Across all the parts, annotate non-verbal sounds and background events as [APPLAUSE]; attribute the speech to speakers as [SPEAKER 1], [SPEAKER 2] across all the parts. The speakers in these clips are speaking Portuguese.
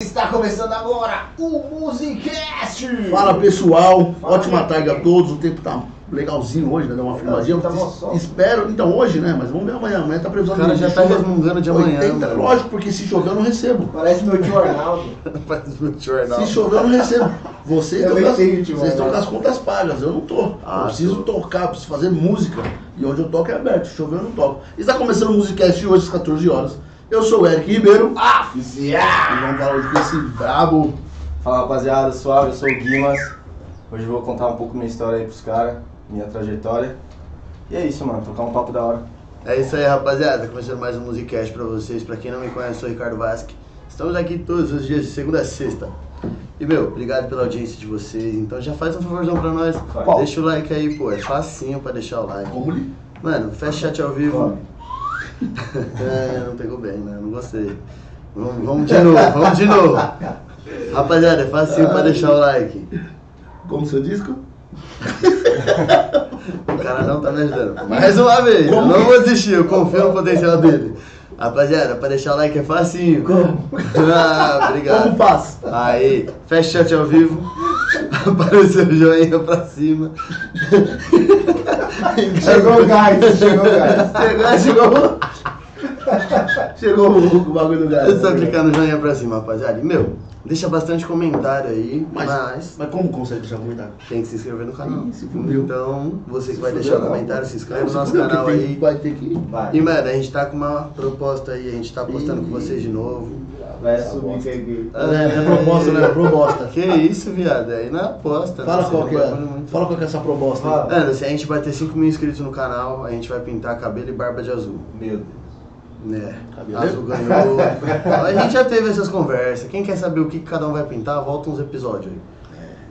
[SPEAKER 1] Está começando agora o Musicast!
[SPEAKER 2] Fala pessoal, ótima tarde a todos. O tempo tá legalzinho hoje, né? Deu uma filmadinha.
[SPEAKER 1] tá bom só.
[SPEAKER 2] Espero, então hoje, né? Mas vamos ver amanhã. Amanhã tá previsão
[SPEAKER 3] O cara
[SPEAKER 2] de
[SPEAKER 3] já tá
[SPEAKER 2] chuva.
[SPEAKER 3] resmungando de amanhã,
[SPEAKER 2] 80,
[SPEAKER 3] mano.
[SPEAKER 2] lógico, porque se chover eu não recebo.
[SPEAKER 1] Parece meu tio Arnaldo.
[SPEAKER 3] Faz o
[SPEAKER 2] Se
[SPEAKER 3] jornal.
[SPEAKER 2] chover eu não recebo. Vocês
[SPEAKER 1] Eu
[SPEAKER 2] estão com as-
[SPEAKER 1] entendi, tio,
[SPEAKER 2] vocês estão
[SPEAKER 1] mano.
[SPEAKER 2] com as contas pagas, eu não tô.
[SPEAKER 3] Ah,
[SPEAKER 2] eu preciso
[SPEAKER 3] tô.
[SPEAKER 2] tocar, preciso fazer música. E onde eu toco é aberto. Se chover eu não toco. Está começando o Musicast hoje às 14 horas. Eu sou o Eric Ribeiro.
[SPEAKER 1] Ah, fizia!
[SPEAKER 2] E vamos falar hoje com esse brabo.
[SPEAKER 3] Fala rapaziada, suave, eu sou o Guimas. Hoje eu vou contar um pouco minha história aí pros caras, minha trajetória. E é isso, mano, tocar um papo da hora.
[SPEAKER 4] É isso aí, rapaziada. Começando mais um Musicast pra vocês. Pra quem não me conhece, eu sou o Ricardo Vasque. Estamos aqui todos os dias, de segunda a sexta. E, meu, obrigado pela audiência de vocês. Então já faz um favorzão pra nós.
[SPEAKER 3] Faz.
[SPEAKER 4] Deixa o like aí, pô. É facinho pra deixar o like.
[SPEAKER 2] Como li?
[SPEAKER 4] Mano, fecha chat ao vivo. [LAUGHS] É, não pegou bem, né? Não gostei. Vamos, vamos de novo, vamos de novo. Rapaziada, é facinho pra deixar o like.
[SPEAKER 2] Como seu disco?
[SPEAKER 4] O cara não tá me ajudando. Mais uma vez, eu não vou desistir, eu confio no potencial dele. Rapaziada, pra deixar o like é facinho. [LAUGHS] Ah,
[SPEAKER 2] Como
[SPEAKER 4] obrigado.
[SPEAKER 2] faz?
[SPEAKER 4] Aí, fecha chat ao vivo. [LAUGHS] Apareceu o joinha pra cima.
[SPEAKER 1] Chegou o gás, chegou o gás.
[SPEAKER 4] Chegou, chegou.
[SPEAKER 2] Chegou o o bagulho do gás.
[SPEAKER 4] É só clicar no joinha pra cima, rapaziada. E, Meu, deixa bastante comentário aí,
[SPEAKER 2] Mas,
[SPEAKER 4] mas
[SPEAKER 2] mas como consegue deixar comentário?
[SPEAKER 4] tem que se inscrever no canal.
[SPEAKER 2] Ih, se fudeu.
[SPEAKER 4] Então, você que vai
[SPEAKER 3] fudeu,
[SPEAKER 4] deixar
[SPEAKER 3] não.
[SPEAKER 4] comentário, se inscreve no
[SPEAKER 2] Você
[SPEAKER 4] nosso
[SPEAKER 2] viu que
[SPEAKER 4] canal
[SPEAKER 2] tem-
[SPEAKER 4] aí.
[SPEAKER 2] Vai ter que.
[SPEAKER 1] Vai.
[SPEAKER 4] E, mano, a gente tá com uma proposta aí, a gente tá postando com vocês de novo.
[SPEAKER 1] Vai subir tá peguei.
[SPEAKER 2] É, é proposta, né? Proposta.
[SPEAKER 4] Que isso, viado? É Aí na aposta.
[SPEAKER 2] [LAUGHS] Fala
[SPEAKER 4] né?
[SPEAKER 2] qual
[SPEAKER 4] Você
[SPEAKER 2] que
[SPEAKER 4] não
[SPEAKER 2] é.
[SPEAKER 4] vai fazer muito.
[SPEAKER 2] Fala qual que é essa proposta. aí.
[SPEAKER 1] Fala.
[SPEAKER 4] Mano, se a gente bater 5 mil inscritos no canal, a gente vai pintar cabelo e barba de azul.
[SPEAKER 3] Meu Deus.
[SPEAKER 4] Né?
[SPEAKER 2] Cabelo?
[SPEAKER 4] Azul
[SPEAKER 2] [LAUGHS]
[SPEAKER 4] ganhou. a gente já teve essas conversas. Quem quer saber o que cada um vai pintar, volta uns episódios aí.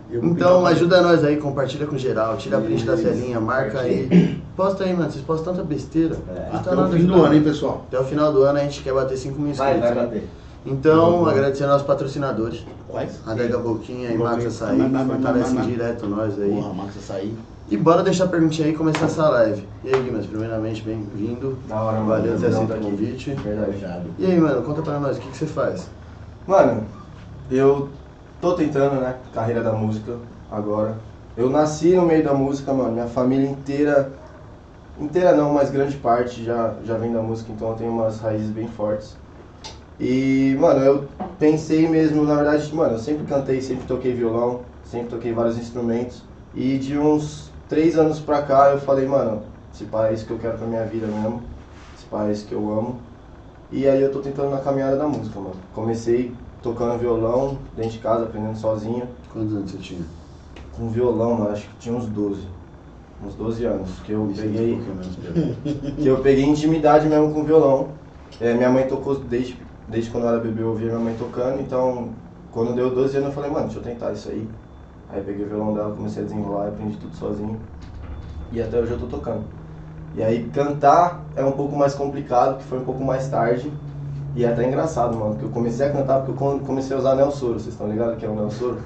[SPEAKER 2] Eu vou
[SPEAKER 4] Então
[SPEAKER 2] pintar- um
[SPEAKER 4] ajuda nós aí, compartilha com geral, tira a print da
[SPEAKER 2] Isso.
[SPEAKER 4] telinha, marca aí. Posta aí, mano. Vocês postam tanta besteira.
[SPEAKER 3] É,
[SPEAKER 4] Não tá
[SPEAKER 2] Até o
[SPEAKER 4] nada
[SPEAKER 2] fim do
[SPEAKER 4] ajudando.
[SPEAKER 2] ano, hein, pessoal?
[SPEAKER 4] Até o final do ano a gente quer bater 5 mil inscritos.
[SPEAKER 3] Vai, vai
[SPEAKER 4] né?
[SPEAKER 3] bater.
[SPEAKER 4] Então, agradecer aos nossos patrocinadores.
[SPEAKER 2] Quais?
[SPEAKER 4] Adega Boquinha e
[SPEAKER 2] Boquinha.
[SPEAKER 4] Max Açaí,
[SPEAKER 2] Mas, mas, mas,
[SPEAKER 4] fortalecem
[SPEAKER 2] mas, mas.
[SPEAKER 4] direto nós aí.
[SPEAKER 2] Porra, Max Açaí.
[SPEAKER 4] E bora deixar a perguntinha aí e começar essa live. E aí, Guimas, primeiramente, bem-vindo.
[SPEAKER 3] Da hora, mano.
[SPEAKER 4] Valeu por ter
[SPEAKER 3] Obrigadão
[SPEAKER 4] aceito o
[SPEAKER 3] tá aqui.
[SPEAKER 4] convite.
[SPEAKER 3] Verdade.
[SPEAKER 4] E aí, mano, conta pra nós, o que, que você faz?
[SPEAKER 3] Mano, eu tô tentando, né? Carreira da música agora. Eu nasci no meio da música, mano. Minha família inteira, inteira não, mas grande parte já, já vem da música, então eu tenho umas raízes bem fortes. E, mano, eu pensei mesmo, na verdade, mano, eu sempre cantei, sempre toquei violão, sempre toquei vários instrumentos. E de uns três anos pra cá eu falei, mano, esse pai é isso que eu quero pra minha vida mesmo, esse pai é isso que eu amo. E aí eu tô tentando na caminhada da música, mano. Comecei tocando violão dentro de casa, aprendendo sozinho.
[SPEAKER 4] Quantos anos você tinha?
[SPEAKER 3] Com violão, mano, acho que tinha uns 12. Uns 12 anos. Que
[SPEAKER 2] é
[SPEAKER 3] eu peguei. que eu peguei intimidade mesmo com violão. É, minha mãe tocou desde, desde quando eu era bebê, eu ouvia minha mãe tocando, então quando deu 12 anos eu falei, mano, deixa eu tentar isso aí. Aí eu peguei o violão dela, comecei a desenrolar, aprendi tudo sozinho. E até hoje eu tô tocando. E aí cantar é um pouco mais complicado, que foi um pouco mais tarde. E é até engraçado, mano, porque eu comecei a cantar porque eu com- comecei a usar Nelsoro, vocês estão ligados que é o Nelsoro?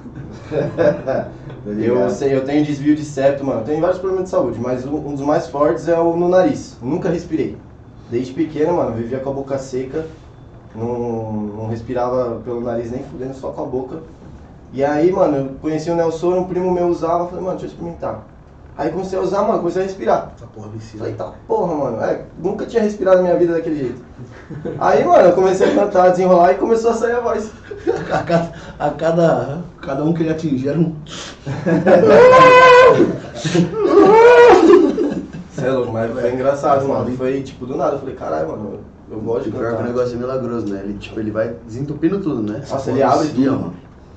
[SPEAKER 3] eu, sei, eu tenho desvio de septo, mano, eu tenho vários problemas de saúde, mas um, um dos mais fortes é o no nariz. Nunca respirei. Desde pequeno, mano, eu vivia com a boca seca, não, não respirava pelo nariz nem fudendo, só com a boca. E aí, mano, eu conheci o Nelsoro, um primo meu usava, eu falei, mano, deixa eu experimentar. Aí comecei a usar, mano, comecei a respirar.
[SPEAKER 2] Essa porra
[SPEAKER 3] Eu
[SPEAKER 2] vicia.
[SPEAKER 3] Falei, tá porra, mano. É, nunca tinha respirado na minha vida daquele jeito. Aí, mano, eu comecei a cantar, a desenrolar e começou a sair a voz.
[SPEAKER 2] A cada, a cada, cada um que ele atingir era um.
[SPEAKER 3] Você é louco, mas foi engraçado, mano. Foi tipo do nada. Eu falei, caralho, mano, eu, eu gosto
[SPEAKER 4] E
[SPEAKER 3] de
[SPEAKER 4] pior que o
[SPEAKER 3] cantar.
[SPEAKER 4] negócio é milagroso, né? Ele, tipo, ele vai desentupindo tudo, né?
[SPEAKER 3] Nossa, ele abre
[SPEAKER 2] Vicia,
[SPEAKER 3] tudo.
[SPEAKER 2] mano.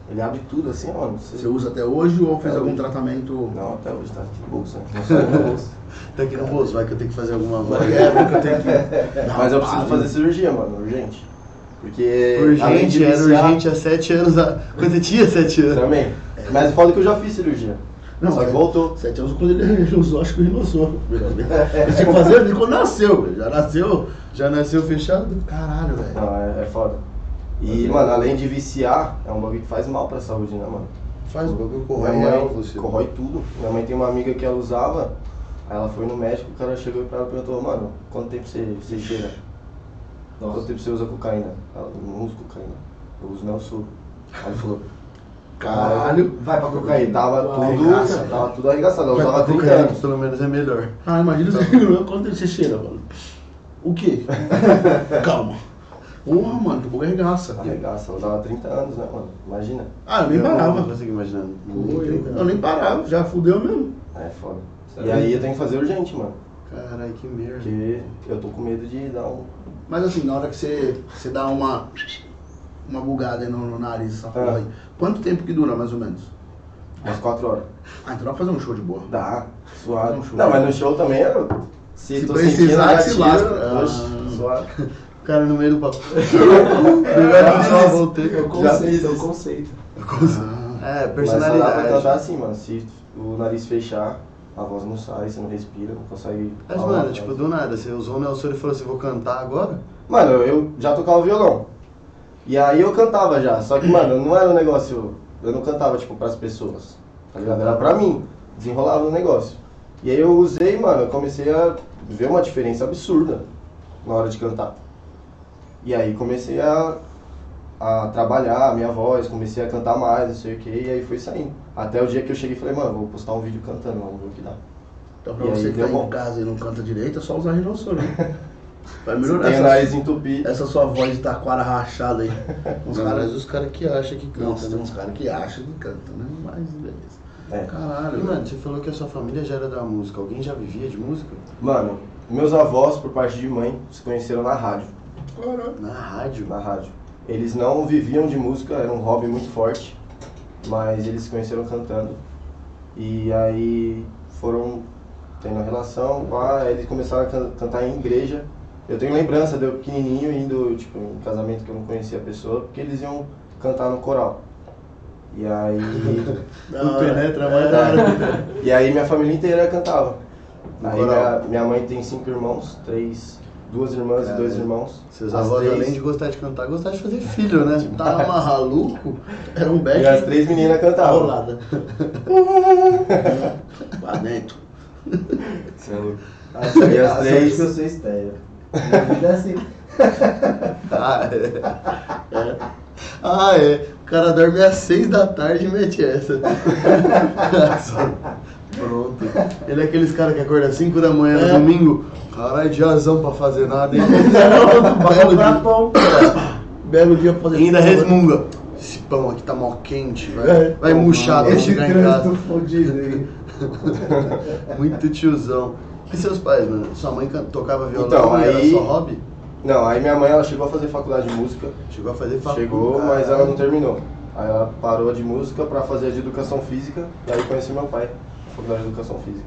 [SPEAKER 3] Ele abre tudo assim, mano. Você-
[SPEAKER 2] Você usa até hoje ou fez
[SPEAKER 3] É,
[SPEAKER 2] algum
[SPEAKER 3] hoje.
[SPEAKER 2] tratamento?
[SPEAKER 3] Não, até hoje tá aqui no bolso, né? Não saiu do
[SPEAKER 4] [LAUGHS]
[SPEAKER 3] bolso.
[SPEAKER 4] Tá aqui no bolso, vai que eu tenho que fazer alguma voz.
[SPEAKER 2] É, porque eu tenho [LAUGHS] que.
[SPEAKER 3] Mas eu preciso
[SPEAKER 2] Ah,
[SPEAKER 3] fazer cirurgia, mano, urgente. Porque. além de
[SPEAKER 4] Urgente, era
[SPEAKER 3] viciar-
[SPEAKER 4] É, urgente há sete anos. a- Quando você tinha sete anos.
[SPEAKER 3] Também. Mas foda que eu já fiz cirurgia.
[SPEAKER 2] Não,
[SPEAKER 3] Só que
[SPEAKER 2] é-
[SPEAKER 3] voltou.
[SPEAKER 2] Sete anos quando ele [LAUGHS] usou, acho que o rinossoro. Ele tinha que fazer ele quando nasceu, velho. Já nasceu.
[SPEAKER 4] Já nasceu fechado?
[SPEAKER 2] Caralho, velho.
[SPEAKER 3] Não, é, é foda. E, mano, além de viciar, é um bagulho que faz mal pra saúde, né, mano?
[SPEAKER 4] Faz o bagulho
[SPEAKER 3] Minha
[SPEAKER 4] corrói É real,
[SPEAKER 3] mãe
[SPEAKER 4] você.
[SPEAKER 3] corrói tudo. Minha mãe tem uma amiga que ela usava, aí ela foi no médico, o cara chegou pra ela e perguntou, mano, quanto tempo você, você cheira? Quanto tempo você usa cocaína? Ela não usa cocaína. Eu uso Nelson. Aí ele
[SPEAKER 4] [LAUGHS]
[SPEAKER 3] falou,
[SPEAKER 2] Caralho.
[SPEAKER 3] vai pra cocaína. Tava
[SPEAKER 1] Vai,
[SPEAKER 3] tudo,
[SPEAKER 2] arregaça.
[SPEAKER 3] tava tudo arregaçado. Eu
[SPEAKER 4] né? Mas
[SPEAKER 3] usava
[SPEAKER 4] pra
[SPEAKER 3] 30
[SPEAKER 4] cocaína,
[SPEAKER 3] anos.
[SPEAKER 4] Pelo menos é melhor.
[SPEAKER 2] Ah, imagina
[SPEAKER 3] Tá
[SPEAKER 2] você, quando você cheira, mano. O quê?
[SPEAKER 3] [LAUGHS]
[SPEAKER 2] Calma. Porra, mano, tô com regaça.
[SPEAKER 3] Arregaça, eu usava 30 anos, né, mano? Imagina.
[SPEAKER 2] Ah, eu nem
[SPEAKER 4] Eu não
[SPEAKER 2] parava.
[SPEAKER 4] consigo imaginar.
[SPEAKER 2] Eu nem parava, já fudeu mesmo.
[SPEAKER 3] É foda.
[SPEAKER 2] Sério?
[SPEAKER 3] E aí eu tenho que fazer urgente, mano.
[SPEAKER 4] Caralho, que merda.
[SPEAKER 3] Porque eu tô com medo de dar um.
[SPEAKER 2] Mas assim, na hora que você, você dá uma. Uma bugada aí no, no nariz, essa
[SPEAKER 3] Ah.
[SPEAKER 2] porra aí. Quanto tempo que dura, mais ou menos?
[SPEAKER 3] Umas 4 horas.
[SPEAKER 2] Ah, então dá pra fazer um show de boa.
[SPEAKER 3] Dá, suado.
[SPEAKER 2] Um show.
[SPEAKER 3] Não, mas no show também eu. Se,
[SPEAKER 2] Se
[SPEAKER 3] tô
[SPEAKER 2] precisar, se
[SPEAKER 3] sentindo
[SPEAKER 2] lasca.
[SPEAKER 3] gatilho,
[SPEAKER 2] Ah.
[SPEAKER 3] né? Oxe, suado.
[SPEAKER 4] O cara no meio do papo.
[SPEAKER 3] É.
[SPEAKER 1] Eu
[SPEAKER 4] voltei.
[SPEAKER 1] Eu conceito, eu conceito.
[SPEAKER 4] É,
[SPEAKER 3] Mas só dá pra
[SPEAKER 4] personalidade.
[SPEAKER 3] cantar assim, mano. Se o nariz fechar, a voz não sai, você não respira, não consegue.
[SPEAKER 4] Mas,
[SPEAKER 3] falar,
[SPEAKER 4] mano,
[SPEAKER 3] tá?
[SPEAKER 4] tipo, do nada, você usou o Nelson e falou assim, vou cantar agora?
[SPEAKER 3] Mano, eu já tocava violão. E aí eu cantava já. Só que, mano, não era um negócio. Eu não cantava, tipo, pras pessoas. Tá ligado? Era pra mim. Desenrolava o negócio. E aí eu usei, mano, eu comecei a ver uma diferença absurda na hora de cantar. E aí comecei a, a trabalhar a minha voz, comecei a cantar mais, não sei o que, e aí foi saindo. Até o dia que eu cheguei e falei, mano, vou postar um vídeo cantando, vamos ver o que dá.
[SPEAKER 2] Então pra
[SPEAKER 3] E aí,
[SPEAKER 2] você que
[SPEAKER 3] deu
[SPEAKER 2] tá
[SPEAKER 3] bom.
[SPEAKER 2] em casa e não canta direito, é só usar
[SPEAKER 3] [LAUGHS]
[SPEAKER 2] Rinossoro, né? Vai
[SPEAKER 3] Se
[SPEAKER 2] melhorar
[SPEAKER 3] tem o
[SPEAKER 2] essa,
[SPEAKER 3] nariz entupido.
[SPEAKER 2] essa sua voz de taquara rachada aí. Uns caras.
[SPEAKER 4] os caras que acham que
[SPEAKER 2] Não, tem uns caras que acham que canta, né? Mas beleza.
[SPEAKER 3] É.
[SPEAKER 2] Caralho.
[SPEAKER 4] E,
[SPEAKER 2] velho.
[SPEAKER 4] mano, você falou que a sua família já era da música. Alguém já vivia de música?
[SPEAKER 3] Mano, meus avós, por parte de mãe, se conheceram na rádio.
[SPEAKER 4] Na rádio?
[SPEAKER 3] Na rádio. Eles não viviam de música, era um hobby muito forte, mas eles se conheceram cantando. E aí foram tendo a relação, pá, aí eles começaram a can- cantar em igreja. Eu tenho lembrança de eu pequenininho indo tipo, em casamento que eu não conhecia a pessoa, porque eles iam cantar no coral.
[SPEAKER 4] [LAUGHS]
[SPEAKER 3] E aí
[SPEAKER 2] Da
[SPEAKER 4] Não
[SPEAKER 2] hora. É.
[SPEAKER 4] penetra mais da
[SPEAKER 2] [LAUGHS]
[SPEAKER 4] hora.
[SPEAKER 3] E aí minha família inteira cantava.
[SPEAKER 4] No
[SPEAKER 3] Aí minha,
[SPEAKER 4] coral.
[SPEAKER 3] minha mãe tem cinco irmãos, três, duas irmãs e dois
[SPEAKER 4] Caralho.
[SPEAKER 3] irmãos.
[SPEAKER 4] Seus
[SPEAKER 3] As
[SPEAKER 4] avós,
[SPEAKER 3] três-
[SPEAKER 4] além de gostar de cantar, gostaram de fazer filho, né?
[SPEAKER 2] [LAUGHS] Tá maluco? Era um
[SPEAKER 3] E as
[SPEAKER 2] beck
[SPEAKER 3] três meninas cantavam.
[SPEAKER 4] [LAUGHS]
[SPEAKER 2] rolada. Pra dentro.
[SPEAKER 3] Cê é louco. E as três.
[SPEAKER 1] que eu sou estéreo. Minha vida é assim.
[SPEAKER 4] Ah, é. [LAUGHS] Ah, é. O cara dorme às seis da tarde e mete essa. Pronto. Ele é aqueles caras que acordam às 5 da manhã
[SPEAKER 2] É.
[SPEAKER 4] no domingo. Caralho, diazão pra fazer nada, hein? É
[SPEAKER 2] Belo
[SPEAKER 1] Pra
[SPEAKER 2] dia.
[SPEAKER 1] pão.
[SPEAKER 2] Belo dia pra
[SPEAKER 4] E
[SPEAKER 2] fazer.
[SPEAKER 4] ainda resmunga. Esse pão aqui tá mó quente, vai,
[SPEAKER 2] É.
[SPEAKER 4] vai murchar quando
[SPEAKER 1] Esse
[SPEAKER 4] chegar em casa.
[SPEAKER 1] trânsito fodido aí.
[SPEAKER 4] Muito tiozão. E seus pais, mano? Sua mãe can- tocava violão
[SPEAKER 3] Então,
[SPEAKER 4] e era
[SPEAKER 3] aí-
[SPEAKER 4] só hobby?
[SPEAKER 3] Não, aí minha mãe ela chegou a fazer faculdade de música.
[SPEAKER 4] Chegou a fazer faculdade.
[SPEAKER 3] Chegou, mas ela não terminou. Aí ela parou de música pra fazer de educação física. E aí conheci meu pai, na faculdade de educação física.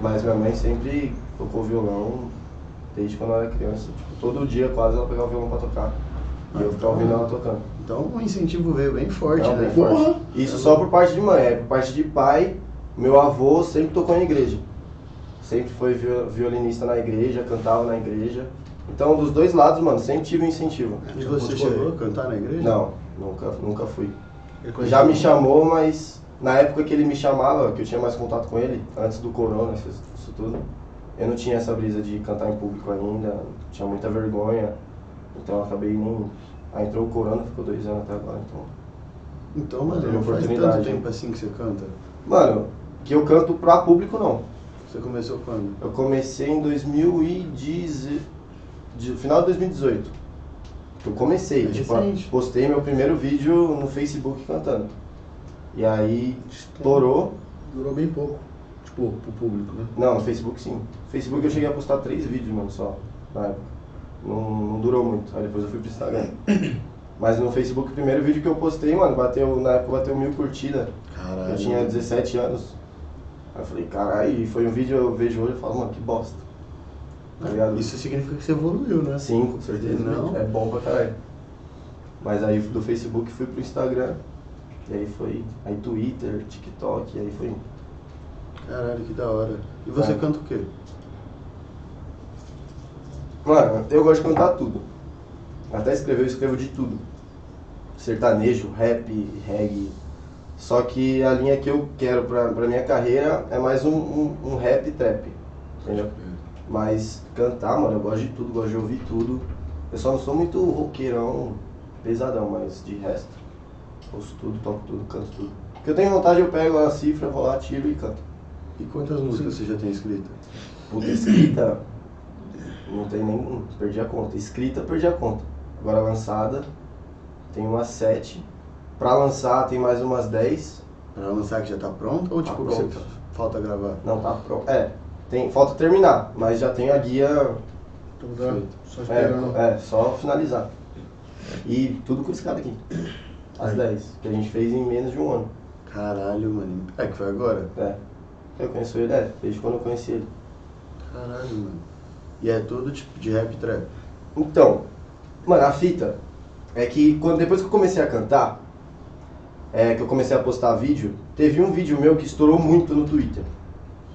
[SPEAKER 3] Mas minha mãe sempre tocou violão desde quando eu era criança. Tipo, todo dia quase ela pegava o violão pra tocar. E eu ficava ouvindo ela tocando.
[SPEAKER 4] Então o incentivo veio bem forte,
[SPEAKER 3] Não,
[SPEAKER 4] né?
[SPEAKER 3] bem forte. Isso só por parte de mãe, é por parte de pai. Meu avô sempre tocou em igreja. Sempre foi vi- violinista na igreja, cantava na igreja. Então, dos dois lados, mano, sempre tive um incentivo.
[SPEAKER 4] E você chegou a cantar na igreja?
[SPEAKER 3] Não, nunca, nunca fui. Já me chamou, mas na época que ele me chamava, que eu tinha mais contato com ele, antes do corona, isso, isso tudo, eu não tinha essa brisa de cantar em público ainda, tinha muita vergonha. Então, eu acabei nem. Aí entrou o corona, ficou dois anos até agora, então.
[SPEAKER 4] Então, mano,
[SPEAKER 3] Teve
[SPEAKER 4] não faz tanto
[SPEAKER 3] oportunidade.
[SPEAKER 4] tempo assim que você canta.
[SPEAKER 3] Mano, que eu canto pra público não.
[SPEAKER 4] Você começou quando?
[SPEAKER 3] Eu comecei em 2010, de, final de 2018. Eu comecei,
[SPEAKER 4] É
[SPEAKER 3] tipo,
[SPEAKER 4] recente.
[SPEAKER 3] postei meu primeiro vídeo no Facebook cantando. E aí estourou.
[SPEAKER 2] Durou bem pouco. Tipo, pro público, né?
[SPEAKER 3] Não, no Facebook sim. No Facebook eu cheguei a postar três vídeos, mano, só, na época. Não, não durou muito. Aí depois eu fui pro Instagram. Mas no Facebook, o primeiro vídeo que eu postei, mano, bateu, na época bateu mil curtidas.
[SPEAKER 4] Caralho.
[SPEAKER 3] Eu tinha 17 anos. Aí eu falei, caralho, e foi um vídeo eu vejo hoje e falo, mano, que bosta. Tá ligado?
[SPEAKER 4] Isso significa que você evoluiu, né?
[SPEAKER 3] Sim, com certeza.
[SPEAKER 4] Não.
[SPEAKER 3] É bom pra caralho. Mas aí do Facebook fui pro Instagram. E aí foi. Aí Twitter, TikTok, e aí foi.
[SPEAKER 4] Caralho, que da hora. E você
[SPEAKER 3] É.
[SPEAKER 4] canta o quê?
[SPEAKER 3] Mano, eu gosto de cantar tudo. Até escrever, eu escrevo de tudo. Sertanejo, rap, reggae. Só que a linha que eu quero pra, pra minha carreira é mais um, um, um rap e trap. Entendeu? Mas cantar, mano, eu gosto de tudo, gosto de ouvir tudo. Eu só não sou muito roqueirão, pesadão, mas de resto, ouço tudo, toco tudo, canto tudo. O que eu tenho vontade, eu pego a cifra, vou lá, tiro e canto.
[SPEAKER 4] E quantas músicas você já tem escrito?
[SPEAKER 3] Puta, escrita, não tem nem, perdi a conta. Escrita, perdi a conta. Agora lançada, tem umas sete. Pra lançar, tem mais umas dez.
[SPEAKER 4] Pra lançar que já tá pronto ou
[SPEAKER 3] Tá
[SPEAKER 4] tipo que você
[SPEAKER 3] pronto.
[SPEAKER 4] falta gravar?
[SPEAKER 3] Não tá pronto. É, tem, falta terminar, mas já tem a guia
[SPEAKER 2] Então tá, só esperando.
[SPEAKER 3] É, é, só finalizar. E tudo com esse cara aqui. As 10, que a gente fez em menos de um ano.
[SPEAKER 4] Caralho, mano. É que foi agora?
[SPEAKER 3] É. Eu conheço ele, é, desde quando eu conheci ele.
[SPEAKER 4] Caralho, mano. E é todo tipo de rap e trap.
[SPEAKER 3] Então, mano, a fita é que quando, depois que eu comecei a cantar, é, que eu comecei a postar vídeo, teve um vídeo meu que estourou muito no Twitter.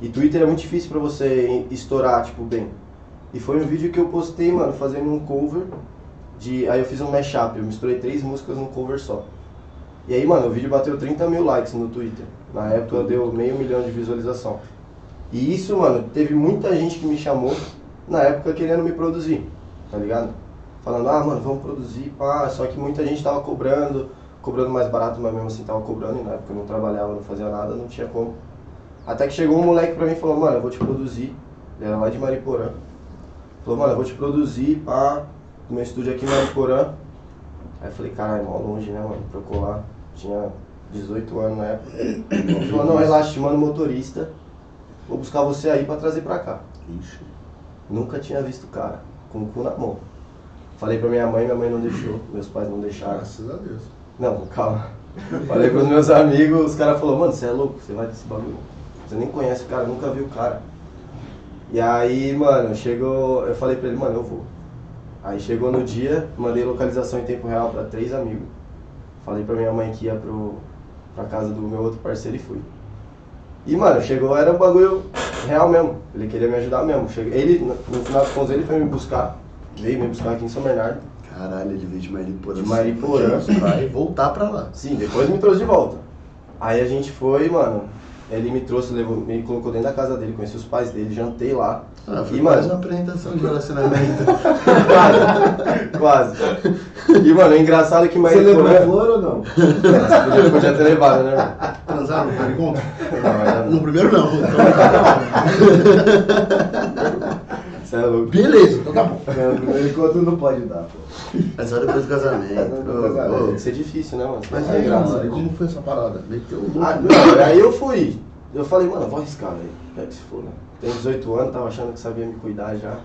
[SPEAKER 3] E Twitter é muito difícil pra você estourar, tipo, bem. E foi um vídeo que eu postei, mano, fazendo um cover de. Aí eu fiz um mashup, eu misturei três músicas num cover só. E aí, mano, o vídeo bateu 30 mil likes no Twitter. Na época deu meio milhão de visualização. E isso, mano, teve muita gente que me chamou na época querendo me produzir, tá ligado? Falando, ah, mano, vamos produzir, pá. Só que muita gente tava cobrando, cobrando mais barato, mas mesmo assim tava cobrando. E na época eu não trabalhava, não fazia nada, não tinha como. Até que chegou um moleque pra mim e falou, mano, eu vou te produzir. Ele era lá de Mariporã. Falou, mano, eu vou te produzir, pá, no meu estúdio aqui em Mariporã. Aí eu falei, caralho, mó longe, né, mano, pra eu colar. Tinha 18 anos na época. Ele falou, não, relaxa, te mando um motorista. Vou buscar você aí pra trazer pra cá.
[SPEAKER 4] Ixi.
[SPEAKER 3] Nunca tinha visto o cara, com o cu na mão. Falei pra minha mãe, minha mãe não deixou, meus pais não deixaram.
[SPEAKER 2] Graças a Deus.
[SPEAKER 3] Não, calma. Falei pros meus amigos, os caras falaram, mano, você é louco, você vai desse bagulho. Você nem conhece o cara, nunca viu o cara. E aí, mano, chegou. Eu falei pra ele, mano, eu vou. Aí chegou no dia, mandei localização em tempo real pra três amigos. Falei pra minha mãe que ia pro, pra casa do meu outro parceiro e fui. E, mano, chegou, era um bagulho real mesmo. Ele queria me ajudar mesmo. Chegou- ele, no final dos contos, ele foi me buscar. Veio me buscar aqui em São Bernardo.
[SPEAKER 4] Caralho, ele veio de Mariporã.
[SPEAKER 3] De Mariporã.
[SPEAKER 4] Vai voltar pra lá.
[SPEAKER 3] Sim, depois me trouxe de volta. Aí a gente foi, mano. Ele me trouxe, levou, me colocou dentro da casa dele, conheci os pais dele, jantei lá.
[SPEAKER 4] Ah, foi
[SPEAKER 3] e, [LAUGHS]
[SPEAKER 4] mais
[SPEAKER 3] mano,
[SPEAKER 4] uma apresentação de relacionamento.
[SPEAKER 3] quase. E, mano, o engraçado é que
[SPEAKER 1] Você levou a
[SPEAKER 3] Mariporã.
[SPEAKER 1] flor ou não?
[SPEAKER 3] [LAUGHS] Podia, podia ter levado, né, mano?
[SPEAKER 2] Transaram no primeiro encontro?
[SPEAKER 3] Não, era
[SPEAKER 2] No
[SPEAKER 3] não.
[SPEAKER 2] primeiro não. Então,
[SPEAKER 3] Você é louco.
[SPEAKER 2] beleza, então tá bom.
[SPEAKER 1] Não, no primeiro encontro não pode dar, pô.
[SPEAKER 4] É só depois do casamento.
[SPEAKER 1] Depois do casamento.
[SPEAKER 4] Ô, ô.
[SPEAKER 3] Isso é difícil, né, mano?
[SPEAKER 2] Mas
[SPEAKER 3] é
[SPEAKER 2] aí,
[SPEAKER 3] engraçado.
[SPEAKER 2] mano, como foi essa parada? Meteu o louco.
[SPEAKER 3] Ah, não, aí eu fui. Eu falei, mano, vou arriscar, velho. Quer que se for, né? Tenho 18 anos, tava achando que sabia me cuidar já.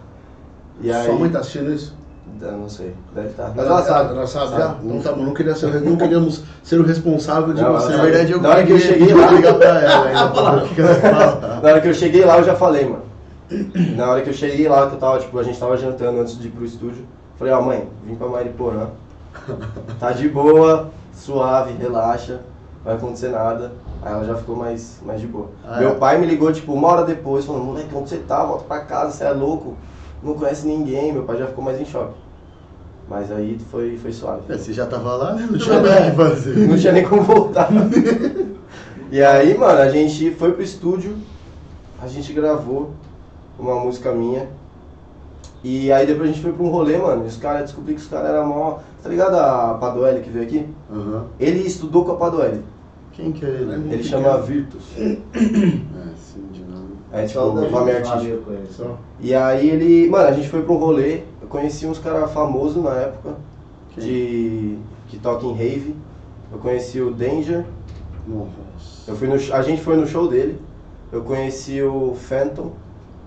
[SPEAKER 3] E aí.
[SPEAKER 2] Sua mãe tá assistindo isso?
[SPEAKER 3] Eu não sei, deve estar. Mas
[SPEAKER 2] Ela
[SPEAKER 3] ela sabe.
[SPEAKER 2] Ela sabe,
[SPEAKER 3] Sabe.
[SPEAKER 2] já? Não tá bom, não, queria ser, não queríamos ser o responsável de
[SPEAKER 3] Não,
[SPEAKER 2] você.
[SPEAKER 3] ela
[SPEAKER 4] Na verdade, eu
[SPEAKER 3] Na hora que eu
[SPEAKER 4] queria [LAUGHS]
[SPEAKER 3] cheguei lá-
[SPEAKER 4] ligar pra
[SPEAKER 2] [LAUGHS]
[SPEAKER 4] ela ainda pra ver o que que [LAUGHS] ela fala.
[SPEAKER 3] Na hora que eu cheguei lá, eu já falei, mano. Na hora que eu cheguei lá, que eu tava, tipo, a gente tava jantando antes de ir pro estúdio. Falei, ó, mãe, vim pra Mariporã. Tá de boa, suave, relaxa. Não vai acontecer nada. Aí ela já ficou mais, mais de boa.
[SPEAKER 4] Ah,
[SPEAKER 3] Meu
[SPEAKER 4] é?
[SPEAKER 3] pai me ligou, tipo, uma hora depois, falando, moleque, onde você tá? Volta pra casa, você é louco. Não conhece ninguém. Meu pai já ficou mais em choque. Mas aí foi, foi suave.
[SPEAKER 4] É, Você já tava lá, né? Não tinha nada que fazer.
[SPEAKER 3] Não tinha nem como voltar. e aí, mano, a gente foi pro estúdio, a gente gravou uma música minha. E aí depois a gente foi pra um rolê, mano. E os caras descobri que os caras eram mó. Tá ligado a Padoelli que veio aqui?
[SPEAKER 4] Aham.
[SPEAKER 3] Ele estudou com a Padoelli.
[SPEAKER 4] Quem que é
[SPEAKER 2] Hum,
[SPEAKER 4] ele?
[SPEAKER 3] Ele chama Virtus.
[SPEAKER 4] Ah, sim, de nome.
[SPEAKER 3] É tipo
[SPEAKER 1] Só o
[SPEAKER 3] o nome
[SPEAKER 1] Davi
[SPEAKER 3] artístico.
[SPEAKER 1] Flávio eu conheço.
[SPEAKER 2] Só.
[SPEAKER 3] E aí ele. Mano, a gente foi pro rolê, eu conheci uns caras famosos na época, de. que toca em rave. Eu conheci o Danger.
[SPEAKER 4] Nossa.
[SPEAKER 3] Eu fui no, a gente foi no show dele. Eu conheci o Phantom.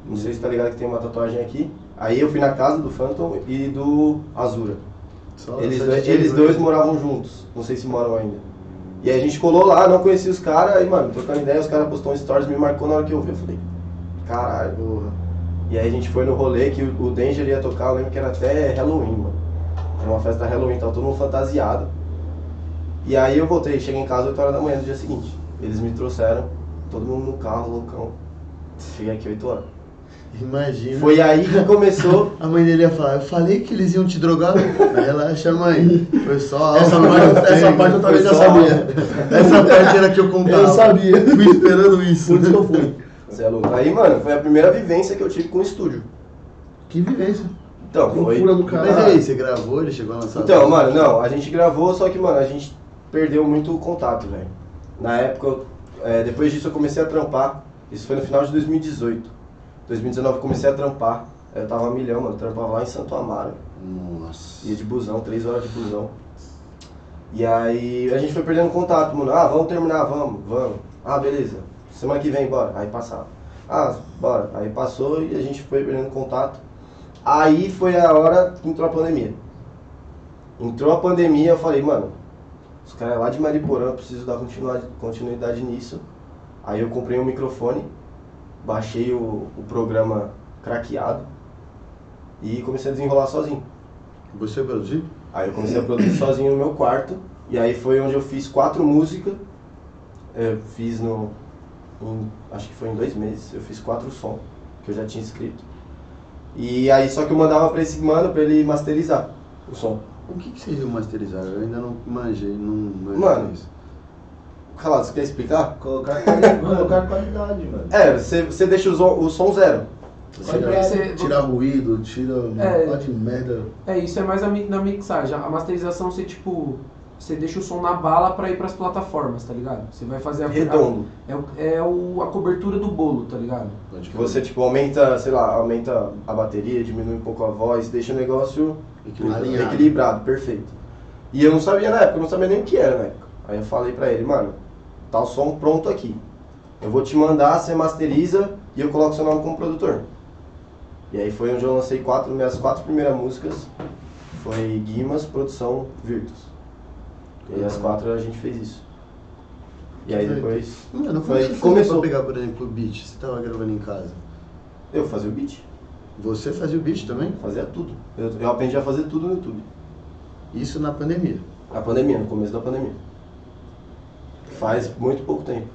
[SPEAKER 3] Não sei se tá ligado que tem uma tatuagem aqui. Aí eu fui na casa do Phantom e do Azura.
[SPEAKER 4] Só-
[SPEAKER 3] Eles,
[SPEAKER 4] só
[SPEAKER 3] dois-
[SPEAKER 4] DJ,
[SPEAKER 3] eles
[SPEAKER 4] né?
[SPEAKER 3] dois moravam juntos. Não sei se moram ainda. E aí a gente colou lá, não conhecia os caras. Aí, mano, trocando ideia, os caras postou um stories, me marcou na hora que eu vi. Eu falei, caralho.
[SPEAKER 4] Porra.
[SPEAKER 3] E aí a gente foi no rolê que o o Danger ia tocar, eu lembro que era até Halloween, mano. Era uma festa Halloween, tava todo mundo fantasiado. E aí eu voltei, cheguei em casa 8 horas da manhã no dia seguinte. Eles me trouxeram, todo mundo no carro, loucão. Cheguei aqui 8 horas.
[SPEAKER 4] Imagina.
[SPEAKER 3] Foi aí que começou.
[SPEAKER 4] A mãe dele ia falar, eu falei que eles iam te [LAUGHS] drogar. Aí relaxa, mãe. Foi só
[SPEAKER 2] Essa
[SPEAKER 4] álcool, não
[SPEAKER 2] parte, [LAUGHS] essa
[SPEAKER 4] tem,
[SPEAKER 2] parte eu também
[SPEAKER 4] foi
[SPEAKER 2] já
[SPEAKER 4] só
[SPEAKER 2] sabia.
[SPEAKER 4] álcool. Essa parte era que eu contava.
[SPEAKER 2] Eu sabia.
[SPEAKER 4] Fui esperando isso.
[SPEAKER 2] Por isso que eu fui.
[SPEAKER 3] Você é louco. Aí, mano, foi a primeira vivência que eu tive com o estúdio.
[SPEAKER 2] Que vivência.
[SPEAKER 3] Então, foi.
[SPEAKER 2] Loucura do caralho.
[SPEAKER 4] Mas e aí, você gravou, ele chegou a lançar?
[SPEAKER 3] Então, mano, não, a gente gravou, só que, mano, a gente perdeu muito o contato, velho. Na época, eu- é, depois disso eu comecei a trampar. Isso foi no final de 2018. 2019 eu comecei a trampar. Eu tava a milhão, mano, trampava lá em Santo Amaro.
[SPEAKER 4] Nossa.
[SPEAKER 3] Ia de busão, três horas de busão. E aí a gente foi perdendo contato, mano. Ah, vamos terminar, vamos, vamos. Ah, beleza. Semana que vem, bora. Aí passava. Ah, bora. Aí passou e a gente foi perdendo contato. Aí foi a hora que entrou a pandemia. Entrou a pandemia, eu falei, mano, os caras é lá de Mariporã, eu preciso dar continua- continuidade nisso. Aí eu comprei um microfone, baixei o, o programa craqueado e comecei a desenrolar sozinho.
[SPEAKER 4] Você é produziu?
[SPEAKER 3] Aí eu comecei a produzir sozinho no meu quarto. E aí foi onde eu fiz quatro músicas. Eu fiz no. em- acho que foi em dois meses. Eu fiz quatro sons que eu já tinha escrito. E aí só que eu mandava pra esse mano pra ele masterizar o som.
[SPEAKER 4] O que, que vocês remasterizaram? Eu ainda não manjei, não manjei
[SPEAKER 3] Mano,
[SPEAKER 4] isso.
[SPEAKER 3] Calado, você quer explicar?
[SPEAKER 1] Colocar, quali- colocar qualidade, mano.
[SPEAKER 3] É, você, você deixa o, zo- o som zero.
[SPEAKER 2] Tira,
[SPEAKER 5] Você-
[SPEAKER 2] tira ruído, tira
[SPEAKER 5] É.
[SPEAKER 2] uma pá de merda.
[SPEAKER 5] É, isso é mais a mi- na mixagem. A masterização você, tipo, você deixa o som na bala pra ir pras plataformas, tá ligado? Você vai fazer a.
[SPEAKER 3] Redondo.
[SPEAKER 5] a- é o- é o- a cobertura do bolo, tá ligado?
[SPEAKER 4] Pode
[SPEAKER 3] Que você tipo aumenta, sei lá, aumenta a bateria, diminui um pouco a voz, deixa o negócio
[SPEAKER 2] Alinhado.
[SPEAKER 3] Equilibrado, perfeito. E eu não sabia na época, eu não sabia nem o que era na época. Aí eu falei pra ele, mano, tá o som pronto aqui. Eu vou te mandar, você masteriza e eu coloco seu nome como produtor. E aí foi onde eu lancei quatro, minhas quatro primeiras músicas. Foi Guimas, Produção, Virtus. E aí as quatro a gente fez isso. E aí depois
[SPEAKER 4] Mano, como
[SPEAKER 3] Foi-
[SPEAKER 4] você começou
[SPEAKER 3] começou.
[SPEAKER 4] a pegar, por exemplo, o beat? Você tava gravando em casa.
[SPEAKER 3] eu fazia o beat,
[SPEAKER 4] Você fazia o beat também?
[SPEAKER 3] fazia tudo. Eu, eu aprendi a fazer tudo no YouTube.
[SPEAKER 4] Isso na pandemia.
[SPEAKER 3] Na pandemia, no começo da pandemia. Faz muito pouco tempo.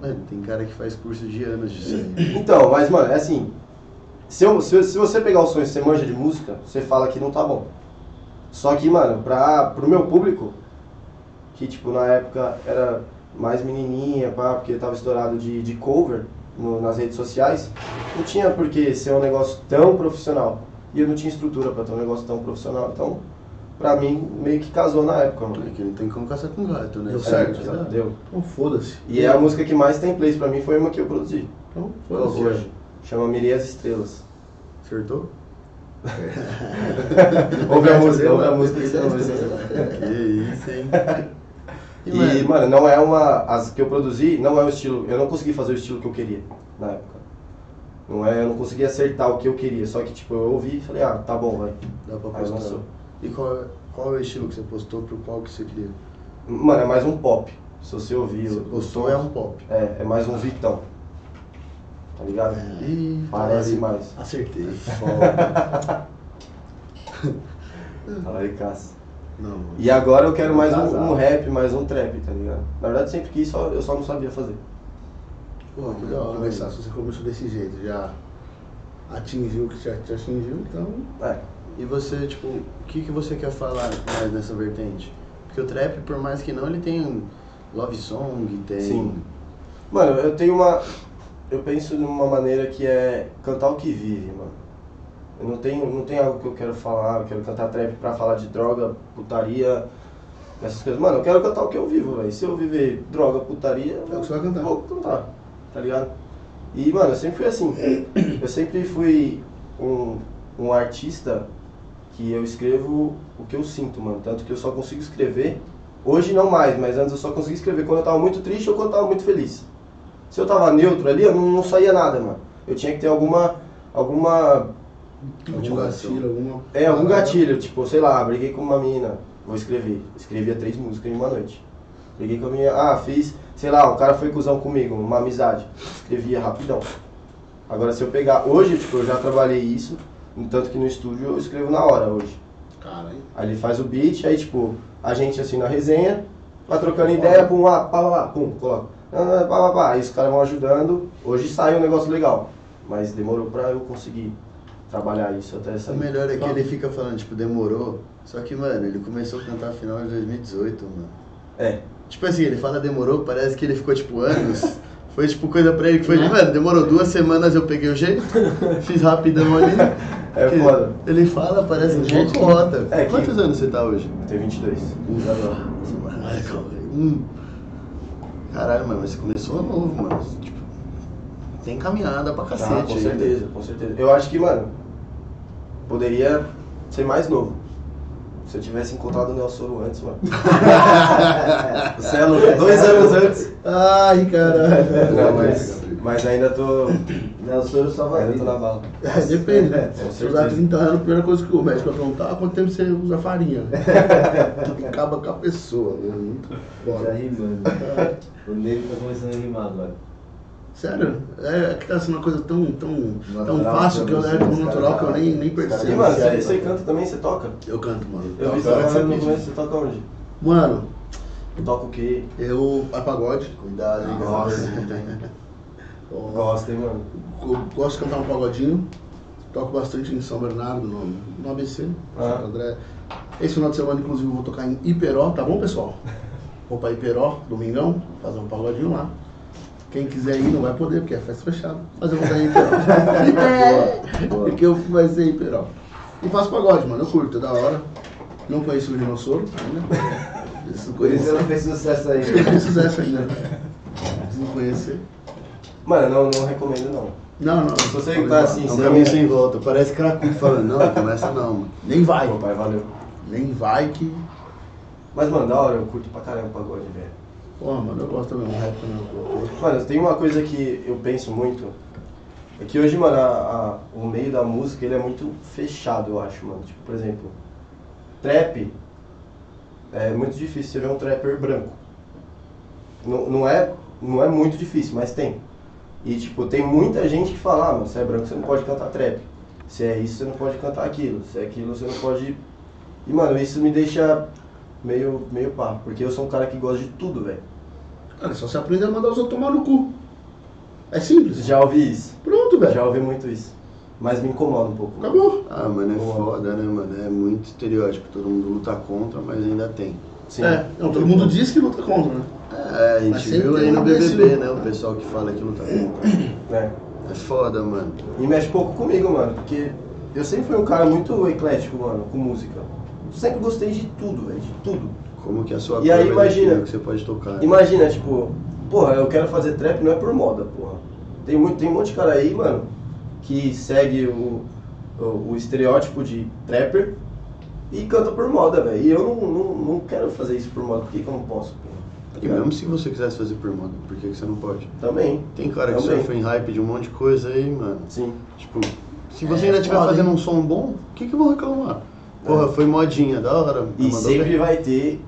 [SPEAKER 4] Mano, tem cara que faz curso de anos disso
[SPEAKER 3] [LAUGHS]
[SPEAKER 4] aí.
[SPEAKER 3] Então, mas mano, é assim. Se, eu- se, se você pegar o sonho e você manja de música, você fala que não tá bom. Só que, mano, pra, pro meu público, que tipo, na época era mais menininha, pá, porque tava estourado de, de cover no- nas redes sociais, não tinha por que ser um negócio tão profissional. E eu não tinha estrutura pra ter um negócio tão profissional. Então, pra mim, meio que casou na época, mano.
[SPEAKER 4] É que não tem como caçar com gato, né?
[SPEAKER 2] Deu
[SPEAKER 4] É,
[SPEAKER 2] certo,
[SPEAKER 4] é,
[SPEAKER 3] exato, deu.
[SPEAKER 2] Então foda-se.
[SPEAKER 3] E é a música que mais tem plays pra mim foi uma que eu produzi,
[SPEAKER 2] Então foda-se.
[SPEAKER 3] hoje. Chama Mirei as Estrelas.
[SPEAKER 4] Acertou?
[SPEAKER 3] Ouve a música, ouve a música que você não vai saber.
[SPEAKER 4] [LAUGHS] Que isso, hein? E,
[SPEAKER 3] E,
[SPEAKER 4] mano,
[SPEAKER 3] mano, não é uma. As que eu produzi, não é o estilo. Eu não consegui fazer o estilo que eu queria na época. Não é, eu não consegui acertar o que eu queria. Só que, tipo, eu ouvi e falei, ah, tá bom, vai.
[SPEAKER 4] dá pra
[SPEAKER 3] Aí lançou.
[SPEAKER 4] postar. E qual, é- qual é o estilo que você postou pro qual que você queria?
[SPEAKER 3] Mano, é mais um pop. Se você ouvir.
[SPEAKER 4] Você
[SPEAKER 3] o-
[SPEAKER 4] postou é um pop.
[SPEAKER 3] É, é mais um Vitão. Tá ligado?
[SPEAKER 2] É.
[SPEAKER 4] É. Ih,
[SPEAKER 3] Parece
[SPEAKER 4] talarico.
[SPEAKER 3] mais.
[SPEAKER 4] Acertei. É Foda.
[SPEAKER 3] Talaricaço.
[SPEAKER 4] Não, mano.
[SPEAKER 3] E agora eu quero mais um,
[SPEAKER 1] Casado.
[SPEAKER 3] um rap, mais um trap, tá ligado? Na verdade, sempre quis, só, eu só não sabia fazer.
[SPEAKER 2] Pô, que
[SPEAKER 4] Não,
[SPEAKER 2] da hora
[SPEAKER 4] não.
[SPEAKER 2] começar. Se você começou desse jeito, já atingiu o que já te atingiu, então.
[SPEAKER 3] É.
[SPEAKER 4] E você, tipo, o que, que você quer falar mais nessa vertente? Porque o trap, por mais que não, ele tem um love song, tem.
[SPEAKER 3] Sim. Mano, eu tenho uma. Eu penso de uma maneira que é cantar o que vive, mano. Eu não tenho, não tenho algo que eu quero falar, eu quero cantar trap pra falar de droga, putaria, essas coisas. Mano, eu quero cantar o que eu vivo, velho. Se eu viver droga, putaria,
[SPEAKER 2] É o que você
[SPEAKER 3] eu
[SPEAKER 2] vai cantar.
[SPEAKER 3] vou cantar, tá ligado? E, mano, eu sempre fui assim. Eu sempre fui um, um artista que eu escrevo o que eu sinto, mano. Tanto que eu só consigo escrever, hoje não mais, mas antes eu só conseguia escrever quando eu tava muito triste ou quando eu tava muito feliz. Se eu tava neutro ali, eu não, não saía nada, mano. Eu tinha que ter alguma. alguma.
[SPEAKER 2] Algum
[SPEAKER 4] Motivação.
[SPEAKER 2] um
[SPEAKER 4] um
[SPEAKER 2] gatilho, alguma.
[SPEAKER 3] É, algum
[SPEAKER 2] parada.
[SPEAKER 3] gatilho, tipo, sei lá, briguei com uma mina, vou escrever. Escrevia três músicas em uma noite. Briguei com a minha. Ah, fiz, sei lá, o cara foi cuzão comigo, uma amizade. Escrevia rapidão. Agora se eu pegar. Hoje, tipo, eu já trabalhei isso, no tanto que no estúdio eu escrevo na hora hoje.
[SPEAKER 2] Caralho.
[SPEAKER 3] Aí ele faz o beat, aí tipo, a gente assim na resenha, vai trocando ideia, pum, ah, pá, pá, pá, pum, coloca. Ah, ah, pá, pá, pá. Aí os caras vão ajudando. Hoje sai um negócio legal. Mas demorou pra eu conseguir trabalhar isso até
[SPEAKER 4] O
[SPEAKER 3] sair.
[SPEAKER 4] melhor é que ele fica falando, tipo, demorou. Só que, mano, ele começou a cantar final de 2018, mano.
[SPEAKER 3] É. [LAUGHS]
[SPEAKER 4] Tipo assim, ele fala demorou, parece que ele ficou, tipo, anos Foi tipo coisa pra ele que
[SPEAKER 3] Né?
[SPEAKER 4] foi, de, mano, demorou duas semanas, eu peguei o
[SPEAKER 3] [LAUGHS]
[SPEAKER 4] jeito, fiz rapidão ali.
[SPEAKER 3] É
[SPEAKER 4] Que
[SPEAKER 3] foda.
[SPEAKER 4] Ele fala, parece um gente rota.
[SPEAKER 3] É que-
[SPEAKER 4] Quantos anos você tá hoje?
[SPEAKER 3] Eu tenho 22.
[SPEAKER 4] Caraca, hum.
[SPEAKER 2] Um.
[SPEAKER 4] Caralho, mano, mas você começou novo, mano. Tipo, tem caminhada pra
[SPEAKER 3] Tá,
[SPEAKER 4] cacete.
[SPEAKER 3] com
[SPEAKER 4] ainda.
[SPEAKER 3] certeza, com certeza. Eu acho que, mano, poderia ser mais novo. Se eu tivesse encontrado o Nelson antes, mano. Você é louco, dois anos antes.
[SPEAKER 4] Ai, [LAUGHS] caralho.
[SPEAKER 3] Não, mas, mas ainda tô.
[SPEAKER 1] Nelson salva a
[SPEAKER 3] Ainda tô na
[SPEAKER 1] vida.
[SPEAKER 3] bala.
[SPEAKER 2] É, depende.
[SPEAKER 1] É,
[SPEAKER 2] Se
[SPEAKER 3] com
[SPEAKER 2] usar
[SPEAKER 3] certeza.
[SPEAKER 2] 30 anos, a primeira coisa que o médico vai perguntar, ah, quanto tempo você usa farinha?
[SPEAKER 3] [LAUGHS]
[SPEAKER 2] Acaba com a pessoa, né? Muito
[SPEAKER 1] Tá
[SPEAKER 2] foda.
[SPEAKER 1] rimando. O negro tá começando a rimar agora.
[SPEAKER 2] Sério, é, é que tá sendo uma coisa tão, tão, tão
[SPEAKER 1] Natural,
[SPEAKER 2] fácil que eu
[SPEAKER 1] né?
[SPEAKER 2] levo
[SPEAKER 1] Os
[SPEAKER 2] no natural que
[SPEAKER 1] caras-
[SPEAKER 2] eu nem, nem
[SPEAKER 1] os caras-
[SPEAKER 3] E,
[SPEAKER 2] percebo.
[SPEAKER 3] mano,
[SPEAKER 1] Sim,
[SPEAKER 3] você,
[SPEAKER 1] sim.
[SPEAKER 3] você canta também, você toca?
[SPEAKER 2] Eu canto, mano.
[SPEAKER 3] Eu
[SPEAKER 1] Toca,
[SPEAKER 3] vi você tocando
[SPEAKER 1] né?
[SPEAKER 3] no começo, você toca onde?
[SPEAKER 2] Mano,
[SPEAKER 3] Toca o quê?
[SPEAKER 2] eu. A pagode.
[SPEAKER 4] Cuidado, hein,
[SPEAKER 3] Nossa.
[SPEAKER 4] galera.
[SPEAKER 2] ó,
[SPEAKER 3] Gosta, hein, mano?
[SPEAKER 2] eu gosto de cantar um pagodinho. Toco bastante em São Bernardo, no, no ABC,
[SPEAKER 3] Ah.
[SPEAKER 2] Santo André. Esse final de semana, inclusive, eu vou tocar em Iperó, tá bom,
[SPEAKER 3] [LAUGHS]
[SPEAKER 2] pessoal? Vou pra Iperó, domingão, fazer um pagodinho lá. Quem quiser ir não vai poder, porque é festa fechada. Mas eu vou dar em
[SPEAKER 4] [LAUGHS]
[SPEAKER 2] Iperó.
[SPEAKER 1] Boa.
[SPEAKER 2] porque eu vai ser em Iperó. E faço pagode, mano. Eu curto, é da hora. Não conheço o dinossauro ainda. Preciso
[SPEAKER 1] Por isso eu
[SPEAKER 2] conhecer.
[SPEAKER 1] não fez sucesso aí. né?
[SPEAKER 2] Preciso dessa ainda. Preciso conhecer.
[SPEAKER 3] Mano, não, não recomendo não.
[SPEAKER 2] Não, não.
[SPEAKER 3] Se você tá assim,
[SPEAKER 4] É um
[SPEAKER 3] você
[SPEAKER 4] caminho sem volta. Parece cracudo falando, não, começa não, mano.
[SPEAKER 2] Nem vai.
[SPEAKER 3] Pô, pai, valeu.
[SPEAKER 2] Nem vai que.
[SPEAKER 3] Mas, mano, da hora, eu curto pra caramba o pagode, velho.
[SPEAKER 2] Porra, mano, eu gosto também. Um rap também. eu curto.
[SPEAKER 3] Mano, tem uma coisa que eu penso muito. É que hoje, mano, a- a- o meio da música ele é muito fechado, eu acho, mano. Tipo, por exemplo, trap. É muito difícil você ver um trapper branco. Não, não, é, não é muito difícil, mas tem. E, tipo, tem muita gente que fala: ah, mano, você é branco, você não pode cantar trap. Se é isso, você não pode cantar aquilo. Se é aquilo, você não pode. E, mano, isso me deixa meio, meio pá. Porque eu sou um cara que gosta de tudo, velho.
[SPEAKER 2] Cara, é só se aprender a mandar os outros tomar no cu. É simples.
[SPEAKER 3] Já ouvi isso.
[SPEAKER 2] Pronto, velho.
[SPEAKER 3] Já ouvi muito isso. Mas me incomoda um pouco.
[SPEAKER 2] Acabou.
[SPEAKER 4] Ah, mano, é
[SPEAKER 3] Boa.
[SPEAKER 4] foda, né, mano? É muito estereótipo. Todo mundo luta contra, mas ainda tem.
[SPEAKER 3] Sim.
[SPEAKER 2] É, não, todo mundo diz que luta contra, né?
[SPEAKER 4] É, a
[SPEAKER 2] Mas
[SPEAKER 4] gente
[SPEAKER 2] sempre
[SPEAKER 4] viu
[SPEAKER 2] tem
[SPEAKER 4] aí no
[SPEAKER 2] um
[SPEAKER 4] BBB,
[SPEAKER 2] imbecil.
[SPEAKER 4] né? O pessoal que fala que luta contra.
[SPEAKER 3] É.
[SPEAKER 4] É foda, mano.
[SPEAKER 3] E mexe pouco comigo, mano. Porque eu sempre fui um cara muito eclético, mano, com música. Sempre gostei de tudo, velho. De tudo.
[SPEAKER 4] Como que é a sua
[SPEAKER 3] E aí,
[SPEAKER 4] vai
[SPEAKER 3] imagina-
[SPEAKER 4] definir o que você pode tocar. né?
[SPEAKER 3] Imagina, tipo, porra, eu quero fazer trap não é por moda, porra. Tem, muito, tem um monte de cara aí, mano, que segue o, o, o estereótipo de trapper e canta por moda, velho. E eu não, não, não quero fazer isso por moda, por que, que eu não posso, porra?
[SPEAKER 4] E mesmo se você quisesse fazer por moda, por que, que você não pode?
[SPEAKER 3] Também,
[SPEAKER 4] Tem cara que
[SPEAKER 3] Também.
[SPEAKER 4] surfa em hype de um monte de coisa aí, mano.
[SPEAKER 3] sim.
[SPEAKER 4] Tipo, se você ainda estiver
[SPEAKER 2] É, foda,
[SPEAKER 4] fazendo um som bom, o que, que eu vou reclamar? Porra, foi modinha, da hora.
[SPEAKER 3] E
[SPEAKER 4] mandou
[SPEAKER 3] sempre
[SPEAKER 4] bem.
[SPEAKER 3] vai ter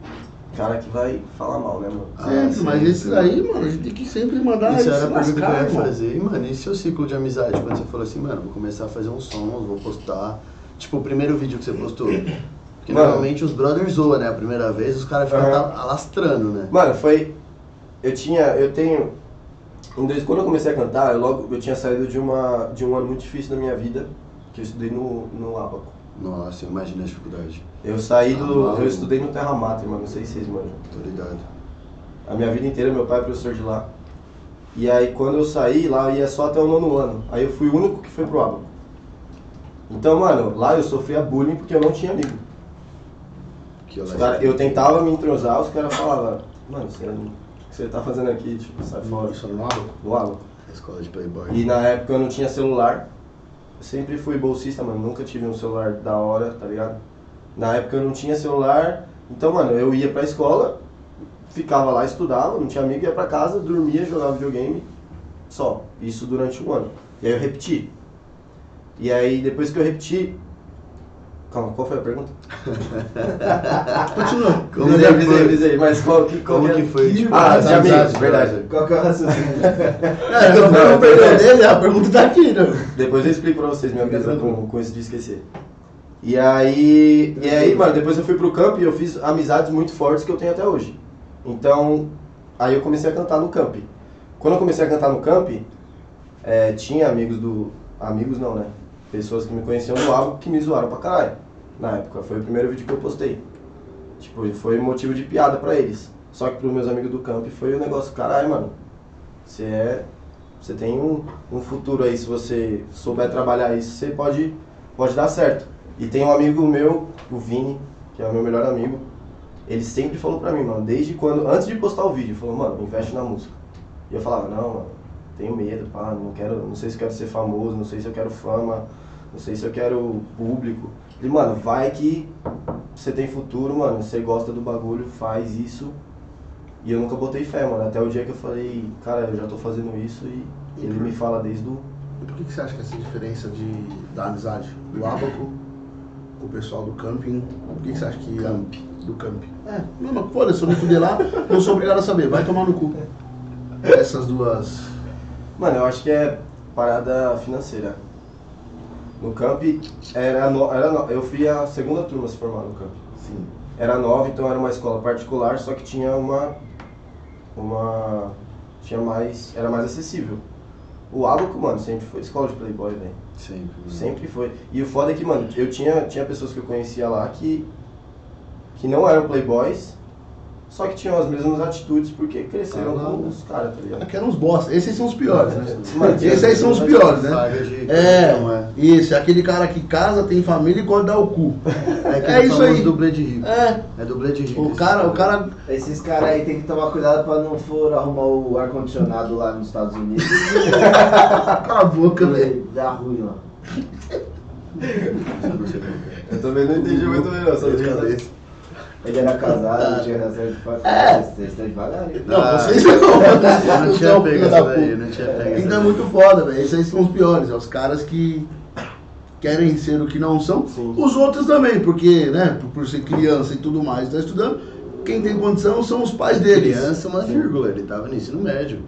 [SPEAKER 3] cara que vai falar mal, né, mano?
[SPEAKER 4] Ah,
[SPEAKER 2] Sempre, mas
[SPEAKER 4] sempre.
[SPEAKER 2] esses aí, mano, a gente tem que sempre mandar Ah,
[SPEAKER 4] Isso
[SPEAKER 2] eles
[SPEAKER 4] era
[SPEAKER 2] se
[SPEAKER 4] a pergunta que eu
[SPEAKER 2] lascar,
[SPEAKER 4] ia
[SPEAKER 2] irmão.
[SPEAKER 4] fazer. E, mano, e seu ciclo de amizade? Quando você falou assim, mano, vou começar a fazer uns sons, vou postar. Tipo, o primeiro vídeo que você postou. Porque
[SPEAKER 3] Mano.
[SPEAKER 4] normalmente os brothers zoam, né? A primeira vez os caras ficam
[SPEAKER 3] Aham.
[SPEAKER 4] tá- alastrando, né?
[SPEAKER 3] Mano, foi. Eu tinha. Eu tenho. Em dois, quando eu comecei a cantar, eu logo eu tinha saído de, uma, de um ano muito difícil da minha vida, que eu estudei no, no Abaco.
[SPEAKER 4] Nossa, eu imagino a dificuldade.
[SPEAKER 3] Eu saí do.
[SPEAKER 4] Ah,
[SPEAKER 3] eu estudei no Terra Mata, mano, não sei se vocês manjam.
[SPEAKER 4] Tô ligado.
[SPEAKER 3] A minha vida inteira, meu pai é professor de lá. E aí quando eu saí, lá eu ia só até o nono ano. Aí eu fui o único que foi pro Abaco. Então, mano, lá eu sofria bullying porque eu não tinha amigo.
[SPEAKER 4] Que
[SPEAKER 3] Os cara- eu tentava me entrosar, os caras falavam, mano, você, o que você tá fazendo aqui? Tipo, sai fora.
[SPEAKER 2] Isso não é abre?
[SPEAKER 3] No Abaco.
[SPEAKER 4] A escola de playboy.
[SPEAKER 3] E na época eu não tinha celular. Eu sempre fui bolsista, mano. Nunca tive um celular da hora, tá ligado? Na época eu não tinha celular. Então, mano, eu ia pra escola, ficava lá, estudava, não tinha amigo, ia pra casa, dormia, jogava videogame. Só. Isso durante um ano. E aí eu repeti. E aí depois que eu repeti. Calma, qual foi a pergunta?
[SPEAKER 2] Continua.
[SPEAKER 4] [LAUGHS] Como é que
[SPEAKER 3] Brisei, brisei,
[SPEAKER 4] foi?
[SPEAKER 3] brisei. Mas qual que, qual
[SPEAKER 4] Como
[SPEAKER 3] era?
[SPEAKER 4] que foi?
[SPEAKER 2] Que
[SPEAKER 4] tipo,
[SPEAKER 3] Ah,
[SPEAKER 4] essa
[SPEAKER 3] de amigos,
[SPEAKER 4] amizade,
[SPEAKER 3] verdade.
[SPEAKER 4] brother?
[SPEAKER 1] Qual que é o raciocínio?
[SPEAKER 2] É, eu não perdeu dele, a pergunta tá aqui, né?
[SPEAKER 3] Depois eu explico pra vocês minha
[SPEAKER 2] Fica
[SPEAKER 3] brisa
[SPEAKER 2] tranquilo.
[SPEAKER 3] com, com isso de esquecer. E aí, e aí, mano, depois eu fui pro camp e eu fiz amizades muito fortes que eu tenho até hoje. Então, aí eu comecei a cantar no camp. Quando eu comecei a cantar no camp, é, tinha amigos do... Amigos não, né? Pessoas que me conheciam do álbum que me zoaram pra caralho. Na época, foi o primeiro vídeo que eu postei. Tipo, foi motivo de piada pra eles. Só que pros meus amigos do camp foi o negócio, caralho, mano. Você é. Você tem um, um futuro aí, se você souber trabalhar isso, você pode, pode dar certo. E tem um amigo meu, o Vini, que é o meu melhor amigo, ele sempre falou pra mim, mano, desde quando. Antes de postar o vídeo, falou, mano, investe na música. E eu falava, não, mano, tenho medo, pá, não quero. Não sei se eu quero ser famoso, não sei se eu quero fama, não sei se eu quero público. Ele, mano, vai que você tem futuro, mano, você gosta do bagulho, faz isso. E eu nunca botei fé, mano. Até o dia que eu falei, cara, eu já tô fazendo isso e ele me fala desde o.
[SPEAKER 2] E por que, que você acha que essa diferença de, da amizade do Abaco com o pessoal do camping? Por que, que você acha que. Camp. Do camp. É, mesmo, foda-se, eu me fuder lá, não sou obrigado a saber, vai tomar no cu. Essas duas.
[SPEAKER 3] Mano, eu acho que é parada financeira. No camp, era no, era no- eu fui a segunda turma a se formar no camp.
[SPEAKER 2] Sim.
[SPEAKER 3] Era nova, então era uma escola particular, só que tinha uma. Uma. Tinha mais. Era mais acessível. O Abaco, mano, sempre foi escola de playboy, velho.
[SPEAKER 4] Sempre. né?
[SPEAKER 3] Sempre foi. E o foda é que, mano, eu tinha, tinha pessoas que eu conhecia lá que, que não eram playboys, só que tinham as mesmas atitudes porque cresceram
[SPEAKER 2] Ah, não.
[SPEAKER 3] com os caras, tá ligado?
[SPEAKER 2] Aqui eram uns bosta, esses são os piores, né?
[SPEAKER 3] Mano,
[SPEAKER 2] Esses aí são os piores, né?
[SPEAKER 4] Saga de- Não
[SPEAKER 2] É,
[SPEAKER 4] é.
[SPEAKER 2] isso, é aquele cara que casa, tem família e gosta de dar o cu.
[SPEAKER 4] É,
[SPEAKER 2] É isso aí.
[SPEAKER 4] dublê de rico.
[SPEAKER 2] É,
[SPEAKER 4] É dublê de rico.
[SPEAKER 2] o
[SPEAKER 4] esse
[SPEAKER 2] cara, o cara.
[SPEAKER 1] Esses caras aí tem que tomar cuidado pra não for arrumar o ar-condicionado lá nos Estados Unidos.
[SPEAKER 2] Cala a boca, velho.
[SPEAKER 1] e Dá ruim lá.
[SPEAKER 3] Eu também não entendi muito bem, não, só de cabeça.
[SPEAKER 1] Ele era casado, tinha relação de fato.
[SPEAKER 2] É.
[SPEAKER 1] Vocês estão devagar, hein?
[SPEAKER 2] Não,
[SPEAKER 4] Ah,
[SPEAKER 2] vocês não.
[SPEAKER 4] Eu [LAUGHS] não
[SPEAKER 2] Não,
[SPEAKER 4] tinha pego
[SPEAKER 2] filho
[SPEAKER 4] essa
[SPEAKER 2] da
[SPEAKER 4] daí,
[SPEAKER 2] puta.
[SPEAKER 4] não tinha pego essa
[SPEAKER 2] Então é
[SPEAKER 4] daí.
[SPEAKER 2] muito foda, velho. Esses aí são os piores, é os caras que querem ser o que não são.
[SPEAKER 3] Sim.
[SPEAKER 2] Os outros também, porque, né, por, por ser criança e tudo mais, tá estudando, quem tem condição são os pais deles.
[SPEAKER 4] Criança, uma vírgula, ele tava no ensino médio.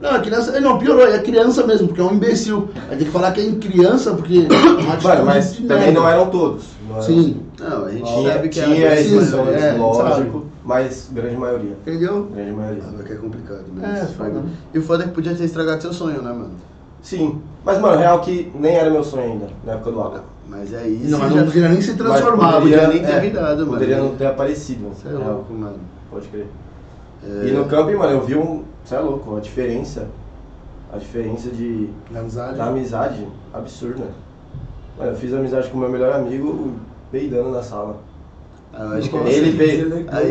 [SPEAKER 2] Não, a criança, é, não, piorou, é criança mesmo, porque é um imbecil. Aí tem que falar que é em criança, porque é uma atitude
[SPEAKER 3] Mano, mas
[SPEAKER 2] de
[SPEAKER 3] também
[SPEAKER 2] merda.
[SPEAKER 3] não é- eram todos. Não eram-
[SPEAKER 2] Sim,
[SPEAKER 4] Não, a gente
[SPEAKER 3] Tinha,
[SPEAKER 4] sabe que
[SPEAKER 3] tinha
[SPEAKER 4] era né?
[SPEAKER 2] precisa,
[SPEAKER 3] exceções,
[SPEAKER 2] é,
[SPEAKER 3] lógico, mas grande maioria.
[SPEAKER 2] entendeu?
[SPEAKER 3] Grande maioria.
[SPEAKER 4] Ah, que é complicado,
[SPEAKER 2] É,
[SPEAKER 4] né? Esse
[SPEAKER 2] foda,
[SPEAKER 4] fragmento.
[SPEAKER 2] né?
[SPEAKER 4] E o foda é que podia ter estragado seu sonho, né, mano?
[SPEAKER 3] Sim. Mas, mano, real que nem era meu sonho ainda, na época do Abaco.
[SPEAKER 4] Mas é isso.
[SPEAKER 2] Não, mas
[SPEAKER 4] já-
[SPEAKER 2] não poderia nem se transformar.
[SPEAKER 3] Mas é,
[SPEAKER 4] podia nem ter virado, mano.
[SPEAKER 3] Poderia não ter aparecido. né?
[SPEAKER 4] Você é
[SPEAKER 3] real.
[SPEAKER 4] louco, mano.
[SPEAKER 3] Pode crer.
[SPEAKER 4] É.
[SPEAKER 3] E no camping, mano, eu vi um. Você é louco, a diferença. A diferença de.
[SPEAKER 2] Na amizade.
[SPEAKER 3] da amizade absurda. Mano, eu fiz amizade com o meu melhor amigo peidando na sala.
[SPEAKER 4] Ah, eu acho que
[SPEAKER 5] Nossa,
[SPEAKER 3] ele
[SPEAKER 5] que
[SPEAKER 3] veio.
[SPEAKER 5] elegante.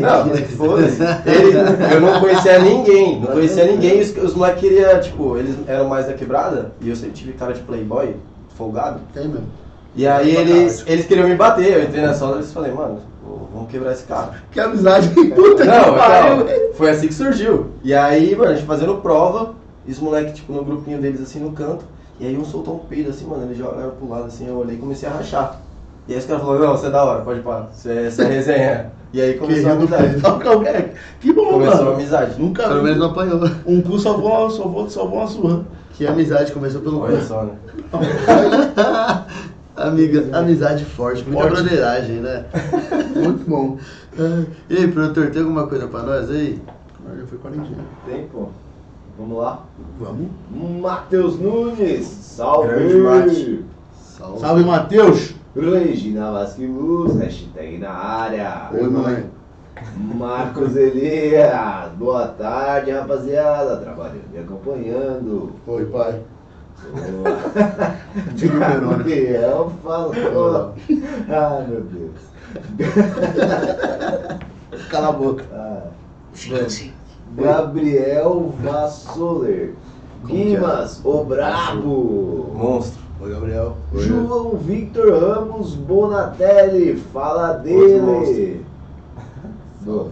[SPEAKER 3] [LAUGHS] Não, foda-se. Ele- Eu não conhecia ninguém, não conhecia ninguém. Os, os moleques queriam, tipo, eles eram mais da quebrada. E eu sempre tive cara de playboy, folgado.
[SPEAKER 2] Tem mesmo.
[SPEAKER 3] E aí eles, eles queriam me bater. Eu entrei na sala e eles falei, mano, vamos quebrar esse cara.
[SPEAKER 2] Que amizade, [LAUGHS] puta
[SPEAKER 3] Não,
[SPEAKER 2] que pariu.
[SPEAKER 3] então, foi assim que surgiu. E aí, mano, a gente fazendo prova, e os moleques, tipo, no grupinho deles, assim, no canto. E aí um soltou um peido, assim, mano, eles jogaram pro lado, assim, eu olhei e comecei a rachar. E aí os caras falaram, não, você é da hora, pode parar, você é, você é resenha. E aí
[SPEAKER 2] Que
[SPEAKER 3] começou a
[SPEAKER 2] rio do
[SPEAKER 3] amizade.
[SPEAKER 2] Pedro. Qualquer- é, Que bom,
[SPEAKER 3] Começou a
[SPEAKER 2] mano.
[SPEAKER 3] amizade.
[SPEAKER 2] Nunca
[SPEAKER 4] Pelo menos não apanhou.
[SPEAKER 2] Um cu salvou, salvou, salvou uma surra.
[SPEAKER 4] Que amizade começou pelo
[SPEAKER 3] Olha
[SPEAKER 4] cu.
[SPEAKER 3] só, né?
[SPEAKER 4] Amiga, amizade forte, muita
[SPEAKER 2] Forte.
[SPEAKER 4] broderagem, né?
[SPEAKER 2] [LAUGHS] Muito bom.
[SPEAKER 4] Ah, E aí, produtor, tem alguma coisa pra nós aí?
[SPEAKER 2] Agora já foi quarentinha.
[SPEAKER 1] Tem, pô. Vamos lá.
[SPEAKER 2] Vamos.
[SPEAKER 1] Matheus Nunes. Salve.
[SPEAKER 3] Grande mate.
[SPEAKER 4] Salve.
[SPEAKER 2] Salve, Matheus.
[SPEAKER 1] Regina Vasquiluz, hashtag na área.
[SPEAKER 2] Oi, mãe.
[SPEAKER 1] Marcos Elias, boa tarde, rapaziada. Trabalhando e acompanhando.
[SPEAKER 2] Oi, pai.
[SPEAKER 1] Boa.
[SPEAKER 2] Tira o Peroni.
[SPEAKER 1] Gabriel falou. Ah, meu Deus.
[SPEAKER 2] Cala a boca.
[SPEAKER 1] Ah, Gabriel Vassoler. Dimas, o Brabo.
[SPEAKER 3] Monstro.
[SPEAKER 4] Oi, Gabriel.
[SPEAKER 1] João Victor Ramos Bonatelli, fala
[SPEAKER 3] Outro
[SPEAKER 1] dele. Boa.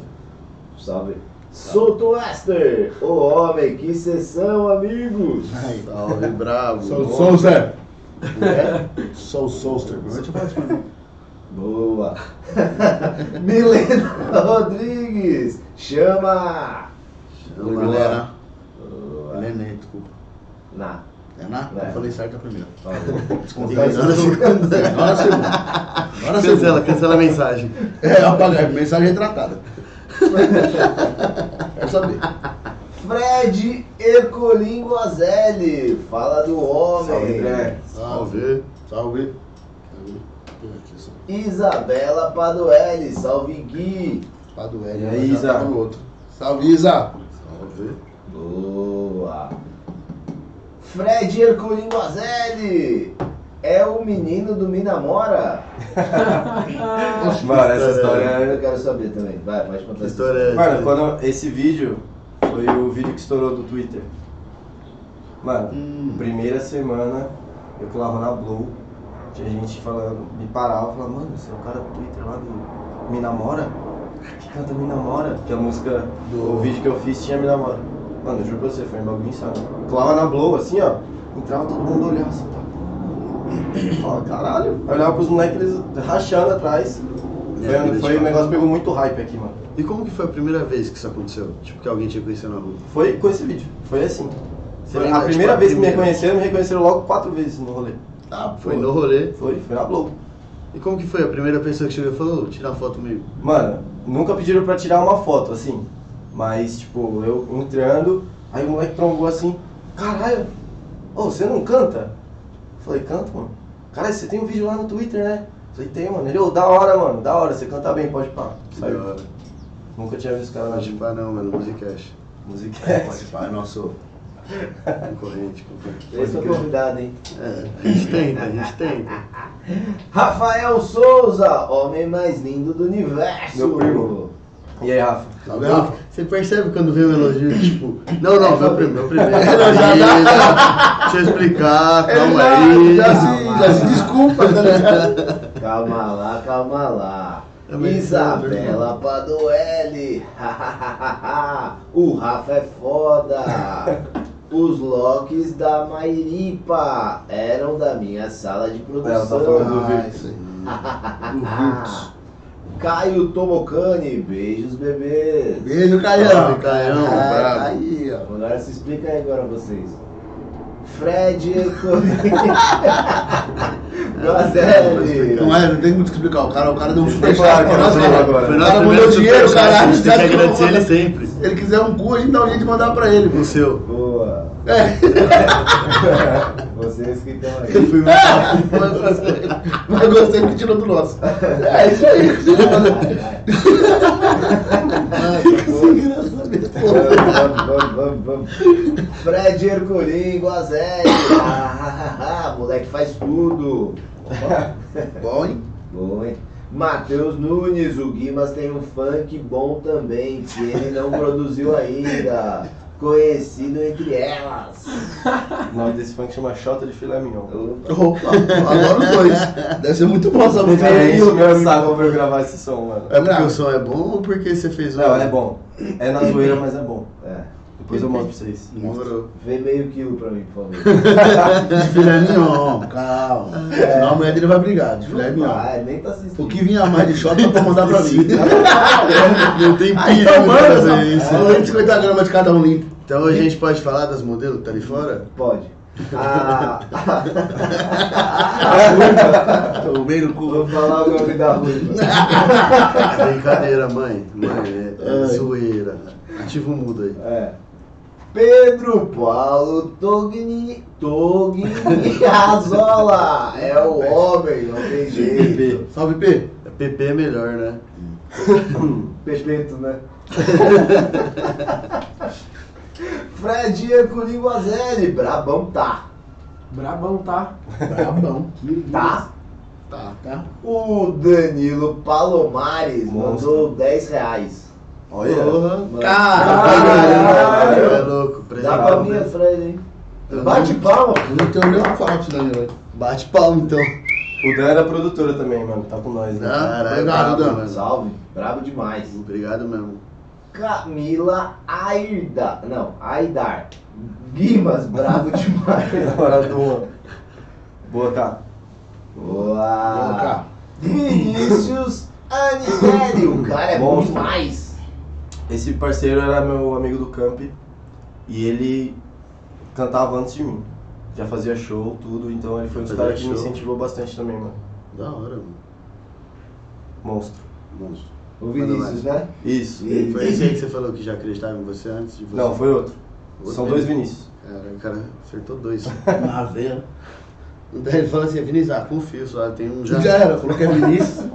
[SPEAKER 1] Salve. Soto Lester, o homem, que sessão, amigos.
[SPEAKER 2] Aí.
[SPEAKER 4] Salve, bravo.
[SPEAKER 2] Sou sou, Zé. Sou Souster. Como é que eu faço, mano?
[SPEAKER 1] Boa. [LAUGHS] Milena Rodrigues, chama.
[SPEAKER 4] Chama,
[SPEAKER 2] Helena.
[SPEAKER 1] Boa.
[SPEAKER 2] Helena, desculpa.
[SPEAKER 1] Na.
[SPEAKER 2] Helena?
[SPEAKER 1] É.
[SPEAKER 2] Eu falei certo a primeira.
[SPEAKER 1] Falou.
[SPEAKER 2] Agora a segunda. Tá Agora a segunda. Agora a segunda.
[SPEAKER 4] Cancela, cancela a mensagem.
[SPEAKER 2] É, apagar. Mensagem retratada. Quero saber.
[SPEAKER 1] Fred Ercolim Guazelli, fala do homem.
[SPEAKER 3] Salve, André.
[SPEAKER 4] Salve.
[SPEAKER 2] Salve. Salve. Tô aqui, só.
[SPEAKER 1] Isabela Padoelli, salve Gui.
[SPEAKER 2] Lá do
[SPEAKER 3] E
[SPEAKER 4] Tá né?
[SPEAKER 2] Hélio,
[SPEAKER 3] aí,
[SPEAKER 2] já
[SPEAKER 3] Isa?
[SPEAKER 2] tá no outro. Salve, Isa!
[SPEAKER 4] Salve.
[SPEAKER 1] Boa. lá. Fred Herculin Guazelli é o menino do Minamora?
[SPEAKER 3] Mano, essa
[SPEAKER 1] Eu
[SPEAKER 2] é-
[SPEAKER 3] história.
[SPEAKER 1] quero saber também. Vai, pode contar.
[SPEAKER 4] Que história é
[SPEAKER 3] é-
[SPEAKER 4] essa?
[SPEAKER 3] Mano, quando esse vídeo foi o vídeo que estourou do Twitter. Mano,
[SPEAKER 4] Hum.
[SPEAKER 3] primeira semana eu colava na Blue, tinha gente falando, me parava, falava, mano, você é o cara do Twitter lá do Me Namora? Que canta Me Namora? Que a música do o vídeo que eu fiz tinha Me Namora. Mano, eu juro pra você, foi um bagulho insano. Eu colava na Blow, assim, ó, entrava todo mundo olhava assim, tá? Eu falava, caralho. Eu olhava pros moleques, eles rachando atrás.
[SPEAKER 4] É, a vida
[SPEAKER 3] Foi,
[SPEAKER 4] de
[SPEAKER 3] foi, o
[SPEAKER 4] fato.
[SPEAKER 3] negócio pegou muito hype aqui, mano.
[SPEAKER 4] E como que foi a primeira vez que isso aconteceu? Tipo, que alguém te reconheceu na rua?
[SPEAKER 3] Foi com esse vídeo, foi assim.
[SPEAKER 4] Você
[SPEAKER 3] Foi
[SPEAKER 4] lembra,
[SPEAKER 3] a
[SPEAKER 4] tipo,
[SPEAKER 3] primeira
[SPEAKER 4] a
[SPEAKER 3] vez que me
[SPEAKER 4] primeira?
[SPEAKER 3] reconheceram, me reconheceram logo quatro vezes no rolê.
[SPEAKER 4] Ah, foi no rolê.
[SPEAKER 3] Foi, foi na Blow.
[SPEAKER 4] E como que foi a primeira pessoa que chegou e falou, "Ô, tira uma foto comigo?
[SPEAKER 3] Mano, nunca pediram pra tirar uma foto, assim. Mas, tipo, eu entrando, aí o moleque trombou assim, caralho, ô, você não canta? Eu falei, canto, mano. Caralho, você tem um vídeo lá no Twitter, né? Eu falei, tem, mano. Ele, ô, da hora, mano, da hora, você canta bem, pode pá.
[SPEAKER 4] Que da
[SPEAKER 3] Saiu.
[SPEAKER 4] hora.
[SPEAKER 3] Nunca tinha visto o cara na
[SPEAKER 4] Pode pá tipo, "Ah, não, mano, Musicast.
[SPEAKER 3] música.
[SPEAKER 4] Pode pá, é nosso concorrente, concorrente.
[SPEAKER 1] [LAUGHS] Esse é o convidado, hein?
[SPEAKER 4] É, a gente tenta, a gente tenta.
[SPEAKER 1] Rafael Souza, homem mais lindo do universo.
[SPEAKER 3] Meu primo. E aí, Rafa?
[SPEAKER 4] Tá vendo? Você percebe quando vem um [LAUGHS] elogio, tipo, não, [LAUGHS] não, meu primeiro, meu primeiro. Deixa eu explicar, calma aí.
[SPEAKER 2] É, Já se, já se desculpa, tá ligado?
[SPEAKER 1] Calma lá, calma lá.
[SPEAKER 3] É
[SPEAKER 4] Eu me
[SPEAKER 1] Isabela Padoelli. [LAUGHS] o Rafa é foda. Os locks da Mairipa eram da minha sala de
[SPEAKER 3] Ela tá
[SPEAKER 1] produção.
[SPEAKER 3] falando
[SPEAKER 1] [LAUGHS]
[SPEAKER 3] do vídeo.
[SPEAKER 2] isso aí.
[SPEAKER 1] Caio Tomocani, beijos bebês.
[SPEAKER 2] Beijo, Caião.
[SPEAKER 4] Salve, Caião,
[SPEAKER 2] Ah,
[SPEAKER 4] bravo.
[SPEAKER 2] Aí, ó.
[SPEAKER 1] Agora se explica aí agora vocês. Fred
[SPEAKER 2] [LAUGHS]
[SPEAKER 1] é Guazelli.
[SPEAKER 2] Não é, não tem muito o que explicar. O cara, o cara deu um superchat
[SPEAKER 3] claro que
[SPEAKER 2] pra nós,
[SPEAKER 3] eu não sei
[SPEAKER 2] né?
[SPEAKER 3] agora.
[SPEAKER 4] Foi
[SPEAKER 2] Cara,
[SPEAKER 4] nosso
[SPEAKER 2] mandou
[SPEAKER 4] primeiro
[SPEAKER 2] dinheiro,
[SPEAKER 4] Tá superchat,
[SPEAKER 2] caralho,
[SPEAKER 4] a gente tem
[SPEAKER 2] já
[SPEAKER 4] que
[SPEAKER 2] que eu vou
[SPEAKER 4] agradecer ele
[SPEAKER 2] falar.
[SPEAKER 4] sempre.
[SPEAKER 2] Se ele quiser um cu, a gente dá um jeito de mandar pra ele. [LAUGHS]
[SPEAKER 4] O seu.
[SPEAKER 1] Boa.
[SPEAKER 2] É,
[SPEAKER 1] [LAUGHS] Vocês que estão aí.
[SPEAKER 2] [LAUGHS]
[SPEAKER 4] Fui muito
[SPEAKER 2] mas gostei que tirou do nosso. É isso aí.
[SPEAKER 1] Vamos, vamos, vamos. Fred Herculin, Guazelli. Ah, [LAUGHS] moleque faz tudo.
[SPEAKER 2] Bom, hein?
[SPEAKER 1] Bom, hein? Matheus Nunes, o Guimas tem um funk bom também, que ele não produziu ainda. Conhecido entre elas.
[SPEAKER 3] O nome desse funk chama Xota de Filé Mignon.
[SPEAKER 1] Opa.
[SPEAKER 2] Opa, agora os dois. Deve ser muito bom essa música.
[SPEAKER 3] É
[SPEAKER 2] aí,
[SPEAKER 3] isso,
[SPEAKER 4] né?
[SPEAKER 2] ó.
[SPEAKER 3] meu saco pra eu gravar esse som, mano.
[SPEAKER 4] É porque o som é bom ou porque você fez um- o.
[SPEAKER 3] Não, é bom. É na zoeira, mas é bom.
[SPEAKER 1] É.
[SPEAKER 3] Depois eu mostro pra vocês.
[SPEAKER 4] Demorou.
[SPEAKER 1] Vê meio quilo pra mim, por favor.
[SPEAKER 2] De filé mignon, calma.
[SPEAKER 4] É.
[SPEAKER 2] Senão a mulher dele vai brigar, de filé mignon.
[SPEAKER 1] Ah, nem tá assistindo.
[SPEAKER 2] é O que vinha mais de shot dá pra mandar pra mim.
[SPEAKER 4] [LAUGHS] Não tem
[SPEAKER 2] Aí
[SPEAKER 4] perigo
[SPEAKER 2] então
[SPEAKER 4] de
[SPEAKER 2] manda
[SPEAKER 4] fazer
[SPEAKER 2] essa.
[SPEAKER 4] isso.
[SPEAKER 2] Falando de 50 gramas de cada um limpo.
[SPEAKER 4] Então a gente pode falar das modelos que tá ali fora?
[SPEAKER 1] Pode. Ah,
[SPEAKER 4] Tomei no cu.
[SPEAKER 1] vou falar o nome da ruiva.
[SPEAKER 4] Ah, Brincadeira, mãe. Mãe, é, é
[SPEAKER 2] Ai.
[SPEAKER 4] zoeira. Ativa o mudo aí.
[SPEAKER 1] É. Pedro Paulo Togni, Togni Azola é o homem, não tem jeito.
[SPEAKER 2] Salve, P.
[SPEAKER 4] É PP é melhor, né?
[SPEAKER 1] Perfeito, [LAUGHS] né? Fred Herculin Guazelli, brabão tá.
[SPEAKER 5] Brabão, tá?
[SPEAKER 2] Brabão.
[SPEAKER 1] Tá.
[SPEAKER 2] Tá, tá.
[SPEAKER 1] O Danilo Palomares
[SPEAKER 3] Monstro.
[SPEAKER 1] mandou 10 reais.
[SPEAKER 3] Olha.
[SPEAKER 1] Mano,
[SPEAKER 4] Caralho!
[SPEAKER 1] Caralho!
[SPEAKER 4] É louco, né?
[SPEAKER 1] Dá pra
[SPEAKER 4] preservado.
[SPEAKER 1] mim, Fred, hein?
[SPEAKER 2] Eu
[SPEAKER 1] Bate
[SPEAKER 2] não-
[SPEAKER 1] palma.
[SPEAKER 2] assim. Eu não tenho nenhuma falta, Danilo.
[SPEAKER 4] Bate palma então.
[SPEAKER 3] O Dan era produtora também, mano. Tá com nós, né?
[SPEAKER 2] Ah. É
[SPEAKER 3] [LAUGHS]
[SPEAKER 4] Caralho,
[SPEAKER 2] Obrigado,
[SPEAKER 4] brabo,
[SPEAKER 2] Dan.
[SPEAKER 4] mano.
[SPEAKER 1] Salve, brabo demais.
[SPEAKER 4] Obrigado mesmo.
[SPEAKER 1] Camila Aida. Não, Aidar. Guimas, brabo [LAUGHS] demais.
[SPEAKER 3] Namorado do Juan. Boa, tá. cara.
[SPEAKER 2] Vamos
[SPEAKER 1] Boa!
[SPEAKER 2] cá.
[SPEAKER 1] Vinícius Anivelli. O cara é bom
[SPEAKER 3] Monstro.
[SPEAKER 1] demais.
[SPEAKER 3] Esse parceiro era meu amigo do camp. E ele cantava antes de mim. Já fazia show, tudo. Então ele foi um dos
[SPEAKER 4] Fazia
[SPEAKER 3] caras que me
[SPEAKER 4] show.
[SPEAKER 3] incentivou bastante também, mano.
[SPEAKER 4] Da hora, mano.
[SPEAKER 3] Monstro.
[SPEAKER 4] Monstro.
[SPEAKER 1] O Vinícius, né?
[SPEAKER 3] Isso.
[SPEAKER 1] E-
[SPEAKER 4] Foi esse aí que você falou que já acreditava em você antes de você.
[SPEAKER 3] Não, foi outro.
[SPEAKER 4] Outro
[SPEAKER 3] São dois
[SPEAKER 4] Vinícius.
[SPEAKER 3] Vinícius.
[SPEAKER 4] Cara, o cara acertou dois.
[SPEAKER 2] Na veia.
[SPEAKER 4] Daí ele fala assim, Vinícius, ah, confio, só tem um já.
[SPEAKER 2] Já era, falou que é
[SPEAKER 4] [LAUGHS]
[SPEAKER 2] Vinícius.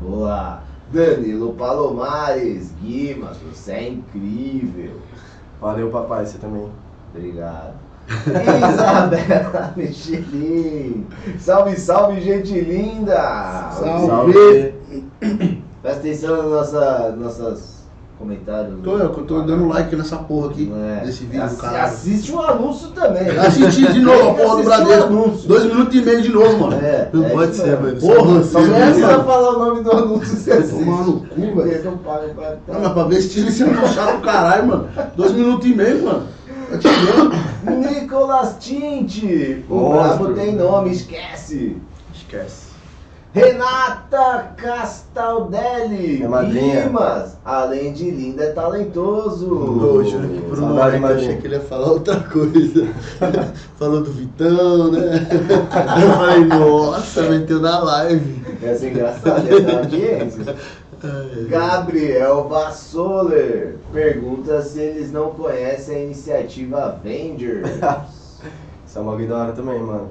[SPEAKER 1] Boa! Danilo Palomares. Guimas, você é incrível.
[SPEAKER 3] Valeu, papai. Você também.
[SPEAKER 1] Obrigado. Isabela [LAUGHS] Michelin. Salve, salve, gente linda.
[SPEAKER 2] Salve.
[SPEAKER 1] Presta atenção nas nossa, nossos comentários.
[SPEAKER 2] Tô, eu tô dando like nessa porra aqui,
[SPEAKER 1] Não é.
[SPEAKER 2] desse vídeo,
[SPEAKER 1] Assi-
[SPEAKER 2] caralho.
[SPEAKER 1] Assiste o anúncio também. né?
[SPEAKER 2] Assisti de novo a porra do
[SPEAKER 1] Assiste o
[SPEAKER 2] Bradesco.
[SPEAKER 1] anúncio.
[SPEAKER 2] Dois minutos e meio de novo, mano.
[SPEAKER 1] É,
[SPEAKER 4] Não
[SPEAKER 1] é
[SPEAKER 4] pode
[SPEAKER 1] isso
[SPEAKER 4] ser,
[SPEAKER 1] mesmo.
[SPEAKER 4] mano.
[SPEAKER 2] Porra,
[SPEAKER 1] Só
[SPEAKER 2] Sim,
[SPEAKER 1] começa
[SPEAKER 2] mano.
[SPEAKER 1] a falar o nome do anúncio você assiste.
[SPEAKER 2] Tomar no cu, velho.
[SPEAKER 1] Eles não pagam pra
[SPEAKER 2] Não, mas pra ver se tira esse anúncio do caralho, mano. Dois minutos e meio, mano. Tá te vendo?
[SPEAKER 1] Nicolas Tinte. O
[SPEAKER 3] Monstro.
[SPEAKER 1] brabo tem nome, esquece.
[SPEAKER 4] Esquece.
[SPEAKER 1] Renata Castaldelli.
[SPEAKER 3] É madrinha.
[SPEAKER 1] Rimas, além de linda, é talentoso.
[SPEAKER 4] Pô, eu juro que por um
[SPEAKER 3] Saudade,
[SPEAKER 4] momento eu
[SPEAKER 3] Marinho.
[SPEAKER 4] achei que ele ia falar outra coisa. Falou do Vitão, né? Eu falei, nossa, meteu na live.
[SPEAKER 1] Essa é engraçada, essa é da audiência. Gabriel Vassoler pergunta se eles não conhecem a iniciativa Avengers.
[SPEAKER 3] Isso é uma da hora também, mano.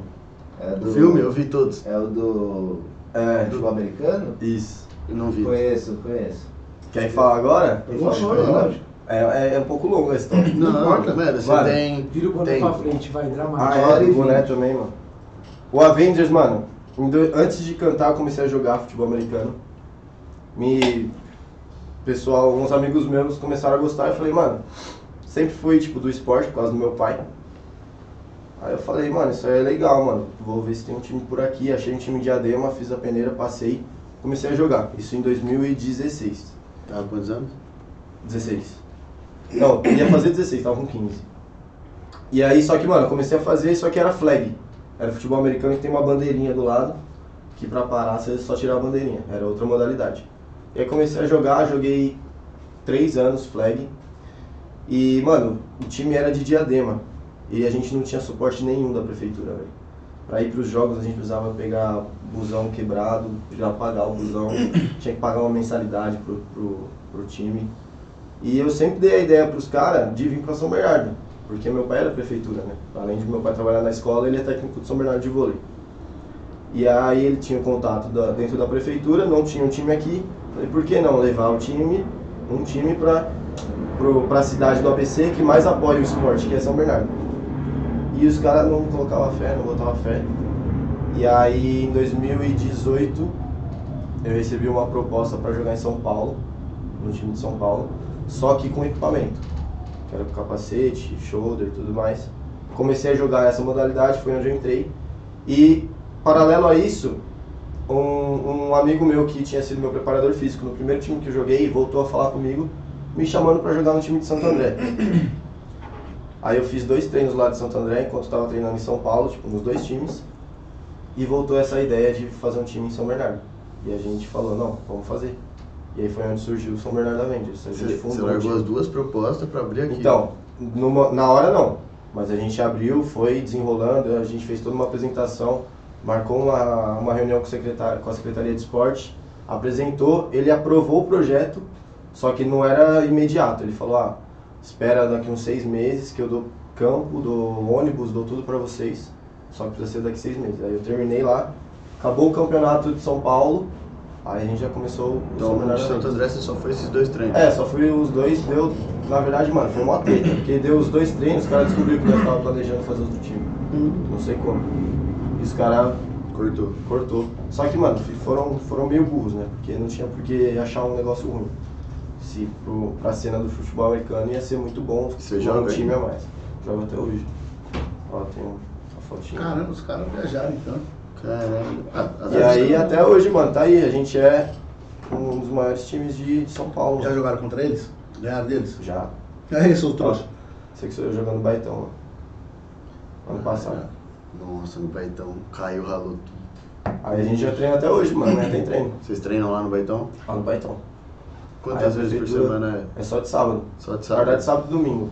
[SPEAKER 1] É
[SPEAKER 4] O
[SPEAKER 1] do,
[SPEAKER 4] filme, eu vi todos.
[SPEAKER 1] É o do
[SPEAKER 3] É,
[SPEAKER 1] futebol americano?
[SPEAKER 3] isso.
[SPEAKER 4] Eu não vi.
[SPEAKER 1] Conheço, conheço.
[SPEAKER 3] Quer falar agora?
[SPEAKER 1] Por
[SPEAKER 2] Poxa,
[SPEAKER 1] favor,
[SPEAKER 2] é
[SPEAKER 1] lógico.
[SPEAKER 3] É, é, é um pouco longa a história.
[SPEAKER 2] Não
[SPEAKER 4] Não, não
[SPEAKER 2] importa.
[SPEAKER 4] mano, você
[SPEAKER 3] Vale.
[SPEAKER 4] tem.
[SPEAKER 5] Vira o boné
[SPEAKER 4] Tem.
[SPEAKER 5] pra frente, vai, dramático.
[SPEAKER 3] Ah,
[SPEAKER 1] Hora
[SPEAKER 3] é,
[SPEAKER 1] e
[SPEAKER 3] o boné
[SPEAKER 1] vinte.
[SPEAKER 3] também, mano. O Avengers, mano, em do- antes de cantar, eu comecei a jogar futebol americano. Me. Pessoal, alguns amigos meus começaram a gostar. Eu falei, mano, sempre fui tipo do esporte por causa do meu pai. Aí eu falei, mano, isso aí é legal, mano. Vou ver se tem um time por aqui. Achei um time de Adema, fiz a peneira, passei, comecei a jogar. Isso em 2016.
[SPEAKER 4] Tá, quantos anos?
[SPEAKER 3] 16. Não, ia fazer 16, tava com 15. E aí, só que, mano, eu comecei a fazer, só que era flag. Era futebol americano que tem uma bandeirinha do lado, que pra parar você só tirar a bandeirinha. Era outra modalidade. E aí comecei a jogar, joguei 3 anos flag. E, mano, o time era de diadema. E a gente não tinha suporte nenhum da prefeitura, velho. Pra ir pros jogos a gente precisava pegar busão quebrado, já pagar o busão, tinha que pagar uma mensalidade pro, pro, pro time. E eu sempre dei a ideia pros caras de vir pra São Bernardo, porque meu pai era prefeitura, né? Além de meu pai trabalhar na escola, ele é técnico de São Bernardo de vôlei. E aí ele tinha contato da- dentro da prefeitura, não tinha um time aqui. Falei, por que não levar o time, um time pra, pro, pra cidade do ABC que mais apoia o esporte, que é São Bernardo. E os caras não colocavam fé, não botavam fé. E aí em 2018 eu recebi uma proposta pra jogar em São Paulo, no time de São Paulo, só que com equipamento. Que era com capacete, shoulder e tudo mais. Comecei a jogar essa modalidade, foi onde eu entrei. E paralelo a isso, um, um amigo meu que tinha sido meu preparador físico no primeiro time que eu joguei voltou a falar comigo, me chamando pra jogar no time de Santo André. Aí eu fiz dois treinos lá de Santo André enquanto estava treinando em São Paulo, tipo, nos dois times. E voltou essa ideia de fazer um time em São Bernardo. E a gente falou, não, vamos fazer. E aí foi onde surgiu o São Bernardo Avengers. A gente
[SPEAKER 4] Você, você
[SPEAKER 3] fundou o time.
[SPEAKER 4] largou as duas propostas pra abrir aqui.
[SPEAKER 3] Então, numa- na hora não. Mas a gente abriu, foi desenrolando, a gente fez toda uma apresentação, marcou uma, uma reunião com, o secretário, com a Secretaria de Esporte, apresentou, ele aprovou o projeto, só que não era imediato. Ele falou, ah, espera daqui uns seis meses que eu dou campo, dou ônibus, dou tudo pra vocês, só que precisa ser daqui seis meses. Aí eu terminei lá, acabou o campeonato de São Paulo, aí a gente já começou o São
[SPEAKER 4] Então,
[SPEAKER 3] Bernardo
[SPEAKER 4] de Santo André você só foi esses dois treinos.
[SPEAKER 3] é, só fui os dois, deu. Na verdade, mano, foi uma treta, porque deu os dois treinos, os caras descobriram que nós tava planejando fazer outro time. Não sei como. E os caras
[SPEAKER 4] Cortou.
[SPEAKER 3] cortou. Só que, mano, fi- foram, foram meio burros, né? Porque não tinha por que achar um negócio ruim. Se pro, pra cena do futebol americano ia ser muito bom
[SPEAKER 4] Você
[SPEAKER 3] um
[SPEAKER 4] joga,
[SPEAKER 3] time a mais. Jogo até hoje. Ó, tem um, uma fotinha.
[SPEAKER 2] Caramba, os caras viajaram então.
[SPEAKER 4] Caralho. Ah,
[SPEAKER 2] tá
[SPEAKER 3] e aí até hoje, mano, tá aí. A gente é um dos maiores times de, de São Paulo. né?
[SPEAKER 2] Já jogaram contra eles? Ganharam deles?
[SPEAKER 3] Já.
[SPEAKER 2] E aí, seus trouxas?
[SPEAKER 3] Sei que sou eu jogando baitão, mano. Ano passado.
[SPEAKER 4] Nossa, no Baitão caiu, ralou tudo.
[SPEAKER 3] Aí a gente já treina até hoje, mano, né? Tem treino.
[SPEAKER 4] Vocês treinam lá no Baitão?
[SPEAKER 3] Lá no Baitão.
[SPEAKER 4] Quantas
[SPEAKER 3] Aí a
[SPEAKER 4] vezes por
[SPEAKER 3] prefeitura-
[SPEAKER 4] semana
[SPEAKER 3] É só de sábado.
[SPEAKER 4] é? Só de
[SPEAKER 3] Na verdade,
[SPEAKER 4] sábado.
[SPEAKER 3] sábado e domingo.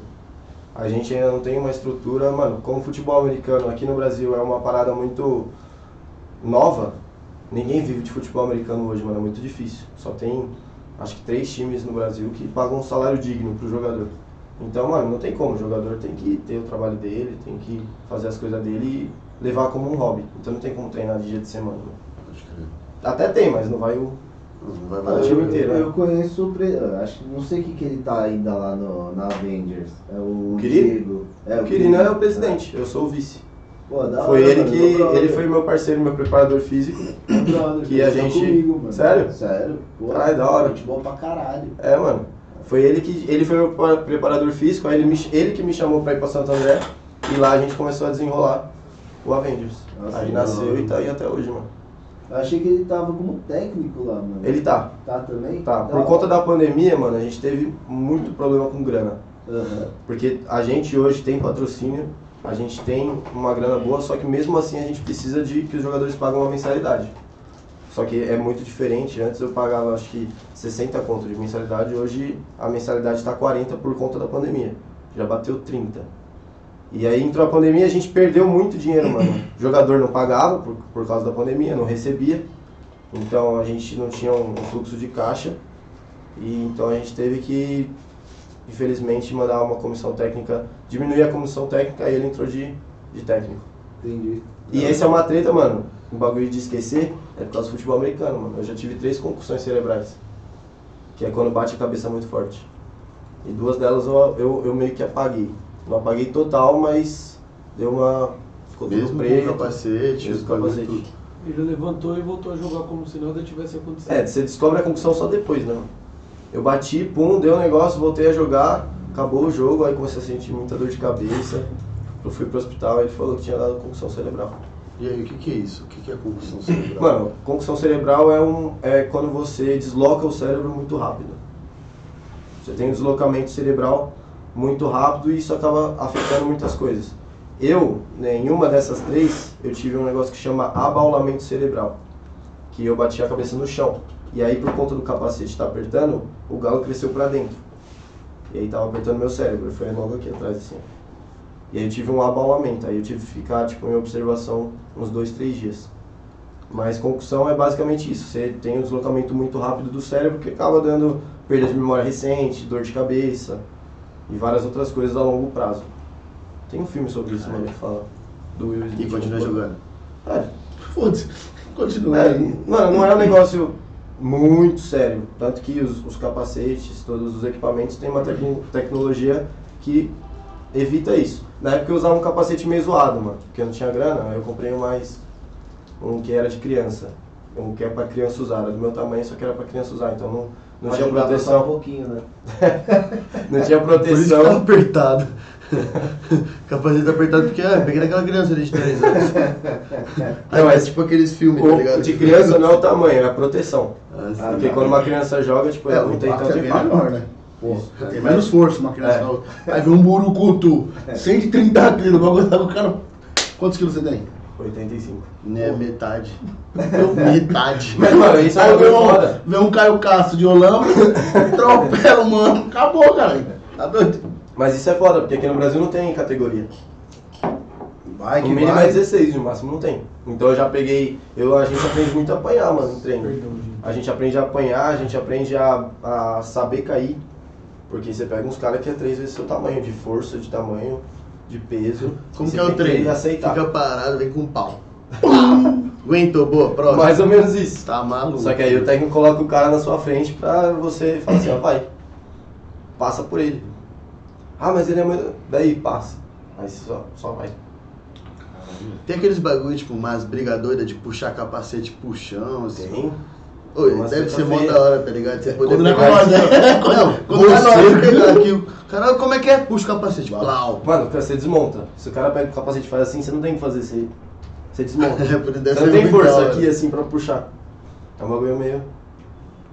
[SPEAKER 3] A gente ainda não tem uma estrutura, mano. Como o futebol americano aqui no Brasil é uma parada muito nova, ninguém vive de futebol americano hoje, mano. É muito difícil. Só tem, acho que, três times no Brasil que pagam um salário digno pro jogador. Então, mano, não tem como. O jogador tem que ter o trabalho dele, tem que fazer as coisas dele e levar como um hobby. Então não tem como treinar de dia de semana. mano.
[SPEAKER 4] Pode crer.
[SPEAKER 3] Até tem, mas não vai o,
[SPEAKER 4] Não vai
[SPEAKER 1] Não,
[SPEAKER 4] mais.
[SPEAKER 1] eu,
[SPEAKER 3] time
[SPEAKER 1] eu-
[SPEAKER 3] inteiro, né?
[SPEAKER 1] eu conheço o pre... eu acho que não sei o que, que ele tá ainda lá no, na Avengers. É o
[SPEAKER 3] Quirino?
[SPEAKER 1] Diego. É
[SPEAKER 3] O Quirino é o presidente, eu sou o vice.
[SPEAKER 1] Pô, da
[SPEAKER 3] Foi
[SPEAKER 1] hora,
[SPEAKER 3] ele
[SPEAKER 1] mano,
[SPEAKER 3] que.
[SPEAKER 1] meu brother.
[SPEAKER 3] Ele foi meu parceiro, meu preparador físico.
[SPEAKER 1] Meu brother,
[SPEAKER 3] que a
[SPEAKER 1] conversou
[SPEAKER 3] gente-
[SPEAKER 1] comigo, mano.
[SPEAKER 3] Sério?
[SPEAKER 1] Sério. Pô,
[SPEAKER 3] Caralho, da hora.
[SPEAKER 1] Gente boa pra caralho.
[SPEAKER 3] É, mano. Foi ele que. Ele foi meu prepa- preparador físico, aí ele, me, ele que me chamou pra ir pra Santo André. E lá a gente começou a desenrolar o Avengers.
[SPEAKER 1] Nossa,
[SPEAKER 3] aí
[SPEAKER 1] que
[SPEAKER 3] nasceu
[SPEAKER 1] da
[SPEAKER 3] e tá aí até hoje, mano.
[SPEAKER 1] Eu achei que ele tava como técnico lá, mano.
[SPEAKER 3] Ele tá,
[SPEAKER 1] tá também?
[SPEAKER 3] tá. Por conta da pandemia, mano, a gente teve muito problema com grana.
[SPEAKER 1] Aham.
[SPEAKER 3] Porque a gente hoje tem patrocínio, a gente tem uma grana boa, só que mesmo assim a gente precisa de que os jogadores pagam uma mensalidade. Só que é muito diferente, antes eu pagava acho que 60 conto de mensalidade, hoje a mensalidade está 40 por conta da pandemia. Já bateu 30. E aí entrou a pandemia, a gente perdeu muito dinheiro, mano. O jogador não pagava por, por causa da pandemia, não recebia. Então a gente não tinha um, um fluxo de caixa. E então a gente teve que infelizmente, mandar uma comissão técnica, diminuir a comissão técnica e ele entrou de, de técnico.
[SPEAKER 1] Entendi.
[SPEAKER 3] E essa é uma treta, mano. O bagulho de esquecer é por causa do futebol americano, mano. Eu já tive três concussões cerebrais, que é quando bate a cabeça muito forte. E duas delas eu, eu, eu meio que apaguei. Não apaguei total, mas deu uma. Ficou tudo
[SPEAKER 4] Mesmo
[SPEAKER 3] preto.
[SPEAKER 4] com o capacete,
[SPEAKER 3] mesmo
[SPEAKER 4] os
[SPEAKER 3] com o
[SPEAKER 4] bagulho
[SPEAKER 3] capacete.
[SPEAKER 4] tudo.
[SPEAKER 6] Ele levantou e voltou a jogar como se nada tivesse acontecido.
[SPEAKER 3] É, você descobre a concussão só depois, né? mano? Eu bati, pum, deu um negócio, voltei a jogar, acabou o jogo, aí comecei a sentir muita dor de cabeça. Eu fui pro hospital e ele falou que tinha dado concussão cerebral.
[SPEAKER 4] E aí, o que, que é isso? O que, que
[SPEAKER 2] [LAUGHS]
[SPEAKER 4] é convulsão cerebral?
[SPEAKER 3] Mano, concussão cerebral é, um, é quando você desloca o cérebro muito rápido. Você tem um deslocamento cerebral muito rápido e isso acaba afetando muitas coisas. Eu, né, em uma dessas três, eu tive um negócio que chama abaulamento cerebral, que eu bati a cabeça no chão. E aí, por conta do capacete estar apertando, o galo cresceu pra dentro. E aí tava apertando meu cérebro, foi logo aqui atrás assim. E aí eu tive um abaulamento, aí eu tive que ficar tipo, em observação uns dois, três dias. Mas concussão é basicamente isso. Você tem um deslocamento muito rápido do cérebro que acaba dando perda de memória recente, dor de cabeça e várias outras coisas a longo prazo. Tem um filme sobre isso, mano, que fala do Will
[SPEAKER 4] Ah, é. E
[SPEAKER 3] Smith.
[SPEAKER 4] continua jogando.
[SPEAKER 3] É,
[SPEAKER 2] Foda-se. Continua
[SPEAKER 3] é,
[SPEAKER 2] aí.
[SPEAKER 3] mano, não é um negócio muito sério. Tanto que os, os capacetes, todos os equipamentos têm uma tecno- tecnologia que evita isso. Na época eu usava um capacete meio zoado, mano, porque eu não tinha grana, aí eu comprei um mais um que era de criança. Um que é pra criança usar, era do meu tamanho, só que era pra criança usar, então não, não
[SPEAKER 1] Pra
[SPEAKER 3] tinha
[SPEAKER 1] ajudar a passar um
[SPEAKER 3] proteção.
[SPEAKER 1] pouquinho, né?
[SPEAKER 3] Não
[SPEAKER 4] [LAUGHS]
[SPEAKER 3] tinha
[SPEAKER 4] Por isso que tá
[SPEAKER 3] proteção.
[SPEAKER 4] apertado. [LAUGHS] capacete tá apertado porque, ah, peguei naquela criança ali de 10 [LAUGHS] anos. Aí
[SPEAKER 3] Não,
[SPEAKER 4] é
[SPEAKER 3] mas-
[SPEAKER 4] tipo aqueles filmes, tá
[SPEAKER 3] O,
[SPEAKER 4] ligado?
[SPEAKER 3] de criança não é o tamanho, é a proteção.
[SPEAKER 4] Ah, sim.
[SPEAKER 1] Ah,
[SPEAKER 3] Porque
[SPEAKER 1] tá.
[SPEAKER 3] quando uma criança joga, tipo,
[SPEAKER 2] É,
[SPEAKER 3] ela
[SPEAKER 2] o
[SPEAKER 3] não tem
[SPEAKER 2] impacto
[SPEAKER 3] tanto
[SPEAKER 2] é bem
[SPEAKER 3] impacto.
[SPEAKER 2] menor, né? Pô, tem menos força uma criança.
[SPEAKER 3] É.
[SPEAKER 2] na outra. Aí vem um burucutu,
[SPEAKER 4] É.
[SPEAKER 2] 130 quilos, vai aguentar o cara. Quantos quilos você tem?
[SPEAKER 3] 85.
[SPEAKER 4] Né,
[SPEAKER 3] [LAUGHS]
[SPEAKER 4] metade. metade.
[SPEAKER 3] Mas, mano, isso é
[SPEAKER 2] Aí
[SPEAKER 3] uma
[SPEAKER 2] vem
[SPEAKER 3] coisa
[SPEAKER 2] um,
[SPEAKER 3] foda.
[SPEAKER 2] vem um Caio Castro de
[SPEAKER 3] [LAUGHS]
[SPEAKER 2] Olamba, atropela o mano, acabou, cara. Tá doido?
[SPEAKER 3] Mas isso é foda, porque aqui no Brasil não tem categoria.
[SPEAKER 2] Vai
[SPEAKER 3] o mínimo é 16, no máximo não tem. Então eu já peguei. Eu, a gente aprende muito a apanhar, mano, em treino.
[SPEAKER 6] Perdão, gente.
[SPEAKER 3] A gente aprende a apanhar, a gente aprende a, a saber cair. Porque você pega uns caras que é três vezes seu tamanho, de força, de tamanho, de peso.
[SPEAKER 4] Como
[SPEAKER 3] Você
[SPEAKER 4] que é o
[SPEAKER 3] tem
[SPEAKER 4] treino?
[SPEAKER 3] aceitar.
[SPEAKER 4] Fica parado, vem com um
[SPEAKER 3] [LAUGHS]
[SPEAKER 4] pau. Aguentou, boa, próximo.
[SPEAKER 3] Mais ou menos isso.
[SPEAKER 4] Tá maluco.
[SPEAKER 3] Só que aí o técnico coloca o cara na sua frente pra você falar assim, ó, vai. Passa por ele. Ah, mas ele é muito. Daí passa. Aí você só, só vai.
[SPEAKER 4] Tem aqueles bagulho, tipo, umas brigadoiras de puxar capacete puxão, assim.
[SPEAKER 3] Tem.
[SPEAKER 4] Oi,
[SPEAKER 3] Umas
[SPEAKER 4] deve
[SPEAKER 3] coisas
[SPEAKER 4] ser mó
[SPEAKER 3] feias.
[SPEAKER 4] da hora, tá ligado? Você poder
[SPEAKER 2] Quando não é
[SPEAKER 4] pegar
[SPEAKER 2] com nós, [LAUGHS]
[SPEAKER 4] isso.
[SPEAKER 2] né?
[SPEAKER 4] Não,
[SPEAKER 2] Quando
[SPEAKER 4] quando
[SPEAKER 2] não
[SPEAKER 4] é
[SPEAKER 2] é
[SPEAKER 4] na hora de
[SPEAKER 2] nós.
[SPEAKER 4] pegar aquilo. Caralho, como é que é? Puxa o capacete. Plau.
[SPEAKER 3] Mano, você desmonta. Se o cara pega o capacete e faz assim, você não tem o que fazer você. Você desmonta.
[SPEAKER 4] [LAUGHS] É, por isso deve
[SPEAKER 3] você
[SPEAKER 4] ser
[SPEAKER 3] não tem
[SPEAKER 4] muito da
[SPEAKER 3] força
[SPEAKER 4] hora.
[SPEAKER 3] aqui assim pra puxar. É um bagulho meio.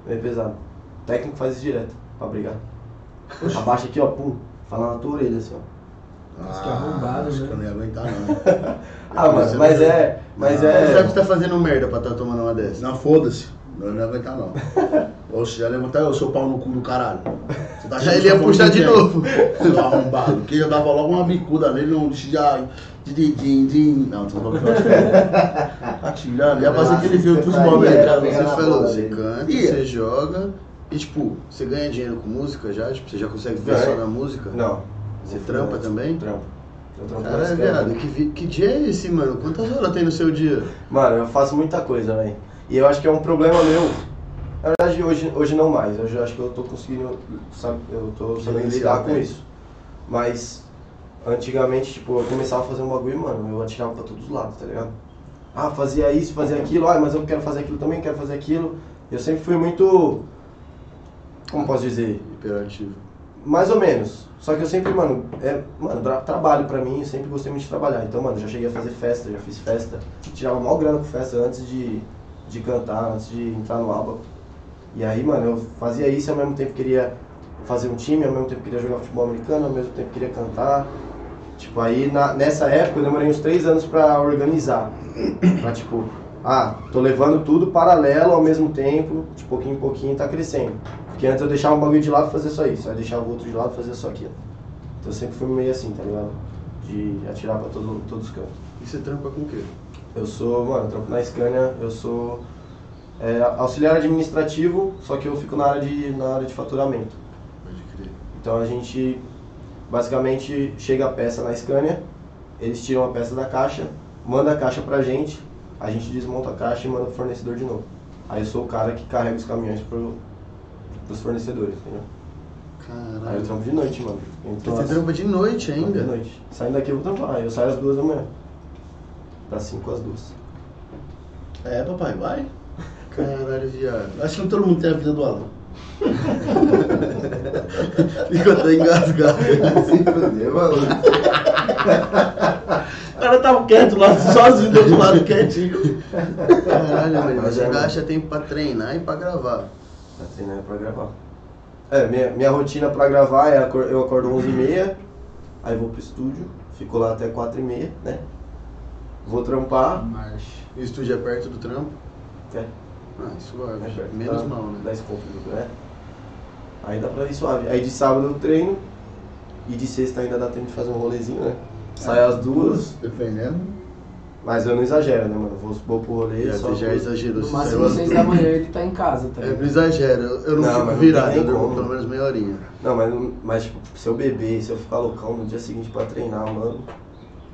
[SPEAKER 3] meio pesado. O técnico faz isso direto pra brigar. Abaixa aqui, ó, pum. Fala na tua orelha assim, ó.
[SPEAKER 6] Acho que é arrombado,
[SPEAKER 2] Ah, acho
[SPEAKER 6] né?
[SPEAKER 2] que eu não ia aguentar, não.
[SPEAKER 3] Ah, mano, mas é. Mas
[SPEAKER 4] Você sabe que
[SPEAKER 3] é.
[SPEAKER 4] tá fazendo merda pra tá tomando uma dessa.
[SPEAKER 2] Não, foda-se. Eu não ia aguentar, não. Ou se já levantar, eu sou pau no cu do caralho. Você tá achando
[SPEAKER 4] Aí
[SPEAKER 2] que
[SPEAKER 4] ele ia
[SPEAKER 2] eu sou pau no
[SPEAKER 4] puxar de
[SPEAKER 2] cu
[SPEAKER 4] novo.
[SPEAKER 2] Seu arrombado. Porque eu dava logo uma bicuda nele, um já. de- de- de- de- Não, tô falando que eu acho que- Atirando, ia fazer aquele filme dos
[SPEAKER 1] Você
[SPEAKER 2] momentos.
[SPEAKER 1] tá
[SPEAKER 4] Você
[SPEAKER 1] pegar na
[SPEAKER 4] falou,
[SPEAKER 1] bola
[SPEAKER 4] você
[SPEAKER 1] dele.
[SPEAKER 4] canta,
[SPEAKER 2] Ia.
[SPEAKER 4] você joga e tipo, você ganha dinheiro com música já? Tipo, você já consegue ver
[SPEAKER 3] Ganho.
[SPEAKER 4] só na música?
[SPEAKER 3] Não.
[SPEAKER 4] Você trampa também?
[SPEAKER 3] Trampa. Eu trampo né? na
[SPEAKER 4] Caralho,
[SPEAKER 3] escala.
[SPEAKER 4] viado, que, é. vi- que dia é esse, mano? Quantas horas tem no seu dia?
[SPEAKER 3] Mano, eu faço muita coisa, velho. E eu acho que é um problema meu Na verdade, hoje, hoje não mais. Hoje eu acho que eu tô conseguindo, sabe, eu tô sabendo
[SPEAKER 4] Gerenciar
[SPEAKER 3] lidar com
[SPEAKER 4] bem.
[SPEAKER 3] isso. Mas, antigamente, tipo, eu começava a fazer um bagulho, mano, eu atirava pra todos os lados, tá ligado? Ah, fazia isso, fazia aquilo, ah, mas eu quero fazer aquilo também, quero fazer aquilo. Eu sempre fui muito, como posso dizer,
[SPEAKER 4] Hiperativo.
[SPEAKER 3] mais ou menos. Só que eu sempre, mano, é, mano, tra- trabalho pra mim, eu sempre gostei muito de trabalhar. Então, mano, já cheguei a fazer festa, já fiz festa. Tirava mal grana com festa antes de, de cantar, antes de entrar no ABBA. E aí, mano, eu fazia isso ao mesmo tempo queria fazer um time, ao mesmo tempo queria jogar futebol americano, ao mesmo tempo queria cantar. Tipo, aí na- nessa época eu demorei uns três anos pra organizar. Pra, tipo, ah, tô levando tudo paralelo ao mesmo tempo, de pouquinho em pouquinho tá crescendo. Porque antes eu deixava um bagulho de lado e fazia só isso, aí deixava o outro de lado e fazia só aquilo. Então eu sempre fui meio assim, tá ligado? De atirar pra todo, todos os cantos.
[SPEAKER 4] E você trampa com o quê?
[SPEAKER 3] Eu sou, mano, eu trampo na Scania, eu sou é, auxiliar administrativo, só que eu fico na área de, na área de faturamento.
[SPEAKER 4] Pode crer.
[SPEAKER 3] Então a gente basicamente chega a peça na Scania, eles tiram a peça da caixa, manda a caixa pra gente, a gente desmonta a caixa e manda pro fornecedor de novo. Aí eu sou o cara que carrega os caminhões pro, pros fornecedores, entendeu? Aí eu
[SPEAKER 4] Caralho.
[SPEAKER 3] trampo de noite, mano. Então, assim,
[SPEAKER 4] Você trampa de noite
[SPEAKER 3] de
[SPEAKER 4] ainda?
[SPEAKER 3] noite. Saindo daqui eu vou trampar, eu saio às duas da manhã. Das cinco às duas.
[SPEAKER 2] É, papai, vai.
[SPEAKER 4] Caralho,
[SPEAKER 3] [LAUGHS]
[SPEAKER 4] viado.
[SPEAKER 2] Acho que todo mundo tem a vida do Alan.
[SPEAKER 4] Ficou até engasgado.
[SPEAKER 1] Se fuder, maluco.
[SPEAKER 2] O cara tava quieto lá, sozinho do outro lado, quietinho.
[SPEAKER 4] Caralho, mano.
[SPEAKER 3] Mas
[SPEAKER 4] Você
[SPEAKER 3] é,
[SPEAKER 4] ainda
[SPEAKER 3] mano.
[SPEAKER 4] acha tempo pra treinar e pra gravar.
[SPEAKER 3] Tá treinando pra gravar. É, minha, minha rotina pra gravar é acor- eu acordo 11h30, aí vou pro estúdio, fico lá até 4h30, né? Vou trampar.
[SPEAKER 6] Marcha.
[SPEAKER 4] O estúdio é perto do trampo?
[SPEAKER 3] É.
[SPEAKER 4] Ah, suave.
[SPEAKER 3] né, perto,
[SPEAKER 4] Menos
[SPEAKER 3] tá?
[SPEAKER 4] mal, né?
[SPEAKER 3] 10 conto, né? Aí dá pra ir suave. Aí de sábado eu treino, e de sexta ainda dá tempo de fazer um rolezinho, né?
[SPEAKER 4] É.
[SPEAKER 3] Saio às duas,
[SPEAKER 2] Dependendo.
[SPEAKER 3] mas eu não exagero, né, mano? Vou vou pro rolê,
[SPEAKER 4] Já,
[SPEAKER 3] só
[SPEAKER 4] você já
[SPEAKER 3] pro-
[SPEAKER 4] exagerou.
[SPEAKER 5] No
[SPEAKER 4] você
[SPEAKER 5] máximo
[SPEAKER 4] saiu-
[SPEAKER 5] às seis da manhã ele tá em casa, tá
[SPEAKER 4] É, não
[SPEAKER 5] ligado?
[SPEAKER 4] exagero. Eu eu não,
[SPEAKER 3] Não, mas
[SPEAKER 4] fico
[SPEAKER 3] não
[SPEAKER 4] virado,
[SPEAKER 3] tem
[SPEAKER 4] eu durmo
[SPEAKER 3] como.
[SPEAKER 4] pelo menos meia horinha.
[SPEAKER 3] Não, mas, mas tipo, se eu beber, se eu ficar loucão no dia seguinte pra treinar, mano,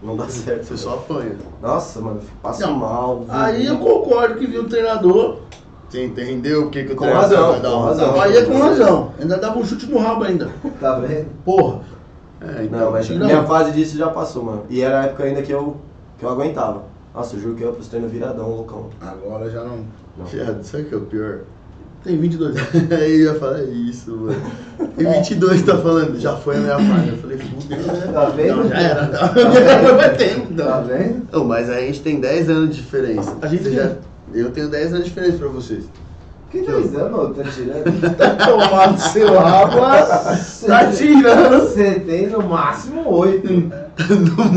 [SPEAKER 3] não dá certo.
[SPEAKER 4] Você só apanha.
[SPEAKER 3] Nossa, mano, eu passo
[SPEAKER 2] Não,
[SPEAKER 3] mal.
[SPEAKER 2] Aí eu
[SPEAKER 3] vomito.
[SPEAKER 2] concordo que viu o treinador.
[SPEAKER 4] Você entendeu o que, que o
[SPEAKER 3] Com
[SPEAKER 4] treinador
[SPEAKER 3] razão,
[SPEAKER 4] vai dar
[SPEAKER 3] com
[SPEAKER 4] um
[SPEAKER 3] razão.
[SPEAKER 4] tapa?
[SPEAKER 2] Aí é com razão. Ainda dava um chute no rabo ainda.
[SPEAKER 1] Tá vendo?
[SPEAKER 2] Porra.
[SPEAKER 4] É, então.
[SPEAKER 3] Não, mas
[SPEAKER 2] Não.
[SPEAKER 3] minha fase disso já passou, mano. E era a época ainda que eu, que eu aguentava. Nossa, eu juro que eu ia pros treinos viradão, loucão.
[SPEAKER 2] Agora já não.
[SPEAKER 3] Não.
[SPEAKER 4] Viado, sabe o que é o pior?
[SPEAKER 2] Tem 22 anos.
[SPEAKER 4] [LAUGHS] Aí eu ia falar isso, mano. E 22 tá falando, já foi a minha fase. Eu falei, fudeu, né?
[SPEAKER 1] Tá vendo?
[SPEAKER 2] Não, já
[SPEAKER 3] é.
[SPEAKER 2] era. Não. Vai ter.
[SPEAKER 1] Tá
[SPEAKER 2] Não.
[SPEAKER 1] vendo?
[SPEAKER 4] Não, mas a gente tem 10 anos de diferença.
[SPEAKER 2] A gente
[SPEAKER 4] Você
[SPEAKER 2] tem.
[SPEAKER 4] já... Eu tenho 10 anos de diferença pra vocês.
[SPEAKER 1] Que dois anos, mano, tá tirando?
[SPEAKER 3] [LAUGHS]
[SPEAKER 2] Tomar no seu
[SPEAKER 1] [LAUGHS]
[SPEAKER 2] rabo. Tá tirando.
[SPEAKER 1] Você tem no máximo oito.
[SPEAKER 4] No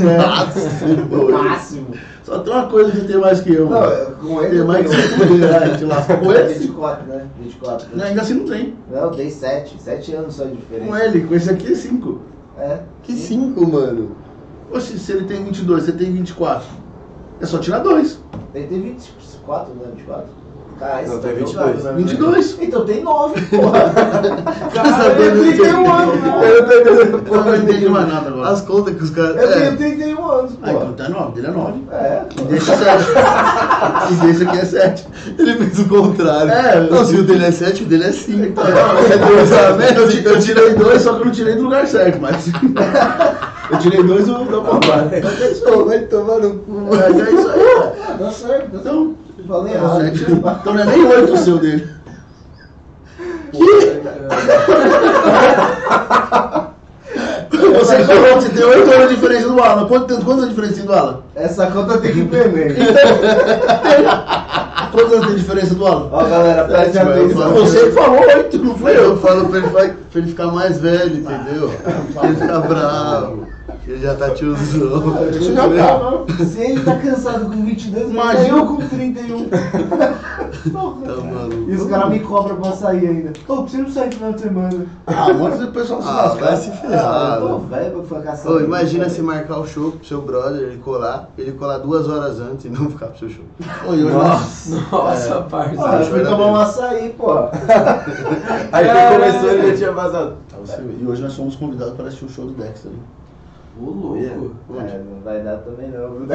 [SPEAKER 4] máximo.
[SPEAKER 1] máximo.
[SPEAKER 2] É. Só tem uma coisa que tem mais que eu.
[SPEAKER 1] Não, é
[SPEAKER 2] mano.
[SPEAKER 1] eu- com ele
[SPEAKER 2] Tem
[SPEAKER 1] eu
[SPEAKER 2] mais que
[SPEAKER 1] tenho
[SPEAKER 2] eu.
[SPEAKER 1] [LAUGHS]
[SPEAKER 2] Te lasca com ele.
[SPEAKER 1] 24, né? 24.
[SPEAKER 2] Não,
[SPEAKER 1] Né?
[SPEAKER 2] Ainda assim não tem.
[SPEAKER 1] Não, tem 7. 7 anos só de
[SPEAKER 2] Com
[SPEAKER 1] diferença.
[SPEAKER 2] ele, com esse aqui é 5.
[SPEAKER 1] É.
[SPEAKER 4] Que 5, mano.
[SPEAKER 2] Oxe, se ele tem 22, você tem 24. É só tirar dois.
[SPEAKER 1] Ele tem 24, né? 24? Caralho,
[SPEAKER 3] Não,
[SPEAKER 1] você
[SPEAKER 3] tem
[SPEAKER 1] tá
[SPEAKER 3] 22.
[SPEAKER 1] jogado, né?
[SPEAKER 2] 22.
[SPEAKER 1] Então tem 9,
[SPEAKER 2] [LAUGHS]
[SPEAKER 1] porra.
[SPEAKER 2] Tá
[SPEAKER 3] É
[SPEAKER 4] Essa
[SPEAKER 1] eu tenho
[SPEAKER 2] é.
[SPEAKER 4] pergunta-
[SPEAKER 1] 31 anos, né?
[SPEAKER 2] Eu não entendi mais nada agora.
[SPEAKER 4] As contas que os caras.
[SPEAKER 1] Eu
[SPEAKER 4] É,
[SPEAKER 1] tenho 31 anos,
[SPEAKER 2] Ah, então
[SPEAKER 1] porra.
[SPEAKER 2] tá 9, dele é 9.
[SPEAKER 1] É,
[SPEAKER 2] E deixa 7. E deixa aqui é 7.
[SPEAKER 4] ele fez o contrário.
[SPEAKER 2] É, eu-
[SPEAKER 4] não, se o dele é 7, o dele é 5.
[SPEAKER 2] Eu, ti- eu tirei dois, só que eu não tirei do lugar certo, mas. Eu tirei dois do do contrário. Mas é isso aí.
[SPEAKER 4] Vai tomar no cu.
[SPEAKER 2] Mas é isso aí, cara.
[SPEAKER 1] dá tá, certo. dá certo.
[SPEAKER 2] Então,
[SPEAKER 1] Falei errado.
[SPEAKER 2] é sete. então não é nem 8 o seu dele. Você falou que você tem 8 horas de diferença do Alan. Quanto, tempo- quantos anos de diferença tem do Alan?
[SPEAKER 1] Essa conta tem que perder.
[SPEAKER 2] Quantos anos tem de diferença do Alan?
[SPEAKER 1] Ó, galera, preste
[SPEAKER 4] Vai, vai,
[SPEAKER 1] atenção.
[SPEAKER 4] vai.
[SPEAKER 2] Você que falou 8, não foi eu.
[SPEAKER 4] Eu falo pra ele, vai- pra ele ficar mais velho, entendeu? Pra ele ficar bravo. Ele já tá tiozão.
[SPEAKER 2] Isso já tá.
[SPEAKER 1] Se ele tá cansado com 22,
[SPEAKER 2] Imagina.
[SPEAKER 1] imagina eu tá com 31.
[SPEAKER 4] Tá
[SPEAKER 1] E
[SPEAKER 4] maluco.
[SPEAKER 1] os caras me cobram pra sair ainda. Ô, por que você não sai no final de semana?
[SPEAKER 2] Ah, mano, o pessoal se
[SPEAKER 4] Ah,
[SPEAKER 2] lascar.
[SPEAKER 4] vai se
[SPEAKER 1] Ah,
[SPEAKER 4] ferrar.
[SPEAKER 1] eu tô velho pra ficar caçando.
[SPEAKER 4] Ô, imagina se marcar o show pro seu brother, ele colar, ele colar duas horas antes e não ficar pro seu show.
[SPEAKER 2] Oi, hoje
[SPEAKER 5] Nossa, nossa,
[SPEAKER 3] É.
[SPEAKER 1] Ah,
[SPEAKER 5] parça.
[SPEAKER 1] eu fui tomar um açaí, porra.
[SPEAKER 3] Aí quando começou ele já tinha vazado.
[SPEAKER 2] nós- E hoje nós fomos convidados para assistir o show do Dexter. hein?
[SPEAKER 5] Ô, louco.
[SPEAKER 1] É, não vai
[SPEAKER 2] [LAUGHS]
[SPEAKER 1] dar também não, viu?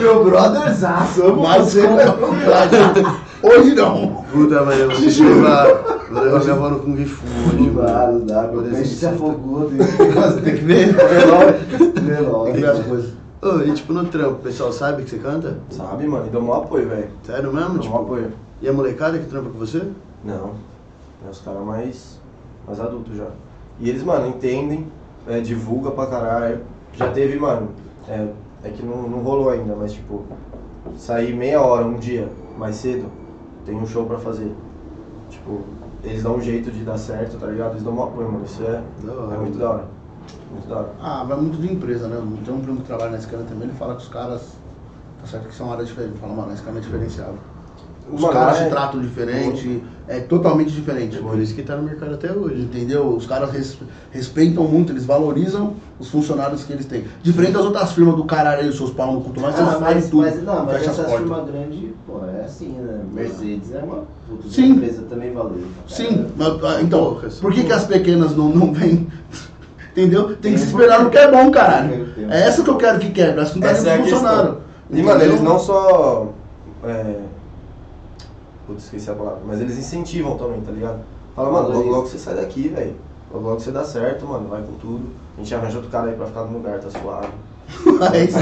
[SPEAKER 1] Meu brotherzaço, amo
[SPEAKER 2] Mas
[SPEAKER 1] você.
[SPEAKER 2] eu Hoje não.
[SPEAKER 4] Puta, mas eu vou te levar. Vou levar minha avó no Kung Fu hoje,
[SPEAKER 1] Não dá,
[SPEAKER 4] mano.
[SPEAKER 1] não dá, meu é
[SPEAKER 4] Por
[SPEAKER 1] peixe
[SPEAKER 4] isso
[SPEAKER 1] se
[SPEAKER 4] que-
[SPEAKER 1] afogou. né? Tem que fazer
[SPEAKER 2] Tem que ver.
[SPEAKER 1] Menor,
[SPEAKER 2] Tem que ver as coisas.
[SPEAKER 4] Ô, e tipo, no trampo, o pessoal sabe que você canta?
[SPEAKER 3] Sabe, mano? E deu maior apoio, velho.
[SPEAKER 4] Sério mesmo?
[SPEAKER 3] Deu
[SPEAKER 4] Tipo,
[SPEAKER 3] maior apoio.
[SPEAKER 4] e a molecada que trampa com você?
[SPEAKER 3] Não. É os caras mais, mais adultos já. E eles, mano, entendem, é, divulga pra caralho. Já teve, mano, é, é que não, não rolou ainda, mas tipo, sair meia hora, um dia, mais cedo, tem um show pra fazer. Tipo, eles dão um jeito de dar certo, tá ligado? Eles dão um apoio, mano. Isso é,
[SPEAKER 4] Da
[SPEAKER 3] é
[SPEAKER 4] hora.
[SPEAKER 3] muito da hora. Muito da hora.
[SPEAKER 2] Ah, vai muito de empresa, né? Tem um primo que trabalha na Scana também, ele fala que os caras. Tá certo que são áreas diferentes. Fala, mano, a Scana é diferenciada. Os
[SPEAKER 3] Mano,
[SPEAKER 2] caras
[SPEAKER 3] é-
[SPEAKER 2] se tratam diferente, é totalmente diferente.
[SPEAKER 4] Por isso que tá no mercado até hoje.
[SPEAKER 2] Entendeu? Os caras res- respeitam muito, eles valorizam os funcionários que eles têm. Diferente das outras firmas do caralho, os seus pau no culto, mas eles
[SPEAKER 1] Ah,
[SPEAKER 2] fazem
[SPEAKER 1] mas,
[SPEAKER 2] tudo.
[SPEAKER 1] mas não, mas
[SPEAKER 2] fecha as
[SPEAKER 1] essa
[SPEAKER 2] portas.
[SPEAKER 1] firma grande, pô, é assim, né? Mercedes é uma puta de
[SPEAKER 2] Sim.
[SPEAKER 1] empresa também valoriza. pra
[SPEAKER 2] Sim,
[SPEAKER 1] [LAUGHS]
[SPEAKER 3] É.
[SPEAKER 1] caralho.
[SPEAKER 2] mas, ah, então,
[SPEAKER 4] Poucas.
[SPEAKER 2] por que, que as pequenas não, não vêm? [LAUGHS] Entendeu? Tem que se esperar no que é bom, caralho.
[SPEAKER 1] Tem, tem.
[SPEAKER 2] É essa que eu quero que quebre, acho que não tá
[SPEAKER 3] Essa
[SPEAKER 2] nem
[SPEAKER 3] é
[SPEAKER 2] pro
[SPEAKER 3] a questão.
[SPEAKER 2] funcionário.
[SPEAKER 3] E, mano,
[SPEAKER 2] Entendeu?
[SPEAKER 3] eles não só. É... Putz, esqueci a palavra. Mas eles incentivam também, tá ligado? Fala, mano, logo, logo você sai daqui, velho. Logo, logo você dá certo, mano. Vai com tudo. A gente arranja outro cara aí pra ficar no lugar, tá suave.
[SPEAKER 2] É isso.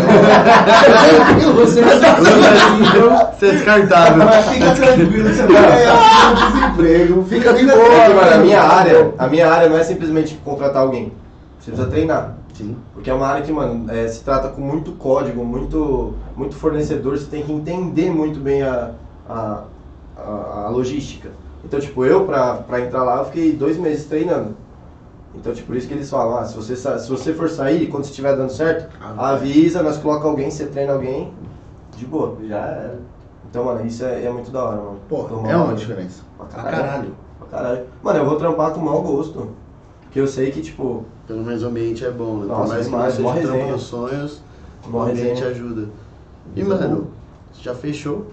[SPEAKER 5] Você
[SPEAKER 4] Você é descartável.
[SPEAKER 1] Mas fica tranquilo, você vai ganhar um desemprego.
[SPEAKER 2] Fica de
[SPEAKER 3] É que,
[SPEAKER 2] boa,
[SPEAKER 3] mano, a minha área, a minha área não é simplesmente contratar alguém. Você precisa treinar.
[SPEAKER 2] Sim.
[SPEAKER 3] Porque é uma área que, mano, é, se trata com muito código, muito, muito fornecedor, você tem que entender muito bem a, a, a- a logística. Então, tipo, eu, pra, pra entrar lá, eu fiquei dois meses treinando. Então, tipo, por isso que eles falam, ah, se você, sa- se você for sair, quando você estiver dando certo,
[SPEAKER 2] Ah,
[SPEAKER 3] avisa, nós coloca alguém, você treina alguém, de boa.
[SPEAKER 1] Já era.
[SPEAKER 3] Então, mano, isso é, é muito da hora, mano.
[SPEAKER 2] Pô,
[SPEAKER 3] Tomar
[SPEAKER 2] é uma
[SPEAKER 3] uma-
[SPEAKER 2] diferença.
[SPEAKER 3] Pra
[SPEAKER 2] Pra
[SPEAKER 3] caralho.
[SPEAKER 2] caralho.
[SPEAKER 3] Pra caralho. Mano, eu vou trampar com mau gosto. Porque eu sei que, tipo,
[SPEAKER 4] Pelo menos o ambiente é bom, né? Por
[SPEAKER 3] Nossa,
[SPEAKER 4] mais que não
[SPEAKER 3] demais, mó
[SPEAKER 4] seja trampo
[SPEAKER 3] resenha.
[SPEAKER 4] dos sonhos, o
[SPEAKER 3] Mó
[SPEAKER 4] ambiente
[SPEAKER 3] resenha.
[SPEAKER 4] ajuda. E, mano, você já fechou?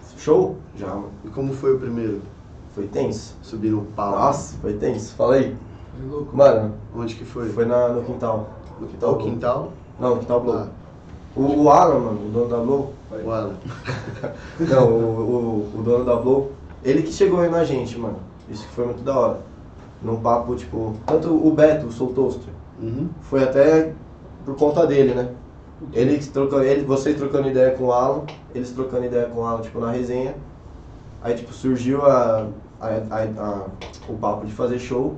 [SPEAKER 4] é
[SPEAKER 3] show? Já, mano.
[SPEAKER 4] E como foi o primeiro?
[SPEAKER 3] Foi tenso.
[SPEAKER 4] Subir no palco?
[SPEAKER 3] Nossa, foi tenso. Fala aí.
[SPEAKER 5] é louco.
[SPEAKER 3] Mano,
[SPEAKER 4] Onde que foi?
[SPEAKER 3] foi na, no quintal. No quintal
[SPEAKER 4] o
[SPEAKER 3] Blow.
[SPEAKER 4] quintal?
[SPEAKER 3] Não, no quintal Blow.
[SPEAKER 4] Ah.
[SPEAKER 3] O, o Alan, mano, o dono da Blow.
[SPEAKER 4] O Alan.
[SPEAKER 3] Não, o, o, o dono da Blow. Ele que chegou aí na gente, mano. Isso que foi muito da hora. Num papo, tipo. Tanto o Beto, o Soul Toaster,
[SPEAKER 2] Uhum.
[SPEAKER 3] foi até por conta dele, né? Ele que trocou, ele, vocês trocando ideia com o Alan, eles trocando ideia com o Alan, tipo, na resenha. Aí, tipo, surgiu a, a, a- a- o papo de fazer show.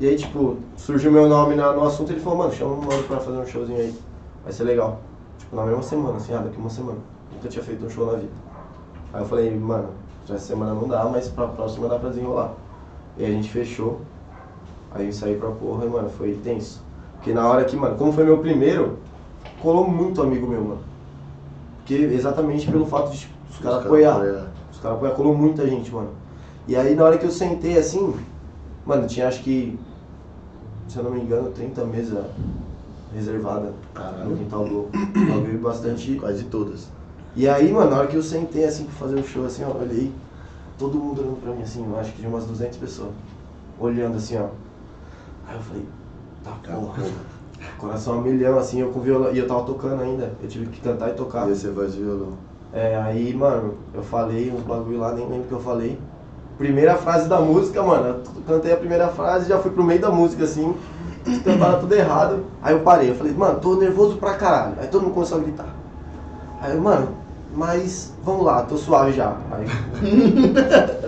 [SPEAKER 3] E aí, tipo, surgiu meu nome na- no assunto, ele falou, mano, chama o mano pra fazer um showzinho aí. Vai ser legal. Tipo, na mesma semana, assim, ah, daqui uma semana. Nunca tinha feito um show na vida. Aí eu falei, mano, essa semana não dá, mas pra próxima dá pra desenrolar. E aí a gente fechou. Aí eu saí pra porra e, mano, foi tenso. Porque na hora que, mano, como foi meu primeiro, colou muito amigo meu, mano. Porque exatamente pelo fato de tipo, os caras apoiar. Os caras apoiaram, colou muita gente, mano. E aí na hora que eu sentei assim, mano, tinha acho que, se eu não me engano, 30 mesas reservadas no
[SPEAKER 2] Caralho.
[SPEAKER 3] Um quintal do Bagulho bastante.
[SPEAKER 4] Quase todas.
[SPEAKER 3] E aí, mano, na hora que eu sentei assim pra fazer o show, assim, ó, eu olhei, todo mundo olhando pra mim assim, eu acho que de umas 200 pessoas. Olhando assim, ó. Aí eu falei, tá porra, mano. Coração a milhão, assim, eu com violão. E eu tava tocando ainda. Eu tive que cantar e tocar.
[SPEAKER 4] E você voz e violão.
[SPEAKER 3] É, aí, mano, eu falei uns bagulho lá, nem lembro o que eu falei. Primeira frase da música, mano. Eu cantei a primeira frase, já fui pro meio da música, assim. [CLEARS THROAT] Cantaram tudo errado. Aí eu parei, eu falei, mano, tô nervoso pra caralho. Aí todo mundo começou a gritar. Aí, eu, mano, mas vamos lá, tô suave já.
[SPEAKER 4] [LAUGHS]
[SPEAKER 3] Aí,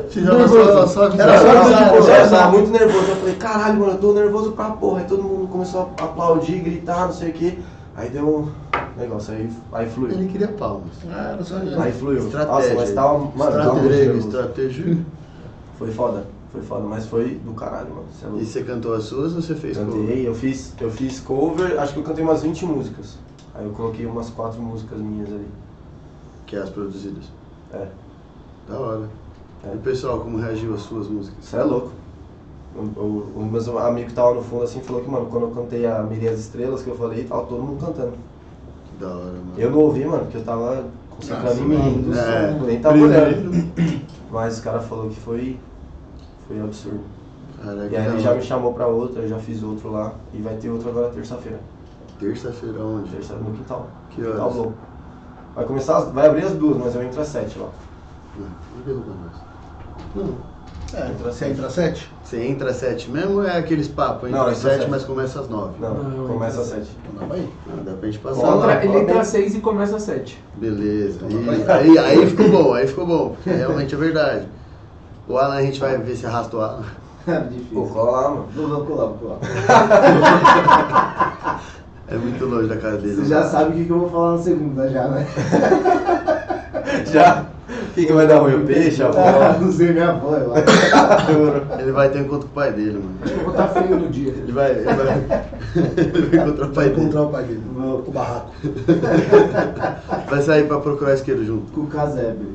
[SPEAKER 2] Você já passou só
[SPEAKER 3] era só
[SPEAKER 2] só-
[SPEAKER 3] tipo,
[SPEAKER 2] só-
[SPEAKER 4] né?
[SPEAKER 3] eu tava muito nervoso. Eu falei, caralho, mano, eu tô nervoso pra porra. Aí todo mundo começou a aplaudir, gritar, não sei o quê. Aí deu um negócio, aí, aí fluiu.
[SPEAKER 4] Ele queria palmas.
[SPEAKER 2] Ah, era só-
[SPEAKER 3] Aí fluiu.
[SPEAKER 4] Estratégia.
[SPEAKER 3] Nossa, mas tava, mano, tava muito
[SPEAKER 4] Estratégia,
[SPEAKER 3] nervoso.
[SPEAKER 4] estratégia.
[SPEAKER 3] Foi foda, foi foda, mas foi do caralho, mano. Você é
[SPEAKER 4] E
[SPEAKER 3] louco.
[SPEAKER 4] você cantou as suas ou você fez cover?
[SPEAKER 3] Cantei, eu fiz, eu fiz cover, acho que eu cantei umas 20 músicas. Aí eu coloquei umas quatro músicas minhas ali.
[SPEAKER 4] Que é as produzidas.
[SPEAKER 3] É.
[SPEAKER 4] Da hora.
[SPEAKER 3] É.
[SPEAKER 4] E o pessoal, como reagiu às suas músicas?
[SPEAKER 3] Isso é louco. O, o, o meu amigo que tava no fundo assim falou que, mano, quando eu cantei a Mirei as Estrelas, que eu falei, tava todo mundo cantando.
[SPEAKER 4] Que da hora, mano.
[SPEAKER 3] Eu não ouvi, mano, porque eu tava concentrado
[SPEAKER 2] Nossa,
[SPEAKER 3] em mim.
[SPEAKER 2] mano,
[SPEAKER 4] é.
[SPEAKER 3] não nem tava olhando. [CLEARS THROAT] Mas o cara falou que foi. Foi absurdo.
[SPEAKER 4] Caraca,
[SPEAKER 3] E aí
[SPEAKER 4] da
[SPEAKER 3] ele já
[SPEAKER 4] hora.
[SPEAKER 3] me chamou pra outra, eu já fiz outro lá. E vai ter outro agora terça-feira.
[SPEAKER 4] terça-feira onde?
[SPEAKER 3] Terça no quintal.
[SPEAKER 4] Que
[SPEAKER 3] Quintal
[SPEAKER 4] horas?
[SPEAKER 3] Blow. Tá Vai começar, as- vai abrir as duas, mas eu entro às sete lá.
[SPEAKER 2] Não
[SPEAKER 4] tá
[SPEAKER 2] derruba nós. Não. É, entra você entra sete?
[SPEAKER 4] Você entra às sete mesmo ou é aqueles papos? Entra
[SPEAKER 3] Não,
[SPEAKER 4] às
[SPEAKER 3] entra às
[SPEAKER 4] sete,
[SPEAKER 3] sete.
[SPEAKER 4] mas começa às nove.
[SPEAKER 3] Não,
[SPEAKER 5] Não, eu
[SPEAKER 3] começa às
[SPEAKER 5] entro às
[SPEAKER 3] sete.
[SPEAKER 2] Não dá pra ir.
[SPEAKER 4] Ah, dá pra gente passar.
[SPEAKER 3] Bom,
[SPEAKER 4] lá.
[SPEAKER 5] Entra- ele
[SPEAKER 3] bom,
[SPEAKER 5] entra
[SPEAKER 3] bem.
[SPEAKER 5] às 6 e começa às 7.
[SPEAKER 4] Beleza. E, aí, aí ficou bom, aí ficou bom. Porque realmente é verdade. O Alan, a gente vai ver se arrasta o Alan.
[SPEAKER 3] Pô,
[SPEAKER 1] É Difícil.
[SPEAKER 3] cola lá, mano.
[SPEAKER 1] Não, vou colar, vou colar.
[SPEAKER 4] É muito longe da casa dele.
[SPEAKER 1] Você já sabe o que que eu vou falar na segunda já, né?
[SPEAKER 3] [LAUGHS] Já. O que, que vai dar ruim? O
[SPEAKER 1] [LAUGHS]
[SPEAKER 3] peixe, a bola?
[SPEAKER 1] Não sei minha avó, eu acho.
[SPEAKER 4] Ele vai ter um encontro com o pai dele, mano.
[SPEAKER 5] Acho que eu vou estar feio no dia.
[SPEAKER 4] Ele vai, [LAUGHS] ele vai, ele vai encontrar o
[SPEAKER 2] Vai
[SPEAKER 4] pai dele.
[SPEAKER 2] encontrar o pai dele. O barraco.
[SPEAKER 4] Vai sair pra procurar isqueiro junto.
[SPEAKER 1] Com o casebre.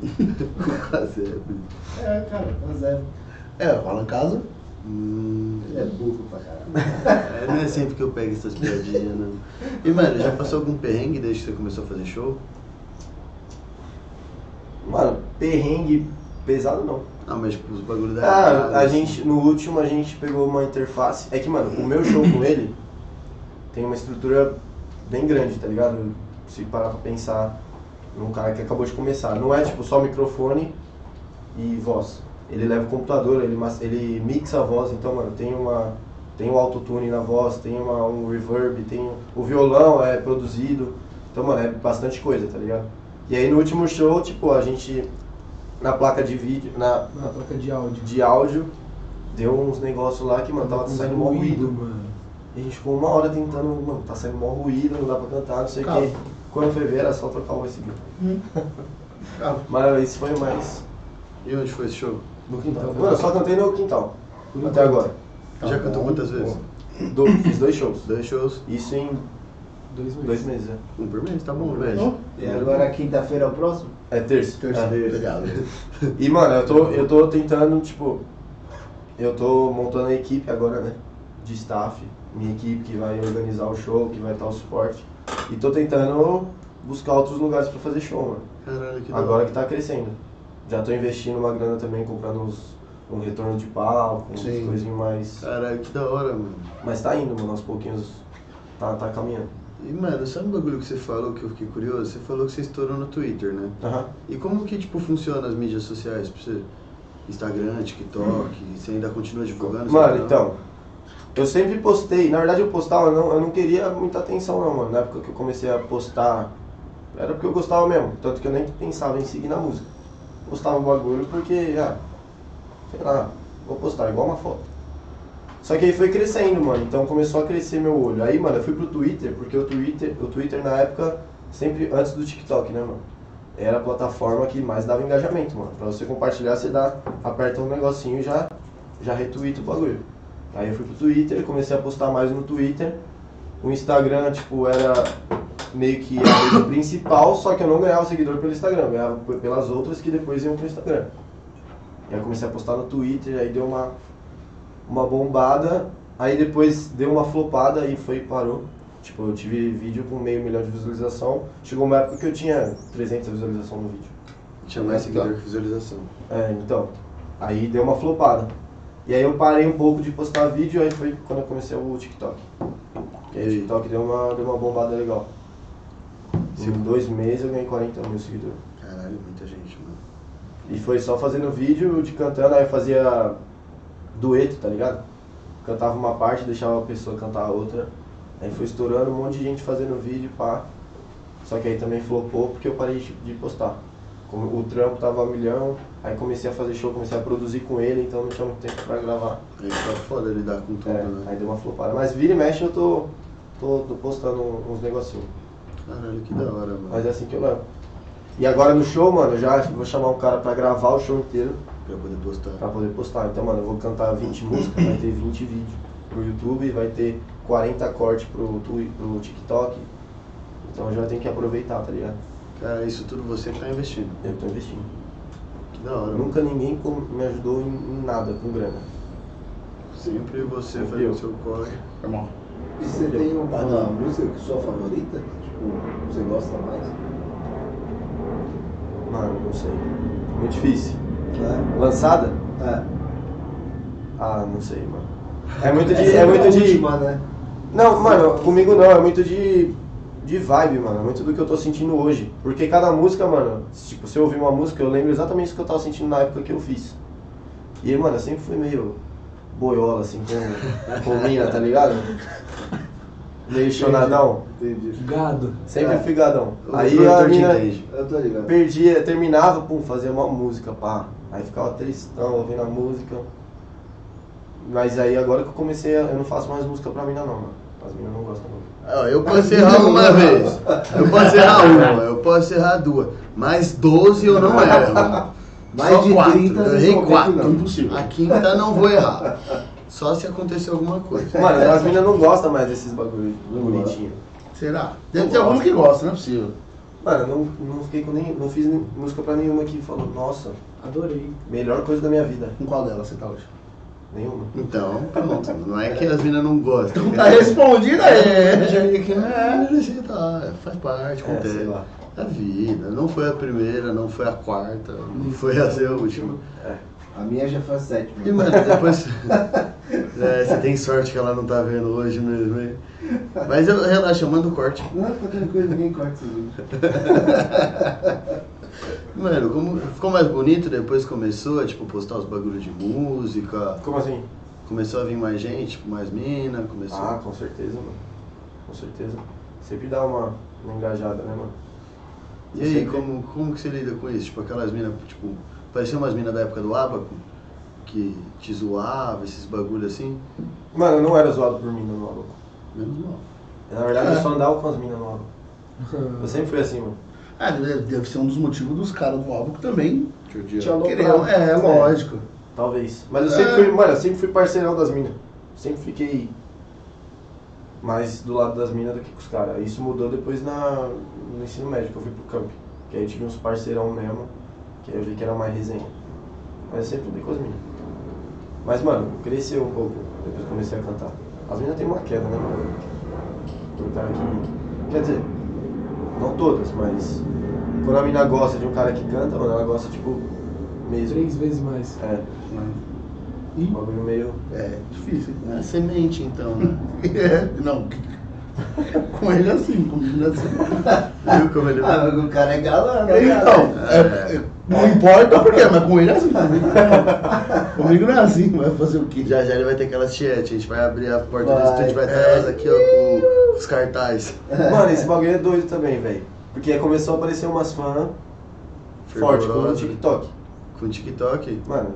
[SPEAKER 1] É, cara, o casebre.
[SPEAKER 2] É, o Alan casa.
[SPEAKER 4] Hum,
[SPEAKER 1] Ele é burro pra caralho.
[SPEAKER 4] é, não é sempre que eu pego essas piadinhas, não. E, mano, já passou algum perrengue desde que você começou a fazer show?
[SPEAKER 3] Mano, perrengue pesado não.
[SPEAKER 4] Ah, mas tipo, os bagulho da...
[SPEAKER 3] Ah, a
[SPEAKER 4] assim.
[SPEAKER 3] gente, no último a gente pegou uma interface. É que, mano, o meu show com ele tem uma estrutura bem grande, tá ligado? Se parar pra pensar num cara que acabou de começar. Não é tipo só microfone e voz. Ele leva o computador, ele, mas- ele mixa a voz, então, mano, tem uma. Tem o autotune na voz, tem uma, um reverb, tem. O violão é produzido. Então, mano, é bastante coisa, tá ligado? E aí no último show, tipo, a gente. Na placa de vídeo. Na,
[SPEAKER 5] Na placa de áudio.
[SPEAKER 3] de áudio, deu uns negócios lá que, mano, tava
[SPEAKER 5] Uhum.
[SPEAKER 6] Um
[SPEAKER 3] saindo mó ruído.
[SPEAKER 5] mano.
[SPEAKER 3] E a gente ficou uma hora tentando, mano, tá saindo mó ruído, não dá pra cantar, não sei o
[SPEAKER 2] Cara.
[SPEAKER 3] quê. Quando foi ver, era só trocar o USB.
[SPEAKER 2] Cara.
[SPEAKER 3] [LAUGHS] Mas isso foi mais
[SPEAKER 4] E onde foi esse show?
[SPEAKER 3] no
[SPEAKER 5] Tá
[SPEAKER 3] quintal. Mano, eu só cantei no quintal,
[SPEAKER 5] Por
[SPEAKER 3] até
[SPEAKER 5] enquanto.
[SPEAKER 3] agora.
[SPEAKER 4] já
[SPEAKER 2] bom.
[SPEAKER 4] cantou muitas vezes?
[SPEAKER 3] Do- fiz dois shows.
[SPEAKER 4] Dois shows,
[SPEAKER 3] Isso em
[SPEAKER 5] Dois meses.
[SPEAKER 3] dois meses, né?
[SPEAKER 4] um por mês, tá bom, velho.
[SPEAKER 2] Não?
[SPEAKER 1] E agora quinta-feira é o próximo? Ah,
[SPEAKER 3] É terça. É.
[SPEAKER 2] Obrigado.
[SPEAKER 3] E, mano, eu tô, eu tô tentando, tipo, eu tô montando a equipe agora, né? De staff, minha equipe que vai organizar o show, que vai dar o suporte. E tô tentando buscar outros lugares pra fazer show, mano.
[SPEAKER 4] Caralho, que da
[SPEAKER 3] Agora
[SPEAKER 4] hora.
[SPEAKER 3] que tá crescendo. Já tô investindo uma grana também, comprando uns, um retorno de palco, umas
[SPEAKER 2] Sim.
[SPEAKER 3] coisinhas mais.
[SPEAKER 4] Caralho, que da hora, mano.
[SPEAKER 3] Mas tá indo, mano, aos pouquinhos. Tá, tá caminhando.
[SPEAKER 4] E, mano, sabe o bagulho que você falou que eu fiquei curioso? Você falou que você estourou no Twitter, né?
[SPEAKER 3] Aham.
[SPEAKER 4] E como que, tipo, funciona as mídias sociais pra você? Instagram, TikTok, você ainda continua divulgando? seu
[SPEAKER 3] Mano,
[SPEAKER 4] canal?
[SPEAKER 3] então. Eu sempre postei, na verdade eu postava, não, eu não queria muita atenção não, mano. Na época que eu comecei a postar, era porque eu gostava mesmo, tanto que eu nem pensava em seguir na música. Postava o bagulho porque, ah, sei lá, vou postar igual uma foto. Só que aí foi crescendo, mano, então começou a crescer meu olho. Aí, mano, eu fui pro Twitter, porque o Twitter, o Twitter na época, sempre antes do TikTok, né, mano? Era a plataforma que mais dava engajamento, mano. Pra você compartilhar, você dá, aperta um negocinho e já, já retweeta o bagulho. Aí eu fui pro Twitter, comecei a postar mais no Twitter. O Instagram, tipo, era meio que a rede [COUGHS] principal, só que eu não ganhava seguidor pelo Instagram, eu ganhava p- pelas outras que depois iam pro Instagram. E aí eu comecei a postar no Twitter, aí deu uma, uma bombada, aí depois deu uma flopada e foi parou. Tipo, eu tive vídeo com meio milhão de visualização. Chegou uma época que eu tinha 300 visualizações no vídeo.
[SPEAKER 4] Tinha mais
[SPEAKER 3] Então.
[SPEAKER 4] seguidor que visualização.
[SPEAKER 3] É, então. Aí deu uma flopada. E aí eu parei um pouco de postar vídeo, aí foi quando eu comecei o TikTok. E aí o TikTok deu uma, deu uma bombada legal. Em dois meses eu ganhei 40 mil seguidores.
[SPEAKER 4] Caralho, muita gente, mano.
[SPEAKER 3] E foi só fazendo vídeo de cantando, aí eu fazia dueto, tá ligado? Cantava uma parte, deixava a pessoa cantar a outra. Aí foi estourando um monte de gente fazendo vídeo, pá. Só que aí também flopou porque eu parei de de postar. Como o trampo tava a milhão, aí comecei a fazer show, comecei a produzir com ele, então não tinha muito tempo pra gravar.
[SPEAKER 4] Aí tá foda lidar com tudo,
[SPEAKER 3] É,
[SPEAKER 4] né?
[SPEAKER 3] aí deu uma flopada. Mas vira e mexe eu tô, tô, tô postando uns negocinhos.
[SPEAKER 4] Caralho, que da hora, mano.
[SPEAKER 3] Mas é assim que eu levo. E agora no show, mano, eu já vou chamar um cara pra gravar o show inteiro.
[SPEAKER 4] Pra poder postar.
[SPEAKER 3] pra poder postar. Então, mano, eu vou cantar 20 músicas, vai ter 20 vídeos pro YouTube, vai ter 40 cortes pro, twi- pro TikTok. Então eu já tenho que aproveitar, tá ligado?
[SPEAKER 4] Cara, isso tudo você que tá investindo.
[SPEAKER 3] Eu tô investindo.
[SPEAKER 4] Que da hora, mano.
[SPEAKER 3] Nunca ninguém com- me ajudou em, em nada com grana.
[SPEAKER 4] Sempre você
[SPEAKER 3] Sempre
[SPEAKER 4] fazendo
[SPEAKER 3] eu.
[SPEAKER 4] o seu corre.
[SPEAKER 2] Irmão.
[SPEAKER 1] E você tem uma música que é sua favorita? Tipo, você gosta mais?
[SPEAKER 3] Mano, não sei. Muito difícil.
[SPEAKER 1] É.
[SPEAKER 3] Lançada?
[SPEAKER 1] É.
[SPEAKER 3] Ah, não sei, mano. É muito de.
[SPEAKER 1] Essa
[SPEAKER 3] É muito
[SPEAKER 1] a
[SPEAKER 3] de.
[SPEAKER 1] última, né?
[SPEAKER 3] Não, mano, comigo não, é muito de. de vibe, mano. É muito do que eu tô sentindo hoje. Porque cada música, mano, tipo, se eu ouvir uma música, eu lembro exatamente o que eu tava sentindo na época que eu fiz. E, mano, eu sempre fui meio boiola, assim, com, com mina, tá ligado? Meio chonadão.
[SPEAKER 1] Entendi.
[SPEAKER 5] Gado.
[SPEAKER 3] Sempre
[SPEAKER 1] É.
[SPEAKER 3] fui gadão.
[SPEAKER 4] O
[SPEAKER 3] Aí a
[SPEAKER 4] produtor te
[SPEAKER 3] mina
[SPEAKER 4] entende.
[SPEAKER 1] Eu tô ligado.
[SPEAKER 3] perdia, terminava, pum, fazia uma música, pá. Aí ficava tristão ouvindo a música. Mas aí agora que eu comecei, a, eu não faço mais música pra mina não, mano. As minas não gostam muito.
[SPEAKER 4] Ó, Eu posso errar uma vez. Eu posso errar uma, eu posso errar duas. Mas 12 eu não erro. mano.
[SPEAKER 1] Mais
[SPEAKER 4] Só
[SPEAKER 1] de
[SPEAKER 4] quatro.
[SPEAKER 1] 30
[SPEAKER 4] eu
[SPEAKER 1] vocês
[SPEAKER 4] errei
[SPEAKER 1] vão ver que
[SPEAKER 4] quatro.
[SPEAKER 3] é
[SPEAKER 1] não.
[SPEAKER 2] Impossível.
[SPEAKER 4] A quinta não vou errar. Só se acontecer alguma coisa.
[SPEAKER 2] É.
[SPEAKER 3] Mano, as minas não gostam mais desses bagulho bonitinho.
[SPEAKER 2] Será? Deve ter algum que gosta, não é possível.
[SPEAKER 3] Mano, eu não, não fiquei com nem. não fiz nem- música pra nenhuma que falou, nossa,
[SPEAKER 6] Adorei.
[SPEAKER 3] melhor coisa da minha vida.
[SPEAKER 2] Com qual delas você tá hoje?
[SPEAKER 3] Nenhuma.
[SPEAKER 4] Então, pronto. Não é que as minas não gostam.
[SPEAKER 3] é.
[SPEAKER 2] Tá respondida
[SPEAKER 4] Eu
[SPEAKER 2] aí.
[SPEAKER 4] já ia que é, deixa que tá, faz parte,
[SPEAKER 3] É, sei
[SPEAKER 4] acontece.
[SPEAKER 3] lá.
[SPEAKER 4] a vida, não foi a primeira, não foi a quarta, não foi a ser a última.
[SPEAKER 1] A minha já foi a sétima.
[SPEAKER 4] E, mano, depois. [LAUGHS] É, você tem sorte que ela não tá vendo hoje mesmo, hein? Mas eu relaxa, eu mando o corte.
[SPEAKER 1] Não, tá tranquilo, ninguém corta esse vídeo.
[SPEAKER 4] Mano, como ficou mais bonito depois começou a tipo, postar os bagulhos de música,
[SPEAKER 3] Como assim?
[SPEAKER 4] começou a vir mais gente, tipo, mais mina, começou.
[SPEAKER 3] Ah, com certeza, mano. Com certeza. Sempre dá uma, uma engajada, né, mano?
[SPEAKER 4] e aí, como, como que você lida com isso? Tipo, aquelas minas, tipo, pareciam umas minas da época do Abaco, que te zoava, esses bagulhos assim.
[SPEAKER 3] Mano, eu não era zoado por mina no aluno.
[SPEAKER 4] Menos mal.
[SPEAKER 3] Na verdade,
[SPEAKER 2] É.
[SPEAKER 3] eu só andava com as minas no aluno. [LAUGHS] Eu sempre fui assim, mano.
[SPEAKER 2] Ah, deve, deve ser um dos motivos dos caras do álbum que também
[SPEAKER 4] Te odiava.
[SPEAKER 3] Tinha louco
[SPEAKER 2] queriam. É, lógico.
[SPEAKER 3] Talvez. Mas eu sempre fui, mano, eu sempre fui parceirão das minas. Sempre fiquei mais do lado das minas do que com os caras. Isso mudou depois na, no ensino médio, que eu fui pro camp. Que aí eu tive uns parceirão mesmo, que aí eu vi que era mais resenha. Mas eu sempre andei com as minas. Mas, mano, cresceu um pouco, depois que eu comecei a cantar. As minas têm uma queda, né, mano? Tem cara que... Quer dizer, não todas, mas... Quando a mina gosta de um cara que canta, mano, ela gosta, tipo, mesmo.
[SPEAKER 6] Três vezes mais.
[SPEAKER 3] É. Um bagulho meio.
[SPEAKER 2] É, difícil, né?
[SPEAKER 4] É semente, então, né?
[SPEAKER 2] [LAUGHS] É, não. Com ele é assim, com ele é assim.
[SPEAKER 4] Viu como ele
[SPEAKER 1] Ah, mas o cara é galã, né? cara?
[SPEAKER 2] Então, é- é- não importa por quê, mas com ele é assim. Comigo, comigo não é assim, vai fazer o quê?
[SPEAKER 4] Já já ele vai ter aquelas tiete, a gente vai abrir a porta do
[SPEAKER 1] Vai.
[SPEAKER 4] estúdio, vai estar elas aqui, ó, com os cartazes.
[SPEAKER 3] Mano, esse bagulho é doido também, velho. Porque aí começou a aparecer umas fãs fortes com o
[SPEAKER 4] Fervorosa.
[SPEAKER 3] TikTok.
[SPEAKER 4] Com TikTok.
[SPEAKER 3] Mano,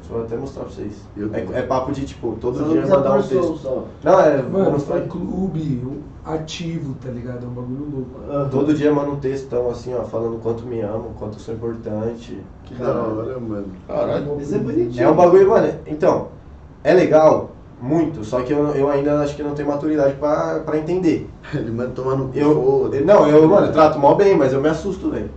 [SPEAKER 3] deixa eu até mostrar pra vocês.
[SPEAKER 4] Eu tenho.
[SPEAKER 3] É, é papo de tipo, todo
[SPEAKER 1] Só não
[SPEAKER 3] dia
[SPEAKER 1] precisa
[SPEAKER 3] mandar
[SPEAKER 1] pôr
[SPEAKER 3] um texto.
[SPEAKER 1] som, só.
[SPEAKER 3] Não, é. vou
[SPEAKER 5] Mano,
[SPEAKER 3] mostrar
[SPEAKER 5] foi
[SPEAKER 3] aí.
[SPEAKER 5] clube um ativo, tá ligado? É um bagulho louco.
[SPEAKER 1] Aham.
[SPEAKER 3] Todo dia manda um textão assim, ó, falando quanto me amo, quanto eu sou importante.
[SPEAKER 4] Que da hora, mano.
[SPEAKER 2] Caralho.
[SPEAKER 1] Isso é bonitinho.
[SPEAKER 3] É um bagulho, mano. Então, é legal, muito, só que eu, eu ainda acho que não tenho maturidade pra, pra entender.
[SPEAKER 4] Ele manda tomar no cu,
[SPEAKER 3] Eu,
[SPEAKER 4] Tá foda.
[SPEAKER 3] não, eu, mano, eu trato mal bem, mas eu me assusto, velho.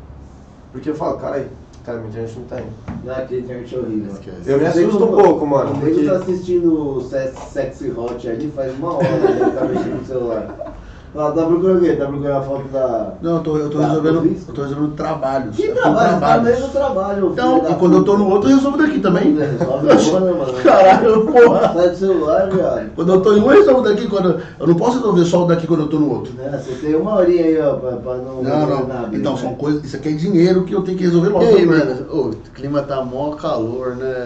[SPEAKER 3] Porque eu falo, caralho, cara, minha internet não tá indo.
[SPEAKER 1] Não, aquele internet horrível.
[SPEAKER 4] Esquece.
[SPEAKER 3] Eu me
[SPEAKER 1] Não tem
[SPEAKER 3] assusto um
[SPEAKER 1] como-
[SPEAKER 3] pouco, mano.
[SPEAKER 1] O
[SPEAKER 3] porque-
[SPEAKER 1] nego tá assistindo o Se- Sexy Hot ali faz uma hora que ele tá mexendo no celular. Fala, tá procurando o quê? Tá procurando a foto da.
[SPEAKER 2] Não, eu tô, eu tô
[SPEAKER 4] Tá,
[SPEAKER 1] Ah, tudo
[SPEAKER 2] resolvendo.
[SPEAKER 1] isso?
[SPEAKER 2] Eu tô resolvendo trabalhos.
[SPEAKER 1] Que
[SPEAKER 2] eu tô
[SPEAKER 1] trabalho? Você tá no
[SPEAKER 2] trabalhos.
[SPEAKER 1] mesmo trabalho.
[SPEAKER 2] Então, quando eu tô no outro, eu resolvo daqui também.
[SPEAKER 1] Resolve uma,
[SPEAKER 2] [LAUGHS]
[SPEAKER 1] né, mano?
[SPEAKER 2] Caralho, porra.
[SPEAKER 1] Sai do celular, viado.
[SPEAKER 2] Quando eu tô em um, eu resolvo daqui. Quando eu, eu não posso resolver só o daqui quando eu tô no outro.
[SPEAKER 1] Né, Você tem uma horinha aí, ó, pra, pra não.
[SPEAKER 2] Não, não.
[SPEAKER 1] nada,
[SPEAKER 2] Então,
[SPEAKER 1] né?
[SPEAKER 2] são coisas. Isso aqui é dinheiro que eu tenho que resolver logo.
[SPEAKER 4] é
[SPEAKER 2] é
[SPEAKER 4] E aí, mano? Ô, o clima tá mó calor, né,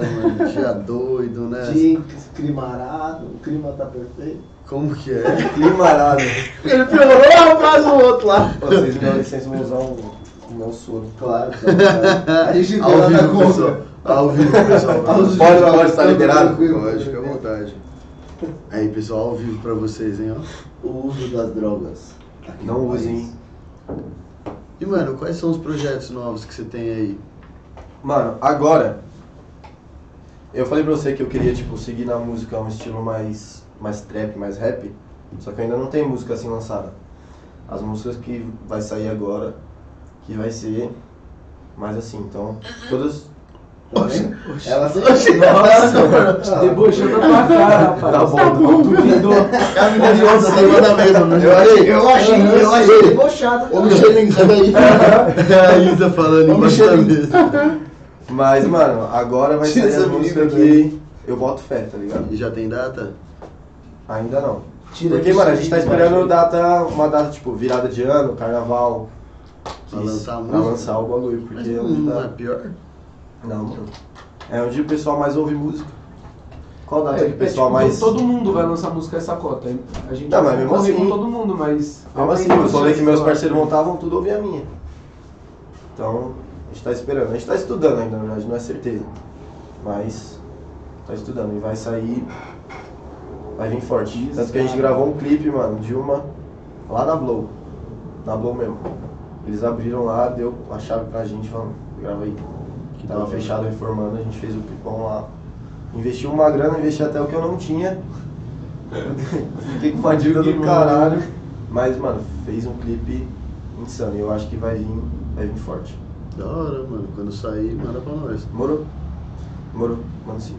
[SPEAKER 2] [LAUGHS]
[SPEAKER 4] mano? Dia doido, né?
[SPEAKER 1] Jinx, crimarado, o clima tá perfeito.
[SPEAKER 4] Como que é?
[SPEAKER 3] [LAUGHS] Climarado.
[SPEAKER 2] Ele piorou lá atrás do outro lá.
[SPEAKER 3] Vocês me dão licença, vou usar um- o meu soro.
[SPEAKER 1] Claro, tá, A gente
[SPEAKER 4] Ao
[SPEAKER 1] deu
[SPEAKER 4] vivo,
[SPEAKER 1] na
[SPEAKER 4] pessoal.
[SPEAKER 1] conta.
[SPEAKER 4] Ao vivo, pessoal.
[SPEAKER 1] Aos
[SPEAKER 3] Pode,
[SPEAKER 1] dias,
[SPEAKER 3] pode, tá
[SPEAKER 1] tudo
[SPEAKER 3] liberado?
[SPEAKER 1] tranquilo.
[SPEAKER 4] Pode, fica à vontade. Aí, pessoal, ao vivo pra vocês, hein, ó.
[SPEAKER 1] O uso das drogas. aqui
[SPEAKER 3] Não
[SPEAKER 1] no país.
[SPEAKER 3] usem. hein?
[SPEAKER 4] E, mano, quais são os projetos novos que você tem aí?
[SPEAKER 3] Mano, agora. Eu falei pra você que eu queria, tipo, seguir na música um estilo mais, mais trap, mais rap. Só que ainda não tem música assim lançada. As músicas que vai sair agora, que vai ser mais assim, então. Todas.
[SPEAKER 1] Tá vendo? Ela [LAUGHS] sempre. Nossa, [LAUGHS] mano.
[SPEAKER 5] Debochando a tua cara, rapaz.
[SPEAKER 3] Tá bom.
[SPEAKER 5] Duvidou.
[SPEAKER 4] A vida de ontem saiu da mesa, né?
[SPEAKER 1] Eu achei, eu achei, eu achei debochado.
[SPEAKER 4] Ô,
[SPEAKER 1] também.
[SPEAKER 4] Michelin, sai daí. [LAUGHS] É A Isa tá falando
[SPEAKER 2] Ô,
[SPEAKER 4] embaixo da
[SPEAKER 2] Michelin.
[SPEAKER 4] mesa.
[SPEAKER 3] Mas, mano, agora vai
[SPEAKER 1] Tira
[SPEAKER 3] sair
[SPEAKER 1] essa
[SPEAKER 3] a música
[SPEAKER 1] menina,
[SPEAKER 3] que eu boto fé, tá ligado?
[SPEAKER 4] E já tem data?
[SPEAKER 3] Ainda não.
[SPEAKER 1] Tira
[SPEAKER 3] Porque,
[SPEAKER 1] isso
[SPEAKER 3] mano, a
[SPEAKER 1] aí,
[SPEAKER 3] gente tá
[SPEAKER 1] mano.
[SPEAKER 3] esperando data, uma data, tipo, virada de ano, carnaval.
[SPEAKER 4] Pra
[SPEAKER 3] que-
[SPEAKER 4] lançar a
[SPEAKER 3] pra
[SPEAKER 4] música.
[SPEAKER 3] lançar o bagulho, porque
[SPEAKER 4] Mas
[SPEAKER 3] é
[SPEAKER 4] não,
[SPEAKER 3] onde
[SPEAKER 4] não
[SPEAKER 3] tá-
[SPEAKER 4] é pior?
[SPEAKER 3] Não, mano. É onde o pessoal mais ouve música.
[SPEAKER 1] Qual data
[SPEAKER 3] É,
[SPEAKER 1] que
[SPEAKER 3] é
[SPEAKER 1] pessoal
[SPEAKER 3] tipo,
[SPEAKER 5] Todo-
[SPEAKER 3] mas-
[SPEAKER 5] Todo mundo vai lançar música essa cota. A gente
[SPEAKER 3] Não, mas mesmo
[SPEAKER 5] corre com
[SPEAKER 3] assim-
[SPEAKER 5] todo mundo, mas.
[SPEAKER 3] Mesmo assim, os rolês que meus parceiros tá- montavam, tudo ouvia a minha. Então, a gente tá esperando. A gente tá estudando ainda, na verdade, não é certeza. Mas, tá estudando. E vai sair. Vai vir forte. Tanto que a gente gravou um clipe, mano, de uma. Lá na Blow. Na Blow mesmo. Eles abriram lá, deu a chave pra gente, falando, grava aí. Que tava fechado, reformando, a gente fez o pipão lá. Investi uma grana, investi até o que eu não tinha. [LAUGHS] Fiquei com uma dívida do caralho. Mas, mano, fez um clipe insano. E eu acho que vai vir, vai vir forte.
[SPEAKER 4] Da hora, mano. Quando sair, manda pra nós.
[SPEAKER 3] Morou? Morou, mano, sim.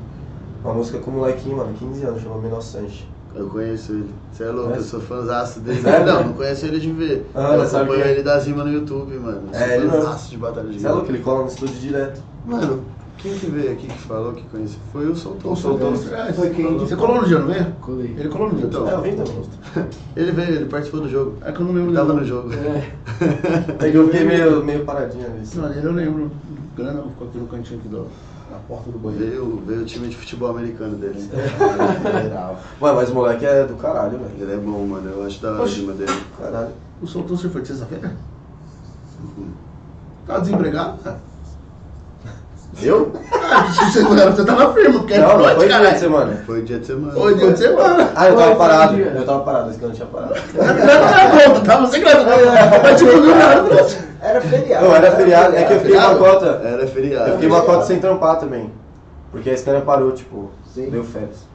[SPEAKER 3] Uma música com o molequinho, mano, 15 anos, chama Menor Sanche.
[SPEAKER 4] Eu conheço ele. Você é louco,
[SPEAKER 3] É?
[SPEAKER 4] eu sou fãzaço dele.
[SPEAKER 3] Sério?
[SPEAKER 4] Não, não conheço ele de ver.
[SPEAKER 3] Ah,
[SPEAKER 4] eu
[SPEAKER 3] sabe
[SPEAKER 4] acompanho
[SPEAKER 3] quem é?
[SPEAKER 4] ele das rimas no YouTube, mano. Eu sou
[SPEAKER 3] É, ele
[SPEAKER 4] fãzaço de batalha de
[SPEAKER 3] Você é louco?
[SPEAKER 4] rima.
[SPEAKER 3] Ele cola no estúdio direto.
[SPEAKER 4] Mano, quem que veio aqui que falou que conhece? Foi o Soltão.
[SPEAKER 2] O Soltão
[SPEAKER 4] Ele-
[SPEAKER 2] Foi quem? Você colou no dia, não veio?
[SPEAKER 5] Colei.
[SPEAKER 2] Ele colou no dia.
[SPEAKER 4] Então.
[SPEAKER 3] É, eu vim também.
[SPEAKER 4] Ele veio, ele participou do jogo.
[SPEAKER 2] É que eu não lembro.
[SPEAKER 4] Ele tava
[SPEAKER 2] dele.
[SPEAKER 4] no jogo.
[SPEAKER 3] Hum. É que eu fiquei [LAUGHS] meio, meio paradinho ali. assim.
[SPEAKER 2] Não, dele eu lembro. Grana ficou aqui no cantinho aqui do, na porta do banheiro.
[SPEAKER 4] Veio, veio o time de futebol americano dele.
[SPEAKER 3] Ué, mas o moleque é do caralho, velho.
[SPEAKER 4] Ele é bom, mano. Eu acho da hora a rima dele.
[SPEAKER 3] Caralho.
[SPEAKER 2] O Soltão você foi sexta-feira? Tá desempregado?
[SPEAKER 3] Eu?
[SPEAKER 2] Ah, você não era, você tava firme, porque
[SPEAKER 3] Não, não
[SPEAKER 2] noite,
[SPEAKER 3] foi dia
[SPEAKER 2] caralho.
[SPEAKER 3] de semana.
[SPEAKER 4] Foi dia de semana.
[SPEAKER 2] Foi dia de semana.
[SPEAKER 3] Ah, eu
[SPEAKER 5] Foi,
[SPEAKER 3] tava
[SPEAKER 5] foi
[SPEAKER 3] parado.
[SPEAKER 5] dia.
[SPEAKER 3] Eu tava parado, esse que eu não tinha parado.
[SPEAKER 2] Não, não, tava sem graça. Mas tipo, não era.
[SPEAKER 1] Era feriado.
[SPEAKER 3] Não, era feriado. É que eu fiquei uma cota.
[SPEAKER 4] Era feriado.
[SPEAKER 3] Eu fiquei uma cota sem trampar também. Porque a Estânia parou, tipo,
[SPEAKER 1] Sim.
[SPEAKER 3] deu férias.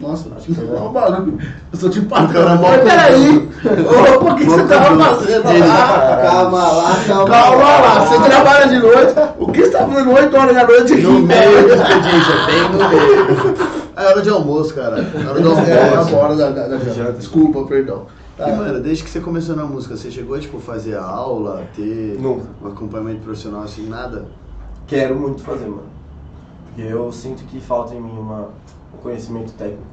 [SPEAKER 2] Nossa, acho que foi mal barulho. Eu sou tipo patrão. Mas
[SPEAKER 4] Mó-
[SPEAKER 2] peraí. Ô, por que que você tava fazendo lá?
[SPEAKER 1] Calma lá, calma,
[SPEAKER 2] Calma lá, você trabalha de noite. O que você tá fazendo 8 horas da noite aqui?
[SPEAKER 4] No meio do expediente, bem no meio. É hora de almoço, cara. Hora do almoço.
[SPEAKER 2] É, a hora da, da, da janta. Desculpa, perdão.
[SPEAKER 4] E, mano, desde que você começou na música, você chegou a, tipo, fazer aula, ter
[SPEAKER 3] Nunca.
[SPEAKER 4] um acompanhamento profissional assim, nada?
[SPEAKER 3] Quero muito fazer, mano. Porque eu sinto que falta em mim uma, um conhecimento técnico.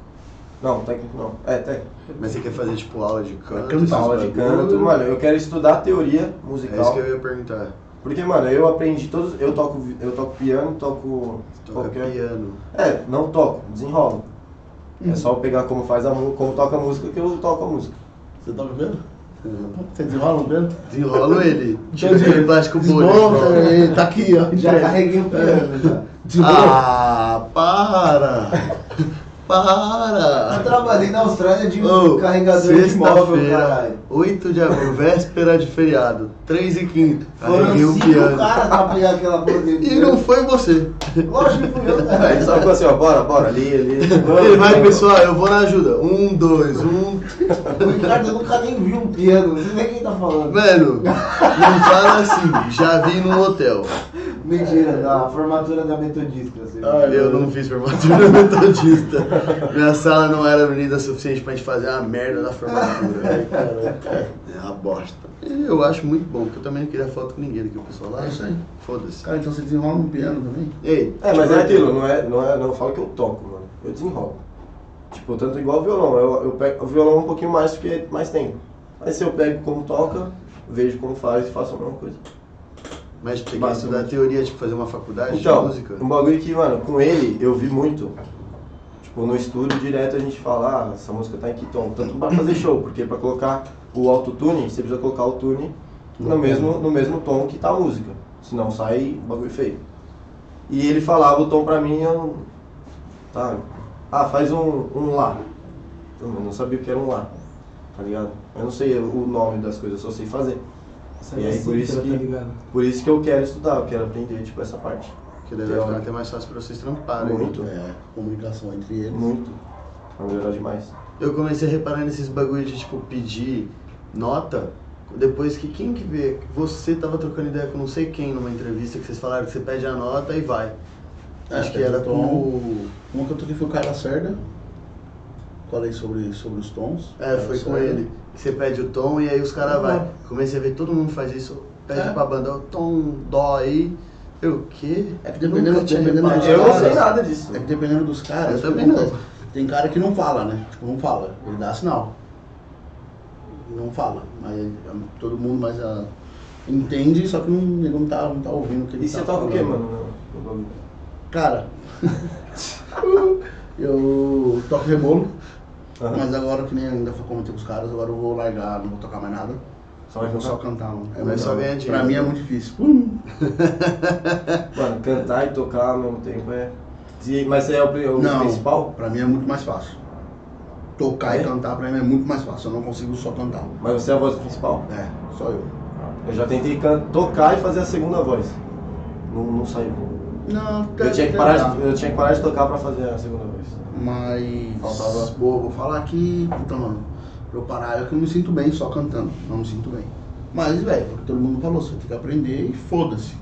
[SPEAKER 3] Não, técnico não. É, técnico.
[SPEAKER 4] Mas você quer fazer, tipo, aula de canto?
[SPEAKER 2] Canto,
[SPEAKER 4] esses
[SPEAKER 3] Aula de
[SPEAKER 4] bagulho?
[SPEAKER 3] canto. Mano, eu quero estudar teoria
[SPEAKER 4] É isso
[SPEAKER 3] musical.
[SPEAKER 4] que eu ia perguntar.
[SPEAKER 3] Porque, mano, eu aprendi todos. Eu toco, vi- eu toco piano, toco.
[SPEAKER 4] Toca
[SPEAKER 3] qualquer-
[SPEAKER 4] piano. Uhum.
[SPEAKER 3] É, não toco, desenrolo. É só eu pegar como faz a mu- como toca a música que eu toco
[SPEAKER 4] [LAUGHS]
[SPEAKER 3] a música.
[SPEAKER 2] Você tá vendo? Você desenrola um dedo?
[SPEAKER 4] Desenrola ele. Tira ele embaixo com o
[SPEAKER 2] Desmonta,
[SPEAKER 4] bolho.
[SPEAKER 2] ele tá aqui, ó. É,
[SPEAKER 1] Já carreguei um o
[SPEAKER 4] É,
[SPEAKER 1] piano. já.
[SPEAKER 2] Desmonta.
[SPEAKER 4] Ah, para!
[SPEAKER 1] Eu
[SPEAKER 4] Para!
[SPEAKER 1] trabalhei na Austrália de
[SPEAKER 4] Ô,
[SPEAKER 1] carregador de móvel, caralho.
[SPEAKER 4] sexta-feira, 8 de abril, véspera de feriado, 3 e 15
[SPEAKER 1] Foram
[SPEAKER 4] Arreguei um
[SPEAKER 1] cinco
[SPEAKER 4] piano.
[SPEAKER 1] caras pra pegar aquela porra de
[SPEAKER 4] [LAUGHS] E não foi você.
[SPEAKER 1] Lógico que fui eu, né? cara.
[SPEAKER 3] Aí só ficou assim, ó, bora, bora, ali, ali.
[SPEAKER 4] Ele vai, pessoal, eu vou na ajuda. Um, dois, um.
[SPEAKER 1] O Ricardo nunca nem viu um piano. Você vê quem tá falando.
[SPEAKER 4] Velho, não fala assim. Já vi num hotel. É.
[SPEAKER 1] Mentira, da formatura da Metodista. assim. Você viu.
[SPEAKER 4] [LAUGHS] Eu não fiz formatura metodista. Minha sala não era unida suficiente pra gente fazer uma merda da formatura. né? É uma bosta. E eu acho muito bom, porque eu também não queria foto com ninguém daqui, o pessoal lá.
[SPEAKER 2] É isso aí.
[SPEAKER 4] Foda-se.
[SPEAKER 2] Cara, então você desenrola um piano também?
[SPEAKER 4] Ei,
[SPEAKER 3] É, mas é aquilo, não é, não é, não falo que eu toco, mano. Eu desenrolo. Tipo, tanto igual o violão. Eu, eu pego o violão um pouquinho mais porque mais tem. Aí se eu pego como toca, vejo como faz e faço a mesma coisa.
[SPEAKER 4] Mas tem que
[SPEAKER 3] Basta,
[SPEAKER 4] estudar
[SPEAKER 3] mas-
[SPEAKER 4] teoria, tipo, fazer uma faculdade
[SPEAKER 3] Então,
[SPEAKER 4] de música?
[SPEAKER 3] um bagulho que, mano, com ele eu vi muito. Tipo, no estúdio direto a gente fala, ah, essa música tá em que tom? Tanto pra fazer show, porque pra colocar o autotune, você precisa colocar o tune no mesmo, no mesmo tom que tá a música. Senão sai bagulho feio. E ele falava o tom pra mim, eu. Tá, ah, faz um, um lá. Eu não sabia o que era um lá, tá ligado? Eu não sei o nome das coisas, eu só sei fazer.
[SPEAKER 5] Essa
[SPEAKER 3] E
[SPEAKER 5] é
[SPEAKER 3] aí,
[SPEAKER 5] a
[SPEAKER 3] por isso
[SPEAKER 5] cifra,
[SPEAKER 3] que-
[SPEAKER 5] tá ligado?
[SPEAKER 3] Por isso que eu quero estudar, eu quero aprender, tipo, essa parte.
[SPEAKER 4] Que daí vai ficar até mais fácil pra vocês tramparem. né?
[SPEAKER 3] Muito.
[SPEAKER 2] É, comunicação entre eles.
[SPEAKER 3] Muito. Vai melhorar demais.
[SPEAKER 4] Eu comecei a reparar nesses bagulhos de, tipo, pedir nota. Depois que quem que vê? Você tava trocando ideia com não sei quem numa entrevista que vocês falaram que você pede a nota e vai.
[SPEAKER 2] É,
[SPEAKER 4] Acho que
[SPEAKER 2] pede
[SPEAKER 4] era
[SPEAKER 2] o
[SPEAKER 4] com
[SPEAKER 2] tom.
[SPEAKER 4] o.
[SPEAKER 2] Uma que eu toquei foi o Caio Lacerda. Falei sobre, sobre os tons.
[SPEAKER 4] É, foi com ele. Que você pede o tom e aí os caras vai. Comecei a ver todo mundo faz isso. Pede
[SPEAKER 2] É.
[SPEAKER 4] pra banda o tom, dó aí. Eu, o quê?
[SPEAKER 2] É que dependendo,
[SPEAKER 4] Nunca tinha
[SPEAKER 2] dependendo né? dos
[SPEAKER 4] reparado.
[SPEAKER 3] Eu não sei
[SPEAKER 2] caras-
[SPEAKER 3] nada disso.
[SPEAKER 2] É que dependendo dos caras.
[SPEAKER 4] Eu também não.
[SPEAKER 2] Tem cara que não fala, né? Tipo, não fala. Ele dá sinal. não fala, mas é, todo mundo mais ah, entende, só que não, ele não tá, não tá ouvindo o que ele
[SPEAKER 3] E
[SPEAKER 2] tá
[SPEAKER 3] você toca o quê,
[SPEAKER 2] falando.
[SPEAKER 3] mano? no- no bagulho? [LAUGHS]
[SPEAKER 2] Cara, eu toco rebolo,
[SPEAKER 3] Aham.
[SPEAKER 2] mas agora que nem ainda comentei com os caras, agora eu vou largar, não vou tocar mais nada.
[SPEAKER 3] Só vai
[SPEAKER 2] eu vou só cantar,
[SPEAKER 3] cantar?
[SPEAKER 2] mano.
[SPEAKER 4] Vai só ganhar dinheiro.
[SPEAKER 2] Pra mim é muito difícil. Hum.
[SPEAKER 3] Mano, cantar e tocar ao mesmo tempo é. Se- Mas você é o, pri- o
[SPEAKER 2] não,
[SPEAKER 3] principal?
[SPEAKER 2] pra mim é muito mais fácil. Tocar
[SPEAKER 3] É?
[SPEAKER 2] e cantar pra mim é muito mais fácil, eu não consigo só cantar.
[SPEAKER 3] Mas você é a voz principal?
[SPEAKER 2] É, só eu.
[SPEAKER 3] Eu já tentei can- tocar e fazer a segunda voz. Não, não saiu.
[SPEAKER 2] Não, tá, tem-
[SPEAKER 3] Eu tinha, que
[SPEAKER 2] tem
[SPEAKER 3] parar
[SPEAKER 2] nada.
[SPEAKER 3] de, eu tinha que parar de tocar pra fazer a segunda voz.
[SPEAKER 2] Mas.
[SPEAKER 3] Faltava-
[SPEAKER 2] Pô, vou falar aqui. Então, mano, pra eu parar, eu que não me sinto bem só cantando. Não me sinto bem. Mas, velho, foi o que todo mundo falou, você tem que aprender e foda-se.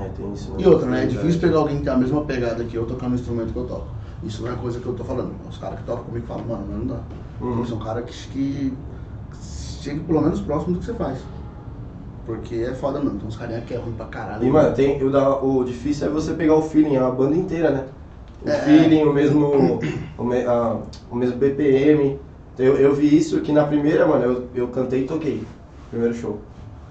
[SPEAKER 3] É, tem isso.
[SPEAKER 2] E outra, né? É difícil pegar alguém que tem a mesma pegada que eu tocar no instrumento que eu toco. Isso não é coisa que eu tô falando. Os caras que tocam comigo falam, mano, não dá.
[SPEAKER 3] Uhum.
[SPEAKER 2] São caras um que, que chegam pelo menos próximo do que você faz. Porque é foda, mano. Tem uns carinha que é ruim pra caralho.
[SPEAKER 3] E, mano, tem, o, da- o difícil é você pegar o feeling, a banda inteira, né? O
[SPEAKER 2] É.
[SPEAKER 3] feeling, o mesmo, o, me- a- o mesmo BPM. Então, Eu, eu vi isso que na primeira, mano, eu, eu cantei e toquei. Primeiro show.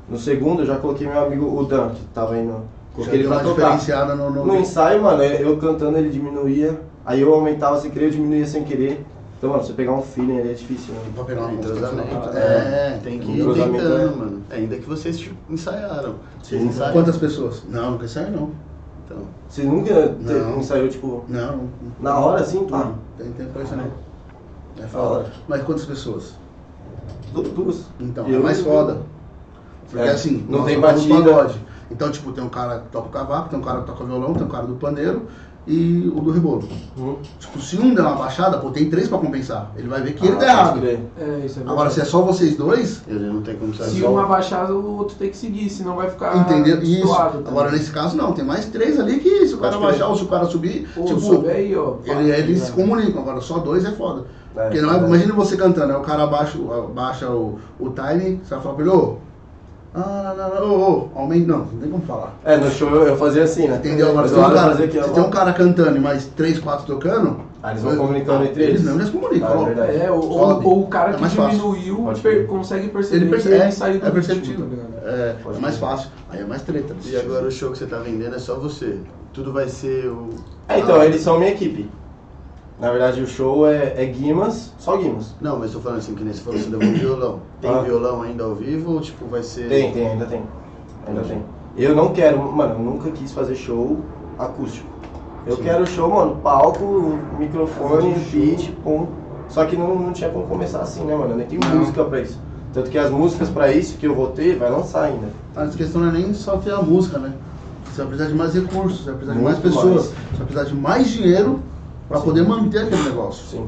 [SPEAKER 3] No segundo, eu já coloquei meu amigo, o Dan, que tava aí no...
[SPEAKER 2] Já
[SPEAKER 3] Coloquei ele
[SPEAKER 2] deu
[SPEAKER 3] pra
[SPEAKER 2] uma
[SPEAKER 3] tocar.
[SPEAKER 2] diferenciada no. no-
[SPEAKER 3] No ensaio, mano, é, eu cantando ele diminuía, aí eu aumentava sem querer, eu diminuía sem querer. Então, mano, você pegar um feeling ali é difícil, né?
[SPEAKER 2] Pra pegar uma música.
[SPEAKER 4] Entrosamento,
[SPEAKER 3] Ah,
[SPEAKER 2] que você não-
[SPEAKER 4] é,
[SPEAKER 2] É,
[SPEAKER 4] tem que
[SPEAKER 3] um
[SPEAKER 4] ir
[SPEAKER 3] entrosamento,
[SPEAKER 4] tentando,
[SPEAKER 3] é.
[SPEAKER 4] mano. Ainda que vocês tipo, ensaiaram. Vocês
[SPEAKER 3] Sim.
[SPEAKER 4] ensaiaram.
[SPEAKER 2] Quantas pessoas? Não, nunca saiu não.
[SPEAKER 4] Então,
[SPEAKER 3] Você nunca te-
[SPEAKER 2] Não.
[SPEAKER 3] ensaiou, tipo,
[SPEAKER 2] Não.
[SPEAKER 3] na hora assim, tudo?
[SPEAKER 2] Não, tem tempo pra isso não. É
[SPEAKER 3] Ah,
[SPEAKER 2] foda. Mas quantas pessoas?
[SPEAKER 3] Du- Duas.
[SPEAKER 2] Então,
[SPEAKER 3] Eu-
[SPEAKER 2] é mais foda. Porque
[SPEAKER 3] É,
[SPEAKER 2] assim,
[SPEAKER 3] não
[SPEAKER 2] nós
[SPEAKER 3] tem
[SPEAKER 2] tocamos
[SPEAKER 3] batida.
[SPEAKER 2] pagode. Então, tipo, tem um cara que toca o cavaco, tem um cara que toca violão, tem um cara do pandeiro e o do rebolo.
[SPEAKER 3] Uhum.
[SPEAKER 2] Tipo, se um der uma baixada, pô, tem três pra compensar. Ele vai ver que ele tá
[SPEAKER 3] Ah, pode
[SPEAKER 2] errado.
[SPEAKER 3] crer.
[SPEAKER 6] É, isso é
[SPEAKER 2] Agora, se é só vocês dois,
[SPEAKER 4] ele não tem
[SPEAKER 3] tá
[SPEAKER 4] como saber.
[SPEAKER 5] Se um abaixar, o outro tem que seguir, senão vai ficar
[SPEAKER 2] entendeu? Isso.
[SPEAKER 5] destoado, tá
[SPEAKER 2] Agora,
[SPEAKER 5] ligado?
[SPEAKER 2] nesse caso, não. Tem mais três ali que se o cara
[SPEAKER 3] Pode crer.
[SPEAKER 2] baixar ou se o cara subir,
[SPEAKER 5] Pô,
[SPEAKER 2] tipo,
[SPEAKER 5] sobe aí, ó.
[SPEAKER 2] ele, é eles se
[SPEAKER 5] Fala, é.
[SPEAKER 2] comunicam. Agora, só dois é foda.
[SPEAKER 3] É,
[SPEAKER 2] Porque não é,
[SPEAKER 3] verdade.
[SPEAKER 2] imagina você cantando, aí o cara baixa, o- baixa o, o time, você vai falar pra ele, ô, ah, não, não, não, ô, ô, aumenta, não, não tem como falar.
[SPEAKER 3] É, no show eu, eu fazia assim, né?
[SPEAKER 2] Entendeu? Agora,
[SPEAKER 3] Mas
[SPEAKER 2] se
[SPEAKER 3] eu
[SPEAKER 2] tem, um
[SPEAKER 3] era
[SPEAKER 2] cara,
[SPEAKER 3] fazer aqui, ó.
[SPEAKER 2] se tem um cara cantando e mais três, quatro tocando, ah,
[SPEAKER 3] Aí é Ah, eles vão comunicando entre eles.
[SPEAKER 2] eles mesmo já se comunicam.
[SPEAKER 3] Ah, é
[SPEAKER 2] ó.
[SPEAKER 3] verdade.
[SPEAKER 5] É, ou,
[SPEAKER 2] Sobe.
[SPEAKER 5] ou o cara
[SPEAKER 2] É
[SPEAKER 5] que
[SPEAKER 2] mais fácil.
[SPEAKER 5] diminuiu
[SPEAKER 3] Pode
[SPEAKER 5] per-
[SPEAKER 3] crer.
[SPEAKER 5] consegue perceber
[SPEAKER 2] ele
[SPEAKER 5] que
[SPEAKER 2] percebe,
[SPEAKER 5] ele saiu
[SPEAKER 2] é
[SPEAKER 5] do ritmo,
[SPEAKER 2] perceptível.
[SPEAKER 5] tá ligado?
[SPEAKER 2] é,
[SPEAKER 3] Pode
[SPEAKER 2] é mais
[SPEAKER 3] crer.
[SPEAKER 2] fácil. Aí é mais treta.
[SPEAKER 4] E agora o show que você tá vendendo é só você. Tudo vai ser o.
[SPEAKER 3] É, então, eles são minha equipe. Na verdade, o show é, é Guimas, só Guimas.
[SPEAKER 4] Não, mas tô falando assim, que nem você falou, você levou um violão. Tem
[SPEAKER 3] Ah.
[SPEAKER 4] violão ainda ao vivo ou tipo vai ser.
[SPEAKER 3] Tem, tem, ainda tem. Ainda tem. Eu não quero, mano, eu nunca quis fazer show acústico. Eu quero show, mano, palco, microfone, beat, pum. Só que não, não tinha como começar assim, né, mano? Eu nem tenho música pra isso. Tanto que as músicas pra isso que eu vou ter, vai lançar ainda.
[SPEAKER 2] Mas a questão não é nem só ter a música, né? Você vai precisar de mais recursos, você vai precisar de mais
[SPEAKER 3] Muito
[SPEAKER 2] pessoas,
[SPEAKER 3] mais.
[SPEAKER 2] você vai precisar de mais dinheiro pra
[SPEAKER 3] Sim.
[SPEAKER 2] poder manter aquele negócio.
[SPEAKER 3] Sim.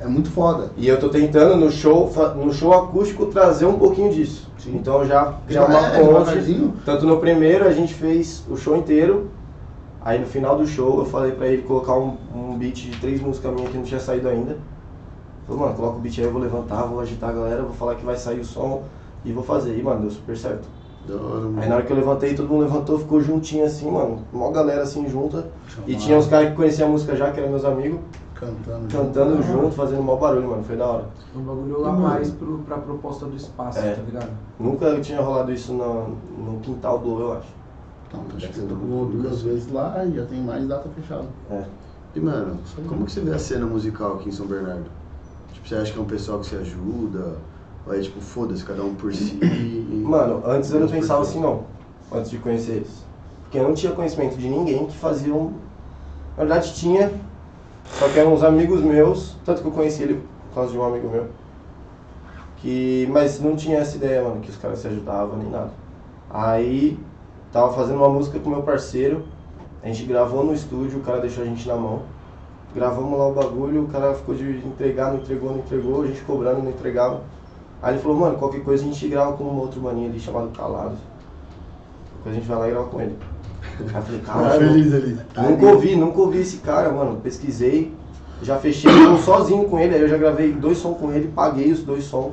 [SPEAKER 2] É muito foda.
[SPEAKER 3] E eu tô tentando no show, fa- no show acústico trazer um pouquinho disso.
[SPEAKER 2] Sim.
[SPEAKER 3] Então já, já
[SPEAKER 2] É,
[SPEAKER 3] uma
[SPEAKER 2] é
[SPEAKER 3] ponte.
[SPEAKER 2] devagarzinho.
[SPEAKER 3] Tanto no primeiro a gente fez o show inteiro. Aí no final do show eu falei pra ele colocar um, um beat de três músicas minhas que não tinha saído ainda. Falei, mano, coloca o beat aí, eu vou levantar, vou agitar a galera, vou falar que vai sair o som e vou fazer. E mano, deu super certo.
[SPEAKER 4] Adoro,
[SPEAKER 3] Aí na
[SPEAKER 4] mano.
[SPEAKER 3] hora que eu levantei, todo mundo levantou, ficou juntinho assim, mano. Mó galera assim junta. E tinha uns caras que conheciam a música já, que eram meus amigos,
[SPEAKER 2] Cantando.
[SPEAKER 3] cantando junto, fazendo mó barulho, mano. Foi da hora.
[SPEAKER 5] É um bagulho lá mais pro, pra proposta do espaço,
[SPEAKER 3] É.
[SPEAKER 5] tá ligado?
[SPEAKER 3] Nunca tinha rolado isso na- no quintal do eu acho.
[SPEAKER 2] Então, acho que você tocou duas vezes lá e já tem mais data fechada.
[SPEAKER 4] E mano, como que você vê a cena musical aqui em São Bernardo? Tipo, você acha que é um pessoal que se ajuda? Ou é tipo, foda-se, cada um por si. e-
[SPEAKER 3] Mano, antes eu não
[SPEAKER 4] Deus por
[SPEAKER 3] pensava
[SPEAKER 4] todos.
[SPEAKER 3] assim não, antes de conhecer eles. Porque eu não tinha conhecimento de ninguém que fazia um... Na verdade tinha, só que eram uns amigos meus, tanto que eu conheci ele por causa de um amigo meu. Que... Mas não tinha essa ideia, mano, que os caras se ajudavam nem nada. Aí, tava fazendo uma música com meu parceiro, a gente gravou no estúdio, o cara deixou a gente na mão. Gravamos lá o bagulho, o cara ficou de entregar, não entregou, não entregou, a gente cobrando, não entregava. Aí ele falou, mano, qualquer coisa a gente grava com um outro maninho ali chamado Calado. Depois a gente vai lá e grava com ele. Aí eu falei,
[SPEAKER 2] Tá
[SPEAKER 3] caralho,
[SPEAKER 2] feliz ali. Tá
[SPEAKER 3] nunca
[SPEAKER 2] ali.
[SPEAKER 3] ouvi, nunca ouvi esse cara, mano. Pesquisei, já fechei um sozinho com ele, aí eu já gravei dois sons com ele, paguei os dois sons.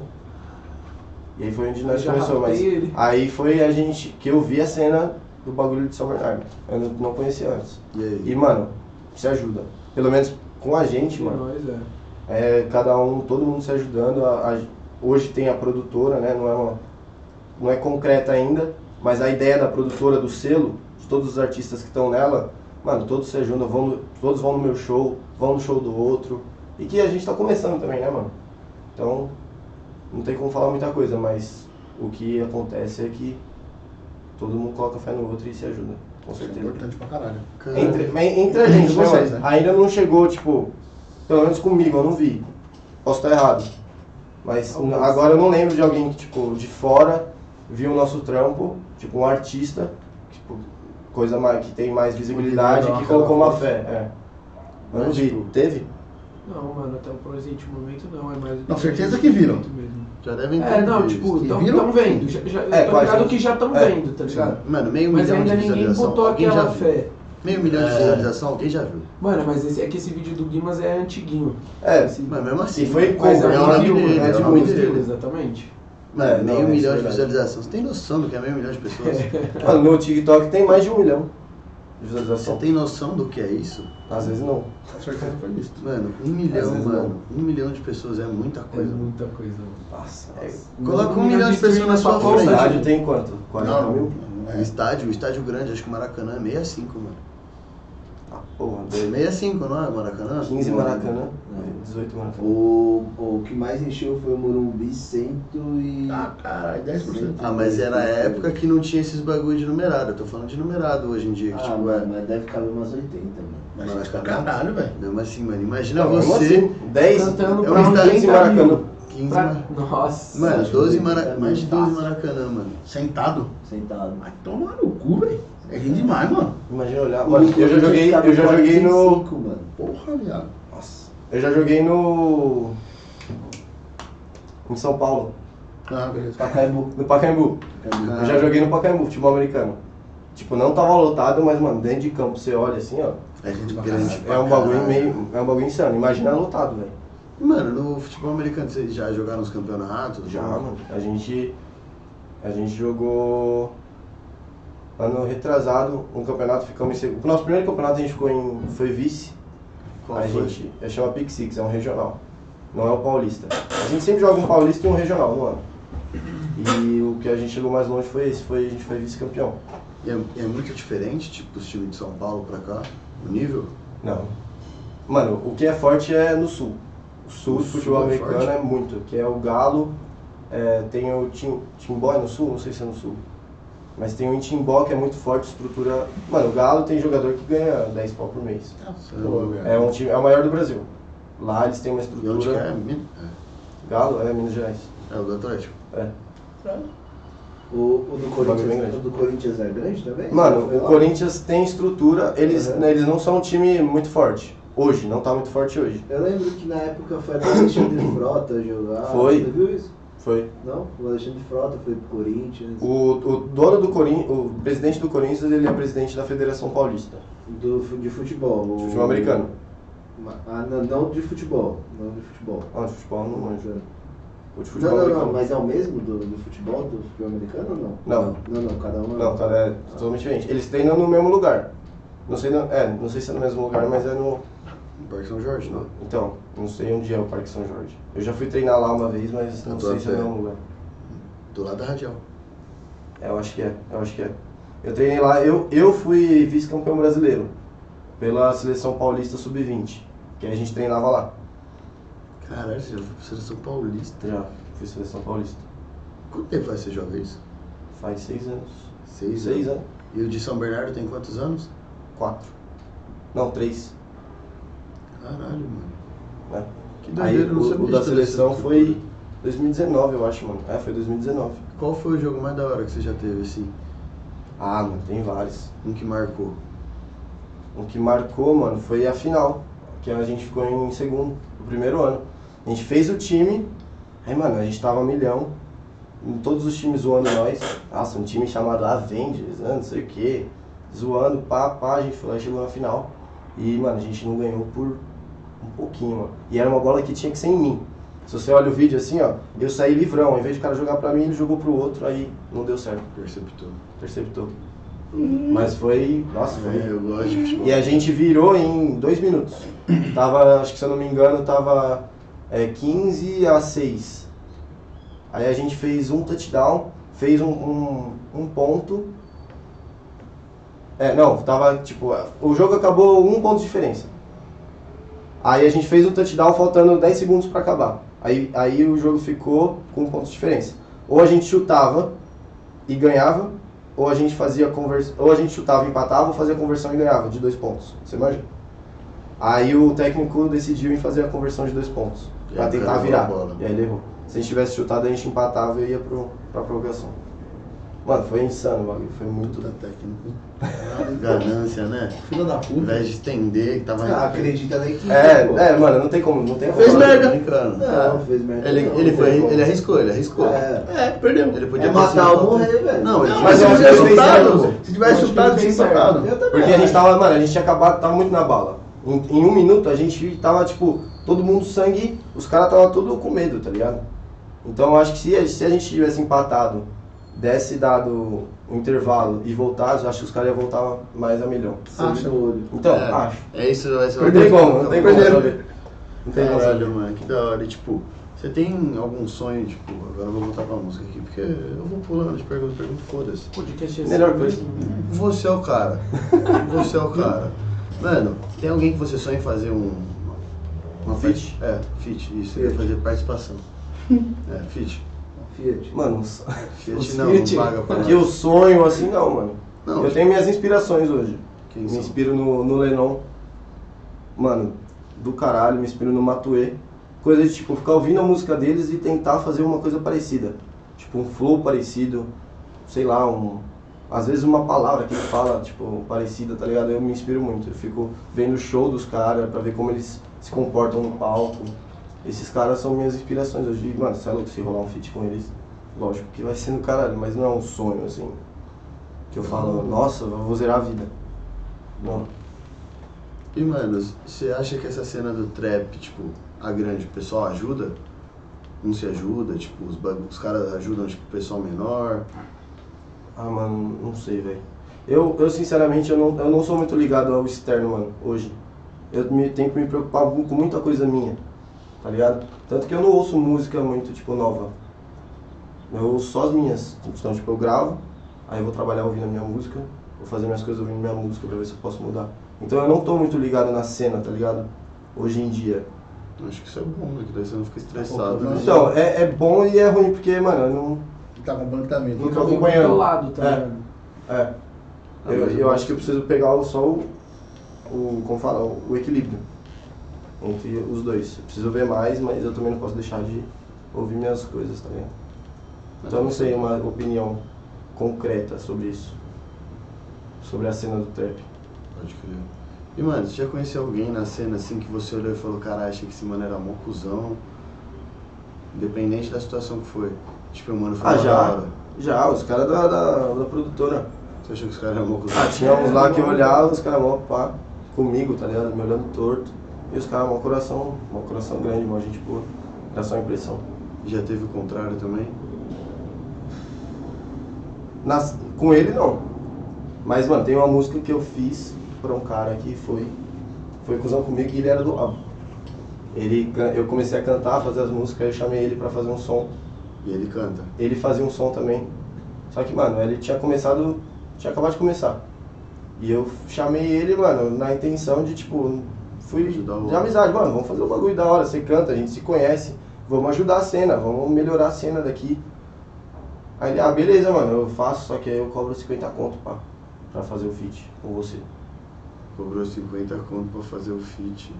[SPEAKER 3] E aí foi onde nós
[SPEAKER 5] Já
[SPEAKER 3] começamos, mas
[SPEAKER 5] rapei ele.
[SPEAKER 3] aí foi a gente que eu vi a cena do bagulho de São Bernardo. Eu não- não conhecia antes.
[SPEAKER 4] E aí?
[SPEAKER 3] E, mano, se ajuda. Pelo menos com a gente,
[SPEAKER 5] Que
[SPEAKER 3] mano.
[SPEAKER 5] Tipo, nós, é.
[SPEAKER 3] É, cada um, todo mundo se ajudando. A, a- Hoje tem a produtora, né? Não é, uma- não é concreta ainda, mas a ideia da produtora, do selo, de todos os artistas que estão nela, mano, todos se ajudam, vão no- todos vão no meu show, vão no show do outro. E que a gente tá começando também, né, mano? Então, não tem como falar muita coisa, mas o que acontece é que todo mundo coloca fé no outro e se ajuda, com
[SPEAKER 2] Isso é
[SPEAKER 3] certeza.
[SPEAKER 2] importante pra caralho.
[SPEAKER 3] Entre, mas entre a gente,
[SPEAKER 2] Entre
[SPEAKER 3] né,
[SPEAKER 2] vocês,
[SPEAKER 3] mano?
[SPEAKER 2] né?
[SPEAKER 3] Ainda não chegou, tipo, pelo menos comigo, eu não vi. Posso estar errado. Mas
[SPEAKER 5] Talvez.
[SPEAKER 3] agora eu não lembro de alguém que, tipo, de fora viu o nosso trampo, tipo, um artista, tipo, coisa mais, que tem mais visibilidade,
[SPEAKER 2] Ele dá
[SPEAKER 3] que
[SPEAKER 2] uma
[SPEAKER 3] colocou uma
[SPEAKER 2] cara
[SPEAKER 3] fé. É. Eu não
[SPEAKER 2] Mas,
[SPEAKER 3] vi.
[SPEAKER 2] tipo,
[SPEAKER 3] Teve?
[SPEAKER 5] Não, mano, até o presente momento não, é mais...
[SPEAKER 2] Não, certeza que viram.
[SPEAKER 5] Mesmo.
[SPEAKER 4] Já devem ter.
[SPEAKER 5] É, não,
[SPEAKER 4] visto.
[SPEAKER 5] tipo,
[SPEAKER 2] que
[SPEAKER 5] estão
[SPEAKER 2] viram?
[SPEAKER 5] vendo. Já, já,
[SPEAKER 3] É,
[SPEAKER 5] eu tô
[SPEAKER 3] quase,
[SPEAKER 5] ligado
[SPEAKER 3] né?
[SPEAKER 5] que já estão
[SPEAKER 3] É.
[SPEAKER 5] vendo, tá ligado?
[SPEAKER 4] Mano, meio
[SPEAKER 5] Mas
[SPEAKER 4] milhão
[SPEAKER 5] ainda
[SPEAKER 4] de
[SPEAKER 5] ninguém
[SPEAKER 4] visualização.
[SPEAKER 5] botou
[SPEAKER 4] Alguém já
[SPEAKER 5] aquela
[SPEAKER 4] viu?
[SPEAKER 5] fé.
[SPEAKER 4] Meio milhão de
[SPEAKER 2] É.
[SPEAKER 4] visualização, alguém já viu.
[SPEAKER 5] Mano, mas esse, é que esse vídeo do Guimas é antiguinho.
[SPEAKER 3] É.
[SPEAKER 5] Esse-
[SPEAKER 4] Mas mesmo assim.
[SPEAKER 3] E foi
[SPEAKER 5] mas
[SPEAKER 3] cover,
[SPEAKER 4] é
[SPEAKER 5] alguém
[SPEAKER 4] o nome
[SPEAKER 5] viu,
[SPEAKER 4] dele,
[SPEAKER 5] né?
[SPEAKER 4] é o
[SPEAKER 5] Tipo,
[SPEAKER 4] nome
[SPEAKER 5] viu,
[SPEAKER 4] dele.
[SPEAKER 5] Exatamente.
[SPEAKER 4] Mano,
[SPEAKER 3] É,
[SPEAKER 4] meio
[SPEAKER 3] não,
[SPEAKER 4] milhão
[SPEAKER 3] isso é
[SPEAKER 4] de
[SPEAKER 3] verdade.
[SPEAKER 4] visualização. Você tem noção do que é meio milhão de
[SPEAKER 3] [LAUGHS]
[SPEAKER 4] pessoas?
[SPEAKER 3] Mano, no TikTok tem mais de um milhão de
[SPEAKER 4] Você
[SPEAKER 3] visualização.
[SPEAKER 4] tem noção do que é isso?
[SPEAKER 3] Às vezes não.
[SPEAKER 2] Com certeza foi visto.
[SPEAKER 4] Mano, um
[SPEAKER 3] Às
[SPEAKER 4] milhão,
[SPEAKER 3] vezes
[SPEAKER 4] mano. Um milhão de pessoas é muita
[SPEAKER 5] É
[SPEAKER 4] coisa.
[SPEAKER 5] muita coisa. mano.
[SPEAKER 3] Nossa,
[SPEAKER 5] É,
[SPEAKER 4] Coloca um milhão de pessoas na sua
[SPEAKER 3] O
[SPEAKER 5] conta,
[SPEAKER 4] frente.
[SPEAKER 3] estádio tem quanto? 40 mil?
[SPEAKER 4] O Um
[SPEAKER 2] é.
[SPEAKER 4] estádio, o estádio grande, acho que o Maracanã é 65, mano.
[SPEAKER 3] Ah, porra,
[SPEAKER 4] 65, não é Maracanã?
[SPEAKER 3] 15 Maracanã, 18 Maracanã.
[SPEAKER 1] O, o que mais encheu foi o Morumbi cento e.
[SPEAKER 2] Ah, caralho, 10%.
[SPEAKER 4] Ah, mas era a época que não tinha esses bagulho de numerado. Eu tô falando de numerado hoje em dia. que,
[SPEAKER 1] Ah,
[SPEAKER 4] tipo,
[SPEAKER 1] mano,
[SPEAKER 4] é.
[SPEAKER 1] mas deve caber umas 80, mano.
[SPEAKER 2] Mas acho que é caralho, velho.
[SPEAKER 4] Mesmo assim, mano, imagina
[SPEAKER 3] Como
[SPEAKER 4] você.
[SPEAKER 3] Ah. assim? 10?
[SPEAKER 5] Cantando
[SPEAKER 4] é
[SPEAKER 5] pra
[SPEAKER 4] um
[SPEAKER 5] um
[SPEAKER 4] estádio
[SPEAKER 5] 30
[SPEAKER 4] de
[SPEAKER 5] mil.
[SPEAKER 4] 15
[SPEAKER 5] Pra...
[SPEAKER 3] tipo,
[SPEAKER 4] Maracanã.
[SPEAKER 5] Nossa.
[SPEAKER 4] Mano, 12
[SPEAKER 3] É
[SPEAKER 4] Maracanã.
[SPEAKER 1] Tá
[SPEAKER 4] Mais de 12
[SPEAKER 1] fácil.
[SPEAKER 4] Maracanã, mano.
[SPEAKER 2] Sentado.
[SPEAKER 1] Sentado.
[SPEAKER 2] Vai tomar no cu, velho. É rir demais, mano.
[SPEAKER 3] Imagina
[SPEAKER 1] Ah,
[SPEAKER 3] olhar. Mano, eu já joguei, eu já joguei no.
[SPEAKER 1] 45, mano.
[SPEAKER 2] Porra, viado.
[SPEAKER 3] Nossa. Eu já joguei no. Em São Paulo,
[SPEAKER 2] Ah, beleza.
[SPEAKER 3] Pacaembu. No Pacaembu.
[SPEAKER 1] Cabe-
[SPEAKER 3] Eu já joguei no Pacaembu, futebol americano. Tipo, não tava lotado, mas, mano, dentro de campo você olha assim, ó.
[SPEAKER 4] É gente
[SPEAKER 2] pra
[SPEAKER 4] grande.
[SPEAKER 3] É um bagulho meio. É um bagulho insano. Imagina lotado, velho.
[SPEAKER 4] Mano, no futebol americano vocês já jogaram nos campeonatos?
[SPEAKER 3] Já, Ah, mano. A gente. A gente jogou. Ano retrasado, um campeonato ficamos em segundo. O nosso primeiro campeonato a gente ficou em. Foi vice.
[SPEAKER 4] Qual
[SPEAKER 3] a
[SPEAKER 4] foi?
[SPEAKER 3] gente é, chama Pick Six, é um regional. Não é o paulista. A gente sempre joga um paulista e um regional no ano. E o que a gente chegou mais longe foi esse, foi, a gente foi vice-campeão.
[SPEAKER 4] E É, é muito diferente, tipo, os times de São Paulo pra cá, o nível?
[SPEAKER 3] Não. Mano, o que é forte é no sul. O sul
[SPEAKER 4] O
[SPEAKER 3] do
[SPEAKER 4] sul
[SPEAKER 3] futebol
[SPEAKER 4] é
[SPEAKER 3] americano
[SPEAKER 4] forte.
[SPEAKER 3] é muito, que é o Galo, é, tem o Tim, Timbó é no sul, não sei se é no sul. Mas tem o Timbó que é muito forte, estrutura. Mano, o Galo tem jogador que ganha 10 pau por mês.
[SPEAKER 2] Nossa,
[SPEAKER 4] Pô,
[SPEAKER 2] velho.
[SPEAKER 3] É, um time, é o maior do Brasil. Lá eles têm uma
[SPEAKER 4] E onde que é?
[SPEAKER 3] estrutura.
[SPEAKER 4] Min-
[SPEAKER 3] Galo é Minas Gerais.
[SPEAKER 4] É, é o do Atlético.
[SPEAKER 1] O, o do
[SPEAKER 3] bem
[SPEAKER 1] Corinthians,
[SPEAKER 3] é grande.
[SPEAKER 1] o do Corinthians é grande também?
[SPEAKER 3] Mano,
[SPEAKER 1] Foi
[SPEAKER 3] o
[SPEAKER 1] lá?
[SPEAKER 3] Corinthians tem estrutura, eles,
[SPEAKER 1] Uhum.
[SPEAKER 3] né, eles não são um time muito forte. Hoje, não tá muito forte hoje.
[SPEAKER 1] Eu lembro que na época foi até o Alexandre
[SPEAKER 3] [COUGHS]
[SPEAKER 1] Frota jogar.
[SPEAKER 3] Foi.
[SPEAKER 1] Você viu isso?
[SPEAKER 3] Foi.
[SPEAKER 1] Não? O Alexandre Frota foi pro Corinthians.
[SPEAKER 3] O, o dono do Corinthians, o presidente do Corinthians, ele é presidente da Federação Paulista,
[SPEAKER 1] Do, fu- de futebol. o-
[SPEAKER 3] de futebol americano.
[SPEAKER 1] Ma- Ah, não, não de futebol. Não de futebol.
[SPEAKER 3] Ah, de futebol não manjo. O
[SPEAKER 1] Não,
[SPEAKER 3] de futebol
[SPEAKER 1] não,
[SPEAKER 3] americano.
[SPEAKER 1] não, mas é o mesmo do, do futebol, do futebol americano ou não?
[SPEAKER 3] Não.
[SPEAKER 1] Não, não, cada um é-
[SPEAKER 3] Não, tá, é totalmente diferente. Eles treinam no mesmo lugar. Não sei, na- é, não sei se é no mesmo lugar, mas é no.
[SPEAKER 4] No Parque São Jorge, não?
[SPEAKER 3] Então, não sei onde é o Parque São Jorge. Eu já fui treinar lá uma vez, mas não
[SPEAKER 4] Eu tô
[SPEAKER 3] sei se é
[SPEAKER 4] até-
[SPEAKER 3] no mesmo lugar.
[SPEAKER 4] Do lado da Radial.
[SPEAKER 3] É, eu acho que é, eu acho que é. Eu treinei lá, eu, eu fui vice-campeão brasileiro pela seleção paulista sub-20, que a gente treinava lá.
[SPEAKER 4] Caralho, você já foi pro Seleção Paulista.
[SPEAKER 3] Já fui seleção paulista.
[SPEAKER 4] Quanto tempo faz que você joga isso?
[SPEAKER 3] Faz seis anos.
[SPEAKER 4] Seis,
[SPEAKER 3] Seis anos?
[SPEAKER 4] E o de São Bernardo tem quantos anos?
[SPEAKER 3] Quatro. Não, três.
[SPEAKER 4] Caralho, mano.
[SPEAKER 3] Né?
[SPEAKER 4] Que
[SPEAKER 3] Aí
[SPEAKER 4] doideira, eu não
[SPEAKER 3] o,
[SPEAKER 4] sabia
[SPEAKER 3] o da
[SPEAKER 4] disso, né?
[SPEAKER 3] seleção
[SPEAKER 4] dessa
[SPEAKER 3] foi
[SPEAKER 4] estrutura.
[SPEAKER 3] 2019, eu acho, mano. É, foi 2019.
[SPEAKER 4] Qual foi o jogo mais da hora que você já teve, assim?
[SPEAKER 3] Ah, mano, tem vários.
[SPEAKER 4] Um que marcou?
[SPEAKER 3] O que marcou, mano, foi a final, que a gente ficou em segundo, no primeiro ano. A gente fez o time, aí, mano, a gente tava um milhão, em todos os times zoando nós. Nossa, um time chamado Avengers, né, não sei o quê, zoando, pá, pá, a gente foi lá e chegou na final. E, mano, a gente não ganhou por um pouquinho, mano. E era uma bola que tinha que ser em mim. Se você olha o vídeo assim, ó, eu saí livrão, ao invés de o cara jogar pra mim, ele jogou pro outro, aí não deu certo,
[SPEAKER 4] Perceptor.
[SPEAKER 3] interceptou. Mas foi, nossa, foi
[SPEAKER 4] É, eu gosto de futebol.
[SPEAKER 3] e a gente virou em dois minutos. Tava, acho que se eu não me engano, tava é, 15 a 6. Aí a gente fez um touchdown, fez um, um, um ponto. É, não, tava tipo. O jogo acabou um ponto de diferença. Aí a gente fez o touchdown faltando 10 segundos pra acabar. Aí, aí o jogo ficou com um ponto de diferença. Ou a gente chutava e ganhava, ou a gente fazia conversão. Ou a gente chutava, e empatava, ou fazia conversão e ganhava de dois pontos. Você imagina? Aí o técnico decidiu em fazer a conversão de dois pontos.
[SPEAKER 4] E
[SPEAKER 3] Pra
[SPEAKER 4] aí o
[SPEAKER 3] tentar
[SPEAKER 4] cara levou
[SPEAKER 3] virar.
[SPEAKER 4] a bola.
[SPEAKER 3] E aí ele errou. Se a gente tivesse chutado, a gente empatava e ia pro, pra prorrogação. Mano, foi insano, o bagulho. Foi muito.
[SPEAKER 4] Puta técnico. Ganância, né?
[SPEAKER 2] Filha da
[SPEAKER 4] Ao
[SPEAKER 2] puta.
[SPEAKER 4] invés de estender, que tava.
[SPEAKER 1] Ah, acredita na equipe. pô.
[SPEAKER 3] É, é, mano, não tem como, não tem como.
[SPEAKER 4] Fez
[SPEAKER 3] falar.
[SPEAKER 4] merda. Brincando.
[SPEAKER 1] Não, fez merda.
[SPEAKER 4] Ele,
[SPEAKER 1] não,
[SPEAKER 4] ele,
[SPEAKER 1] não
[SPEAKER 4] foi,
[SPEAKER 1] tem como.
[SPEAKER 4] ele arriscou, ele arriscou.
[SPEAKER 1] É.
[SPEAKER 4] perdeu. Ele podia
[SPEAKER 1] É
[SPEAKER 4] ter
[SPEAKER 1] matar
[SPEAKER 4] sido-
[SPEAKER 1] ou morrer, velho.
[SPEAKER 4] Não, ele
[SPEAKER 2] Não,
[SPEAKER 4] não,
[SPEAKER 2] mas é um se tivesse
[SPEAKER 3] eu acho que ele fez
[SPEAKER 2] chutado,
[SPEAKER 3] certo.
[SPEAKER 2] se tivesse
[SPEAKER 5] Eu acho que ele
[SPEAKER 2] chutado, tinha
[SPEAKER 5] fez certo.
[SPEAKER 4] né?
[SPEAKER 2] empatado.
[SPEAKER 1] Eu também
[SPEAKER 3] Porque a
[SPEAKER 1] acho.
[SPEAKER 3] gente tá tava, mano, a gente tinha acabado, tava muito na bala. Em, em um minuto a gente tava, tipo, todo mundo sangue, os caras tava tudo com medo, tá ligado? Então eu acho que se a, se a gente tivesse empatado, desse dado um intervalo e voltasse, eu acho que os caras iam voltar mais a milhão.
[SPEAKER 1] Sangue no olho.
[SPEAKER 3] Então,
[SPEAKER 4] É.
[SPEAKER 3] acho.
[SPEAKER 4] É isso, vai ser
[SPEAKER 3] Não tem como, não tem como
[SPEAKER 4] Perderam.
[SPEAKER 3] saber. Não tem como saber.
[SPEAKER 4] Caralho, mano, que da hora. E, tipo, você tem algum sonho, tipo, agora eu vou voltar pra música aqui, porque eu vou pulando de pergunta, pergunta, foda-se.
[SPEAKER 6] Podcast é
[SPEAKER 3] Melhor
[SPEAKER 6] assim
[SPEAKER 3] coisa.
[SPEAKER 6] mesmo.
[SPEAKER 4] Você é o cara. Você é o cara. Mano, tem alguém que você sonha em fazer um. Uma, uma
[SPEAKER 3] Feat?
[SPEAKER 4] part- É, fit, isso.
[SPEAKER 1] Feat.
[SPEAKER 4] Ia fazer participação. É, fit.
[SPEAKER 1] Fiat.
[SPEAKER 3] Mano, os-
[SPEAKER 4] Fit
[SPEAKER 3] Os
[SPEAKER 4] não,
[SPEAKER 3] feat?
[SPEAKER 4] não paga pra
[SPEAKER 3] que eu sonho assim não, mano.
[SPEAKER 4] Não,
[SPEAKER 3] eu tenho minhas inspirações hoje.
[SPEAKER 4] quem
[SPEAKER 3] Me
[SPEAKER 4] são?
[SPEAKER 3] inspiro no, no Lennon. Mano, do caralho, me inspiro no Matuê. Coisa de tipo, ficar ouvindo a música deles e tentar fazer uma coisa parecida. Tipo, um flow parecido, sei lá, um. Às vezes uma palavra que ele fala, tipo, parecida, tá ligado? Eu me inspiro muito. Eu fico vendo o show dos caras pra ver como eles se comportam no palco. Esses caras são minhas inspirações hoje. E, mano, sei lá, se rolar um feat com eles, lógico que vai ser no caralho, mas não é um sonho assim. Que eu falo, nossa, eu vou zerar a vida. Não.
[SPEAKER 4] E, mano, você acha que essa cena do trap, tipo, a grande, o pessoal ajuda? Não se ajuda? Tipo, os, ba- os caras ajudam, tipo, o pessoal menor?
[SPEAKER 3] Ah, mano, não sei, velho. Eu, eu sinceramente, eu não, eu não sou muito ligado ao externo, mano, hoje. Eu me, tenho que me preocupar mu- com muita coisa minha, tá ligado? Tanto que eu não ouço música muito, tipo, nova. Eu ouço só as minhas. Então, tipo, eu gravo, aí eu vou trabalhar ouvindo a minha música, vou fazer minhas coisas ouvindo minha música pra ver se eu posso mudar. Então eu não tô muito ligado na cena, tá ligado? Hoje em dia.
[SPEAKER 4] Eu Acho que isso é bom, né? Que daí você não fica estressado, né?
[SPEAKER 3] Então, é, é bom e é ruim, porque, mano, eu não,
[SPEAKER 2] Tá com planejamento.
[SPEAKER 3] Nunca
[SPEAKER 5] Alguém do
[SPEAKER 3] acompanhando.
[SPEAKER 5] teu lado, tá
[SPEAKER 3] É.
[SPEAKER 5] ligado?
[SPEAKER 3] É. Eu, eu acho que eu preciso pegar o- só o, o. Como fala? O, o equilíbrio entre os dois. Eu preciso ver mais, mas eu também não posso deixar de ouvir minhas coisas, tá ligado? Então eu não sei uma opinião concreta sobre isso. Sobre a cena do trap.
[SPEAKER 4] Pode crer. E, mano, você já conheceu alguém na cena, assim, que você olhou e falou, caralho, achei que esse mano era mó cuzão? Independente da situação que foi. Tipo, o mano foi
[SPEAKER 3] Ah,
[SPEAKER 4] mó
[SPEAKER 3] já.
[SPEAKER 4] da hora.
[SPEAKER 3] Já, os caras da, da, da produtora.
[SPEAKER 4] Você achou que os caras eram mó cuzão?
[SPEAKER 3] Ah, tinha uns lá que eu olhava, os caras mó pá comigo, tá ligado? Me olhando torto. E os caras mó coração, mó coração grande, mó gente boa. Era só impressão.
[SPEAKER 4] Já teve o contrário também?
[SPEAKER 3] Nas- com ele não. Mas, mano, tem uma música que eu fiz pra um cara que foi. Foi cuzão comigo e ele era do rabo. Ele, can- eu comecei a cantar, fazer as músicas, aí eu chamei ele pra fazer um som.
[SPEAKER 4] E ele canta.
[SPEAKER 3] Ele fazia um som também. Só que, mano, ele tinha começado. Tinha acabado de começar. E eu chamei ele, mano, na intenção de, tipo, fui
[SPEAKER 4] Ajudar o-
[SPEAKER 3] de amizade, mano, vamos fazer um bagulho da hora, você canta, a gente se conhece, vamos ajudar a cena, vamos melhorar a cena daqui. Aí ele, ah, beleza, mano, eu faço, só que aí eu cobro 50 conto, pá, pra fazer o feat com você.
[SPEAKER 4] Cobrou 50 conto pra fazer o feat.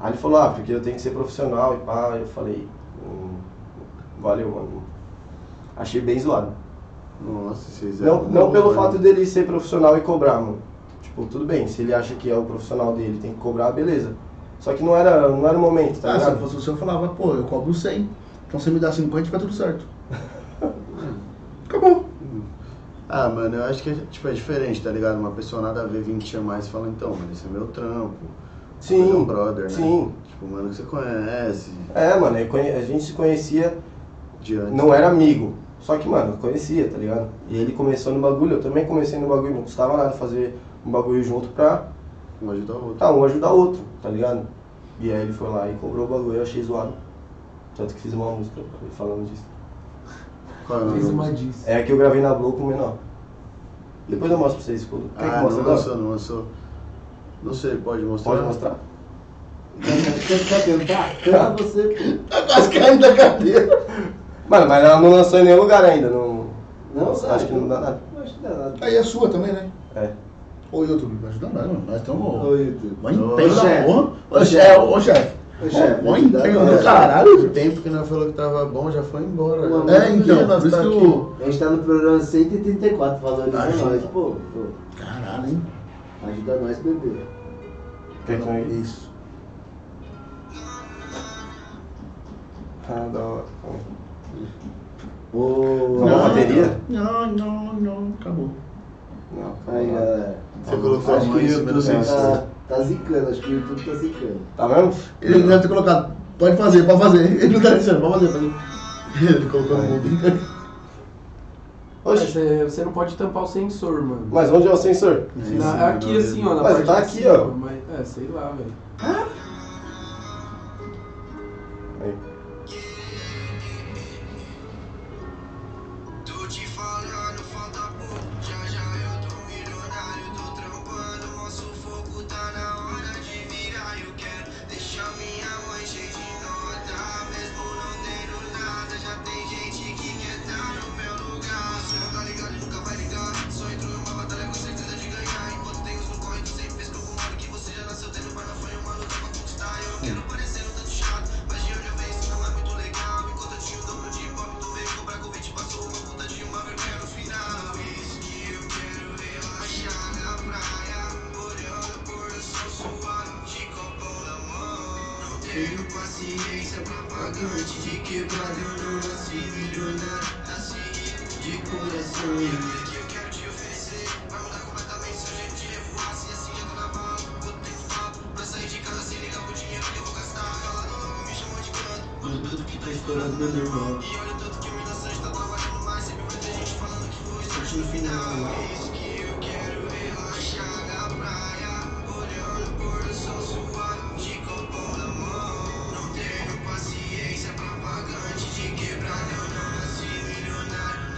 [SPEAKER 3] Aí ele falou, ah, porque eu tenho que ser profissional e pá, eu falei, hum, valeu, mano. Achei bem zoado.
[SPEAKER 4] Nossa, vocês
[SPEAKER 3] Não,
[SPEAKER 4] eram né?
[SPEAKER 3] não pelo
[SPEAKER 4] mano.
[SPEAKER 3] fato dele ser profissional e cobrar, mano. Tipo, tudo bem, se ele acha que é o profissional dele, tem que cobrar, beleza. Só que não era, não era o momento, tá
[SPEAKER 2] Ah, se eu
[SPEAKER 3] ligado?
[SPEAKER 2] fosse você, eu falava, pô, eu cobro 100. Então você me dá 50 e fica tudo certo. Acabou.
[SPEAKER 4] Ah, mano, eu acho que é, tipo, é diferente, tá ligado? Uma pessoa nada a ver vir te chamar e você fala, então, mano, esse é meu trampo. Ele é um
[SPEAKER 3] Sim,
[SPEAKER 4] brother, né?
[SPEAKER 3] sim.
[SPEAKER 4] Tipo, mano, que você conhece
[SPEAKER 3] É, mano, eu conhe- a gente se conhecia,
[SPEAKER 4] de antes.
[SPEAKER 3] não era amigo. Só que, mano, conhecia, tá ligado? E ele começou no bagulho, eu também comecei no bagulho, não custava nada fazer um bagulho junto pra,
[SPEAKER 4] Um ajuda o outro.
[SPEAKER 3] tá, um ajudar o outro, tá ligado? E aí ele foi lá e cobrou o bagulho, eu achei zoado. Tanto que fiz uma música falando disso.
[SPEAKER 4] Qual é o nome?
[SPEAKER 5] Fez
[SPEAKER 4] da
[SPEAKER 5] uma
[SPEAKER 4] música?
[SPEAKER 5] diz.
[SPEAKER 3] É a que eu gravei na Blue com o menor. Depois eu mostro pra vocês quando. Quer que
[SPEAKER 4] Ah,
[SPEAKER 3] mostre
[SPEAKER 4] não
[SPEAKER 3] agora?
[SPEAKER 4] lançou, não lançou. Não sei, pode mostrar?
[SPEAKER 3] Pode mostrar?
[SPEAKER 1] Quer tentar? Tenta você, pô.
[SPEAKER 4] Quase
[SPEAKER 2] [LAUGHS]
[SPEAKER 4] caindo da cadeira.
[SPEAKER 3] Mano, mas ela não lançou em nenhum lugar ainda. Não...
[SPEAKER 1] Não,
[SPEAKER 3] acho
[SPEAKER 1] sabe?
[SPEAKER 3] que não dá nada.
[SPEAKER 1] Acho que dá nada.
[SPEAKER 2] Aí é sua também, né?
[SPEAKER 3] É.
[SPEAKER 2] Ô, YouTube, me ajuda nós, mano. Nós estamos...
[SPEAKER 1] Oi, YouTube.
[SPEAKER 2] Mó empenho
[SPEAKER 4] Ô,
[SPEAKER 2] da
[SPEAKER 1] chefe.
[SPEAKER 2] porra.
[SPEAKER 1] Ô,
[SPEAKER 2] Ô, chefe.
[SPEAKER 1] chefe.
[SPEAKER 2] Ô, chefe.
[SPEAKER 1] Ô, chefe,
[SPEAKER 2] Mó
[SPEAKER 1] me dá
[SPEAKER 2] empenho
[SPEAKER 1] nada.
[SPEAKER 2] do caralho.
[SPEAKER 4] O tempo que nós falou que tava bom já foi embora.
[SPEAKER 1] Uma
[SPEAKER 4] né?
[SPEAKER 2] É, então,
[SPEAKER 1] nós
[SPEAKER 2] por isso
[SPEAKER 1] tá
[SPEAKER 2] que
[SPEAKER 1] aqui.
[SPEAKER 2] o-
[SPEAKER 1] A gente tá no programa 134, valoriza
[SPEAKER 2] Ajuda.
[SPEAKER 1] nós, pô, pô.
[SPEAKER 2] Caralho, hein?
[SPEAKER 1] Ajuda nós, bebê.
[SPEAKER 3] Quer que eu aí?
[SPEAKER 2] É Isso.
[SPEAKER 3] Ah, da hora.
[SPEAKER 1] Ô,
[SPEAKER 3] Não,
[SPEAKER 1] ó,
[SPEAKER 3] bateria?
[SPEAKER 2] Não, não, não. Acabou.
[SPEAKER 3] Não, tá
[SPEAKER 1] Aí,
[SPEAKER 3] bom.
[SPEAKER 1] galera.
[SPEAKER 4] Você colocou a
[SPEAKER 1] acho
[SPEAKER 4] assim, né? mão
[SPEAKER 1] que o
[SPEAKER 4] em cima do
[SPEAKER 1] YouTube tá,
[SPEAKER 4] sensor.
[SPEAKER 1] tá zicando, acho que o YouTube tá zicando.
[SPEAKER 3] Tá mesmo?
[SPEAKER 2] Ele deve ter colocado. Pode fazer, pode fazer. [LAUGHS] Ele não tá dizendo, pode fazer, pode fazer. Ele colocou no mundo.
[SPEAKER 5] Mas,
[SPEAKER 3] Oxi.
[SPEAKER 5] é, você não pode tampar o sensor, mano.
[SPEAKER 3] Mas onde é o sensor?
[SPEAKER 2] [LAUGHS]
[SPEAKER 5] Na- aqui
[SPEAKER 2] é
[SPEAKER 5] assim, ó. Na
[SPEAKER 3] Mas
[SPEAKER 5] parte
[SPEAKER 3] tá
[SPEAKER 5] de
[SPEAKER 3] aqui,
[SPEAKER 5] cima,
[SPEAKER 3] ó.
[SPEAKER 5] Mas, é, sei lá, velho.
[SPEAKER 3] Aí.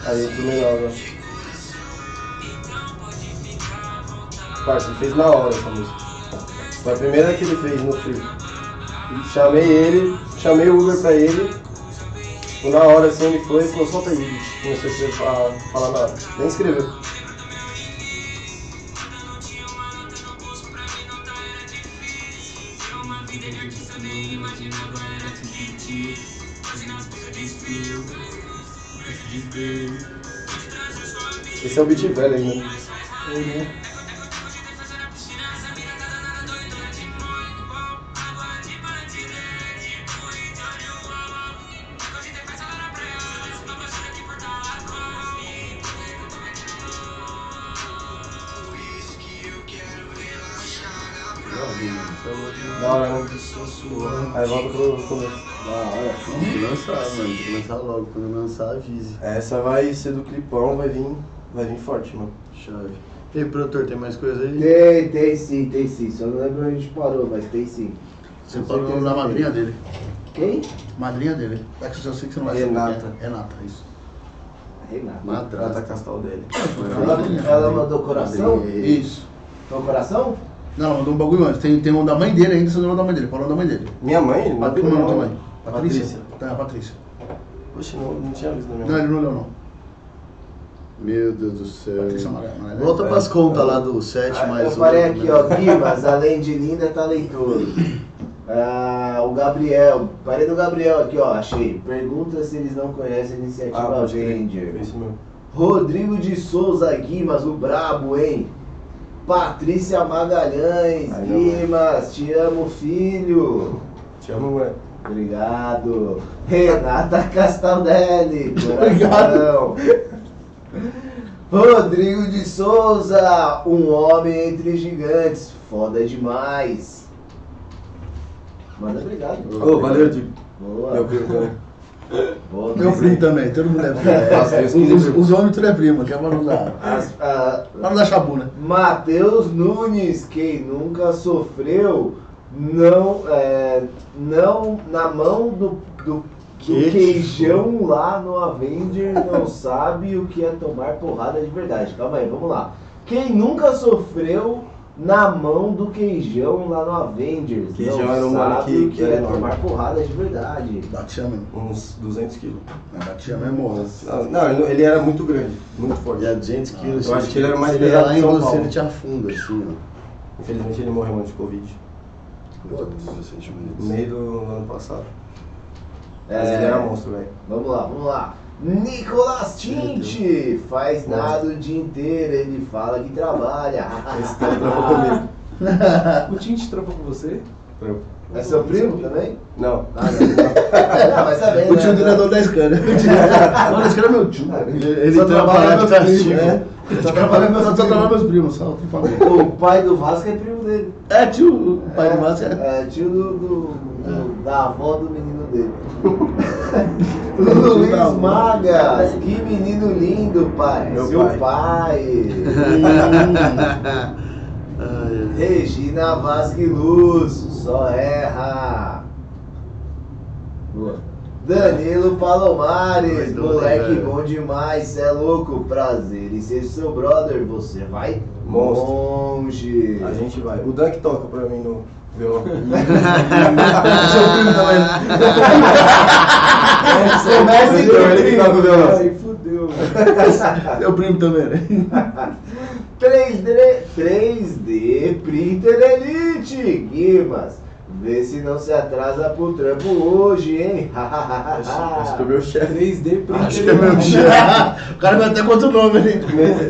[SPEAKER 3] Aí pro melhor agora. Parça, ele fez na hora essa música. Foi a primeira que ele fez no filme. Chamei ele, chamei o Uber pra ele. Tipo, na hora assim ele foi e falou, solta aí. Começou a escrever- a falar na hora. Nem escreveu. Esse é o beat velho ainda. Da hora, né? Aí volta pro começo.
[SPEAKER 4] Da hora. Tem que lançar, mano. Tem que lançar logo. Quando lançar, avise.
[SPEAKER 3] Essa vai ser do clipão, vai vir, vai vir forte, mano.
[SPEAKER 4] Chave. Ei, produtor, tem mais coisa aí?
[SPEAKER 1] Tem, tem sim, tem sim. Só não lembro onde a gente parou, mas tem sim.
[SPEAKER 2] Você falou o nome da madrinha dele.
[SPEAKER 1] Quem?
[SPEAKER 2] Madrinha dele. É que eu sei que você não vai
[SPEAKER 3] Renata.
[SPEAKER 2] saber. quem é. Renata, isso.
[SPEAKER 1] A Renata.
[SPEAKER 3] Ela tá
[SPEAKER 4] Madrasta.
[SPEAKER 3] castal dele.
[SPEAKER 1] Ela, ela mandou coração?
[SPEAKER 2] Isso.
[SPEAKER 1] Mandou coração?
[SPEAKER 2] Não, mandou um bagulho antes. Tem, tem um da mãe dele ainda, você não da mãe dele. Falou da mãe dele.
[SPEAKER 3] Minha mãe?
[SPEAKER 2] Qual o nome da mãe?
[SPEAKER 3] Patrícia.
[SPEAKER 2] Patrícia. Tá, Patrícia.
[SPEAKER 3] Poxa, não, não tinha visto na minha
[SPEAKER 2] Não,
[SPEAKER 3] mãe.
[SPEAKER 2] ele não leu, não.
[SPEAKER 4] Meu Deus do
[SPEAKER 2] Patrícia
[SPEAKER 4] céu.
[SPEAKER 2] Amarela. né?
[SPEAKER 4] Volta pras contas lá do 7
[SPEAKER 1] É. Ah,
[SPEAKER 4] mais
[SPEAKER 1] eu parei
[SPEAKER 4] oito,
[SPEAKER 1] aqui,
[SPEAKER 4] né?
[SPEAKER 1] ó. Guimas, além de linda, é talentoso. Ah, o Gabriel. Parei do Gabriel aqui, ó. Achei. Pergunta se eles não conhecem a
[SPEAKER 4] Ah,
[SPEAKER 1] iniciativa
[SPEAKER 3] pode crer.
[SPEAKER 1] Avenger.
[SPEAKER 3] É Isso mesmo.
[SPEAKER 1] Rodrigo de Souza Guimas, o brabo, hein? Patrícia Magalhães,
[SPEAKER 3] Aí,
[SPEAKER 1] Guimas, te amo, filho.
[SPEAKER 3] Te amo, mãe.
[SPEAKER 1] Obrigado. Renata
[SPEAKER 3] [LAUGHS]
[SPEAKER 1] Castaldelli. coração.
[SPEAKER 2] Obrigado.
[SPEAKER 1] Rodrigo de Souza, um homem entre gigantes. Foda demais. Manda obrigado.
[SPEAKER 3] Ô, valeu, Di.
[SPEAKER 1] Boa.
[SPEAKER 3] Meu primo também.
[SPEAKER 1] Boa.
[SPEAKER 2] é Meu primo também, todo mundo é
[SPEAKER 3] Nossa, eu
[SPEAKER 2] primo. os,
[SPEAKER 3] esqueci.
[SPEAKER 2] os- os homens tudo é primo, que é pra não dar.
[SPEAKER 1] As- a-
[SPEAKER 2] Pra não dar chabu, né?
[SPEAKER 1] Matheus Nunes, quem nunca sofreu, não, é, não na mão do, do O queijão lá no Avenger não sabe o que é tomar porrada de verdade. Calma aí, vamos lá. Quem nunca sofreu na mão do queijão lá no Avengers?
[SPEAKER 3] Queijão
[SPEAKER 1] não
[SPEAKER 3] era um mano
[SPEAKER 1] sabe
[SPEAKER 3] que-
[SPEAKER 1] o que
[SPEAKER 3] que era
[SPEAKER 1] é
[SPEAKER 3] enorme.
[SPEAKER 1] tomar porrada de verdade.
[SPEAKER 2] Batia mesmo.
[SPEAKER 3] Uns 200 quilos.
[SPEAKER 2] Mas Batia mesmo, ó.
[SPEAKER 3] Ah, Não, ele- ele era muito grande, muito forte. Ah,
[SPEAKER 4] E a 200 quilos.
[SPEAKER 3] eu acho
[SPEAKER 4] se
[SPEAKER 3] que ele era mais
[SPEAKER 4] se ele ia lá
[SPEAKER 3] pesado
[SPEAKER 4] em
[SPEAKER 3] que São
[SPEAKER 4] você,
[SPEAKER 3] Paulo.
[SPEAKER 4] ele te afunda, assim, ó.
[SPEAKER 3] Infelizmente ele morreu antes de Covid, no meio do ano passado. Mas
[SPEAKER 1] É.
[SPEAKER 3] ele era monstro, velho.
[SPEAKER 1] Vamos lá, vamos lá. Nicolas Tinte faz
[SPEAKER 3] Nossa.
[SPEAKER 1] nada o dia inteiro, ele fala que trabalha.
[SPEAKER 3] Esse cara trabalhou comigo.
[SPEAKER 5] O Tint trampou com você?
[SPEAKER 1] É seu primo também? [LAUGHS]
[SPEAKER 3] Não,
[SPEAKER 1] Ah, não. não, mas tá bem,
[SPEAKER 2] O
[SPEAKER 1] né?
[SPEAKER 2] tio dele é dono da [LAUGHS] Scania. Não, a Scania é meu tio.
[SPEAKER 4] Ele
[SPEAKER 2] Só
[SPEAKER 4] trabalha
[SPEAKER 2] meus
[SPEAKER 4] de
[SPEAKER 2] primos,
[SPEAKER 4] castigo.
[SPEAKER 2] né? Só trabalha meus- só trabalha meus primos, só. tem pra mim.
[SPEAKER 1] O pai do Vasco é primo dele.
[SPEAKER 2] É, tio, o pai do Márcio é.
[SPEAKER 1] É tio do, do- do- da avó do menino dele. Luiz Magas, que menino lindo, pai.
[SPEAKER 3] Meu
[SPEAKER 1] Seu
[SPEAKER 3] pai. [LAUGHS]
[SPEAKER 1] pai.
[SPEAKER 4] Ai,
[SPEAKER 1] Regina Vasquiluz, só erra. Boa. Danilo Palomares,
[SPEAKER 4] Dois,
[SPEAKER 3] né,
[SPEAKER 4] dois,
[SPEAKER 1] moleque
[SPEAKER 4] velho.
[SPEAKER 1] bom demais, cê é louco, prazer em ser seu brother, você vai
[SPEAKER 3] Monstro.
[SPEAKER 1] longe.
[SPEAKER 3] a
[SPEAKER 1] [LAUGHS]
[SPEAKER 3] gente vai. O Dunk toca pra mim no violão.
[SPEAKER 1] Começa em
[SPEAKER 3] Ele que tá toca o violão.
[SPEAKER 6] Aí fudeu, velho.
[SPEAKER 3] [LAUGHS]
[SPEAKER 2] Meu primo também, né?
[SPEAKER 1] 3D, 3D Printer Elite, Guimas. Vê se não se atrasa pro trampo hoje, hein? [LAUGHS]
[SPEAKER 3] Acho que é o meu chefe.
[SPEAKER 6] 3D pra
[SPEAKER 4] Acho que é meu tio.
[SPEAKER 2] O cara vai até quanto nome, hein?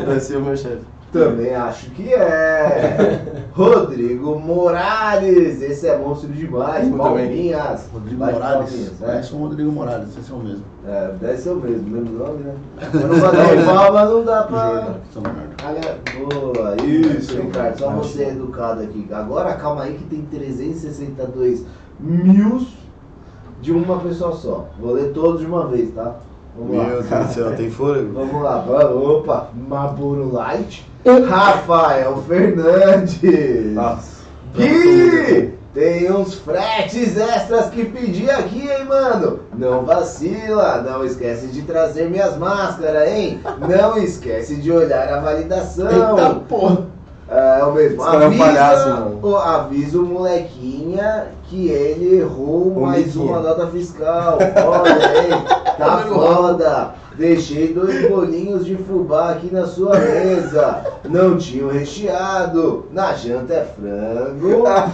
[SPEAKER 3] Vai ser o meu chefe.
[SPEAKER 1] Também acho que é. Rodrigo Morales, esse é monstro demais.
[SPEAKER 3] Muito
[SPEAKER 1] Palminhas.
[SPEAKER 2] Rodrigo
[SPEAKER 1] Vai de
[SPEAKER 2] Morales.
[SPEAKER 1] palminhas, né?
[SPEAKER 2] Parece um Rodrigo Morales, esse é o mesmo.
[SPEAKER 1] É, é, deve ser o mesmo, mesmo nome, né? Quando bater palma não dá pra.
[SPEAKER 2] Jordan, São Bernardo.
[SPEAKER 1] Olha, boa, isso, Ricardo. Só você é educado aqui. Agora calma aí que tem 362 mil de uma pessoa só. Vou ler todos de uma vez, tá? Vamos lá.
[SPEAKER 4] Meu Deus do céu, tem fôlego?
[SPEAKER 1] [LAUGHS] Vamos lá, vamos. Opa, Maburo Light. Rafael Fernandes.
[SPEAKER 3] Nossa.
[SPEAKER 1] Gui! Tem uns fretes extras que pedi aqui, hein, mano? Não vacila, não esquece de trazer minhas máscaras, hein? Não esquece de olhar a validação.
[SPEAKER 2] Eita porra!
[SPEAKER 1] É, o mesmo.
[SPEAKER 3] Esse cara é um
[SPEAKER 1] Avisa,
[SPEAKER 3] palhaço, mano.
[SPEAKER 1] o- avisa o molequinha que ele errou
[SPEAKER 3] O
[SPEAKER 1] mais
[SPEAKER 3] Miquinha.
[SPEAKER 1] uma nota fiscal. Olha aí, tá foda. Deixei dois bolinhos de fubá aqui na sua mesa. Não tinha o recheado. Na janta é frango, a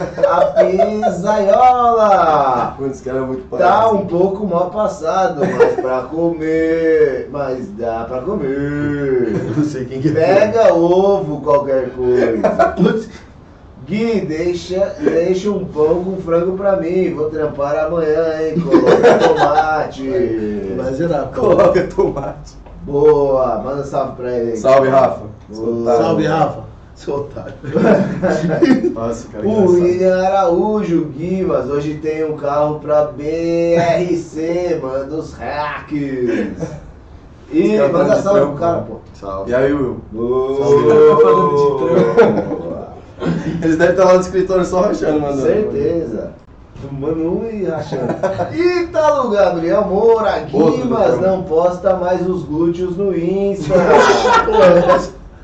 [SPEAKER 1] pisaiola.
[SPEAKER 3] Mano, esse cara é muito
[SPEAKER 1] Tá
[SPEAKER 3] palhaço.
[SPEAKER 1] um pouco mal passado, mas pra comer. Mas dá pra comer.
[SPEAKER 3] [LAUGHS]
[SPEAKER 4] Não sei quem que é.
[SPEAKER 1] Pega ovo, qualquer coisa. Gui, deixa, deixa um pão com frango pra mim. Vou trampar amanhã, hein? Coloca tomate.
[SPEAKER 2] Vai zerar. pô.
[SPEAKER 3] Coloca tomate.
[SPEAKER 1] Boa, manda um salve pra ele. aí.
[SPEAKER 3] Salve, Rafa. tá?
[SPEAKER 1] Boa.
[SPEAKER 2] Salve, Rafa. Seu otário.
[SPEAKER 3] Nossa, cara,
[SPEAKER 1] O
[SPEAKER 3] engraçado.
[SPEAKER 1] William Araújo, Guimas, hoje tem um carro pra BRC, manda os hacks. E
[SPEAKER 3] Esse cara tá
[SPEAKER 1] manda
[SPEAKER 3] de
[SPEAKER 1] salve pro
[SPEAKER 3] trampo,
[SPEAKER 1] cara,
[SPEAKER 3] né?
[SPEAKER 1] pô.
[SPEAKER 4] Salve.
[SPEAKER 3] E aí, Will? né?
[SPEAKER 1] Boa.
[SPEAKER 3] [LAUGHS] Eles devem estar lá no escritório só rachando, mano.
[SPEAKER 1] Certeza. Manu e achando. [LAUGHS] Ítalo Gabriel Moura,
[SPEAKER 3] Outro
[SPEAKER 1] Guimas
[SPEAKER 3] do
[SPEAKER 1] não posta mais os glúteos no
[SPEAKER 3] [LAUGHS]
[SPEAKER 1] Insta.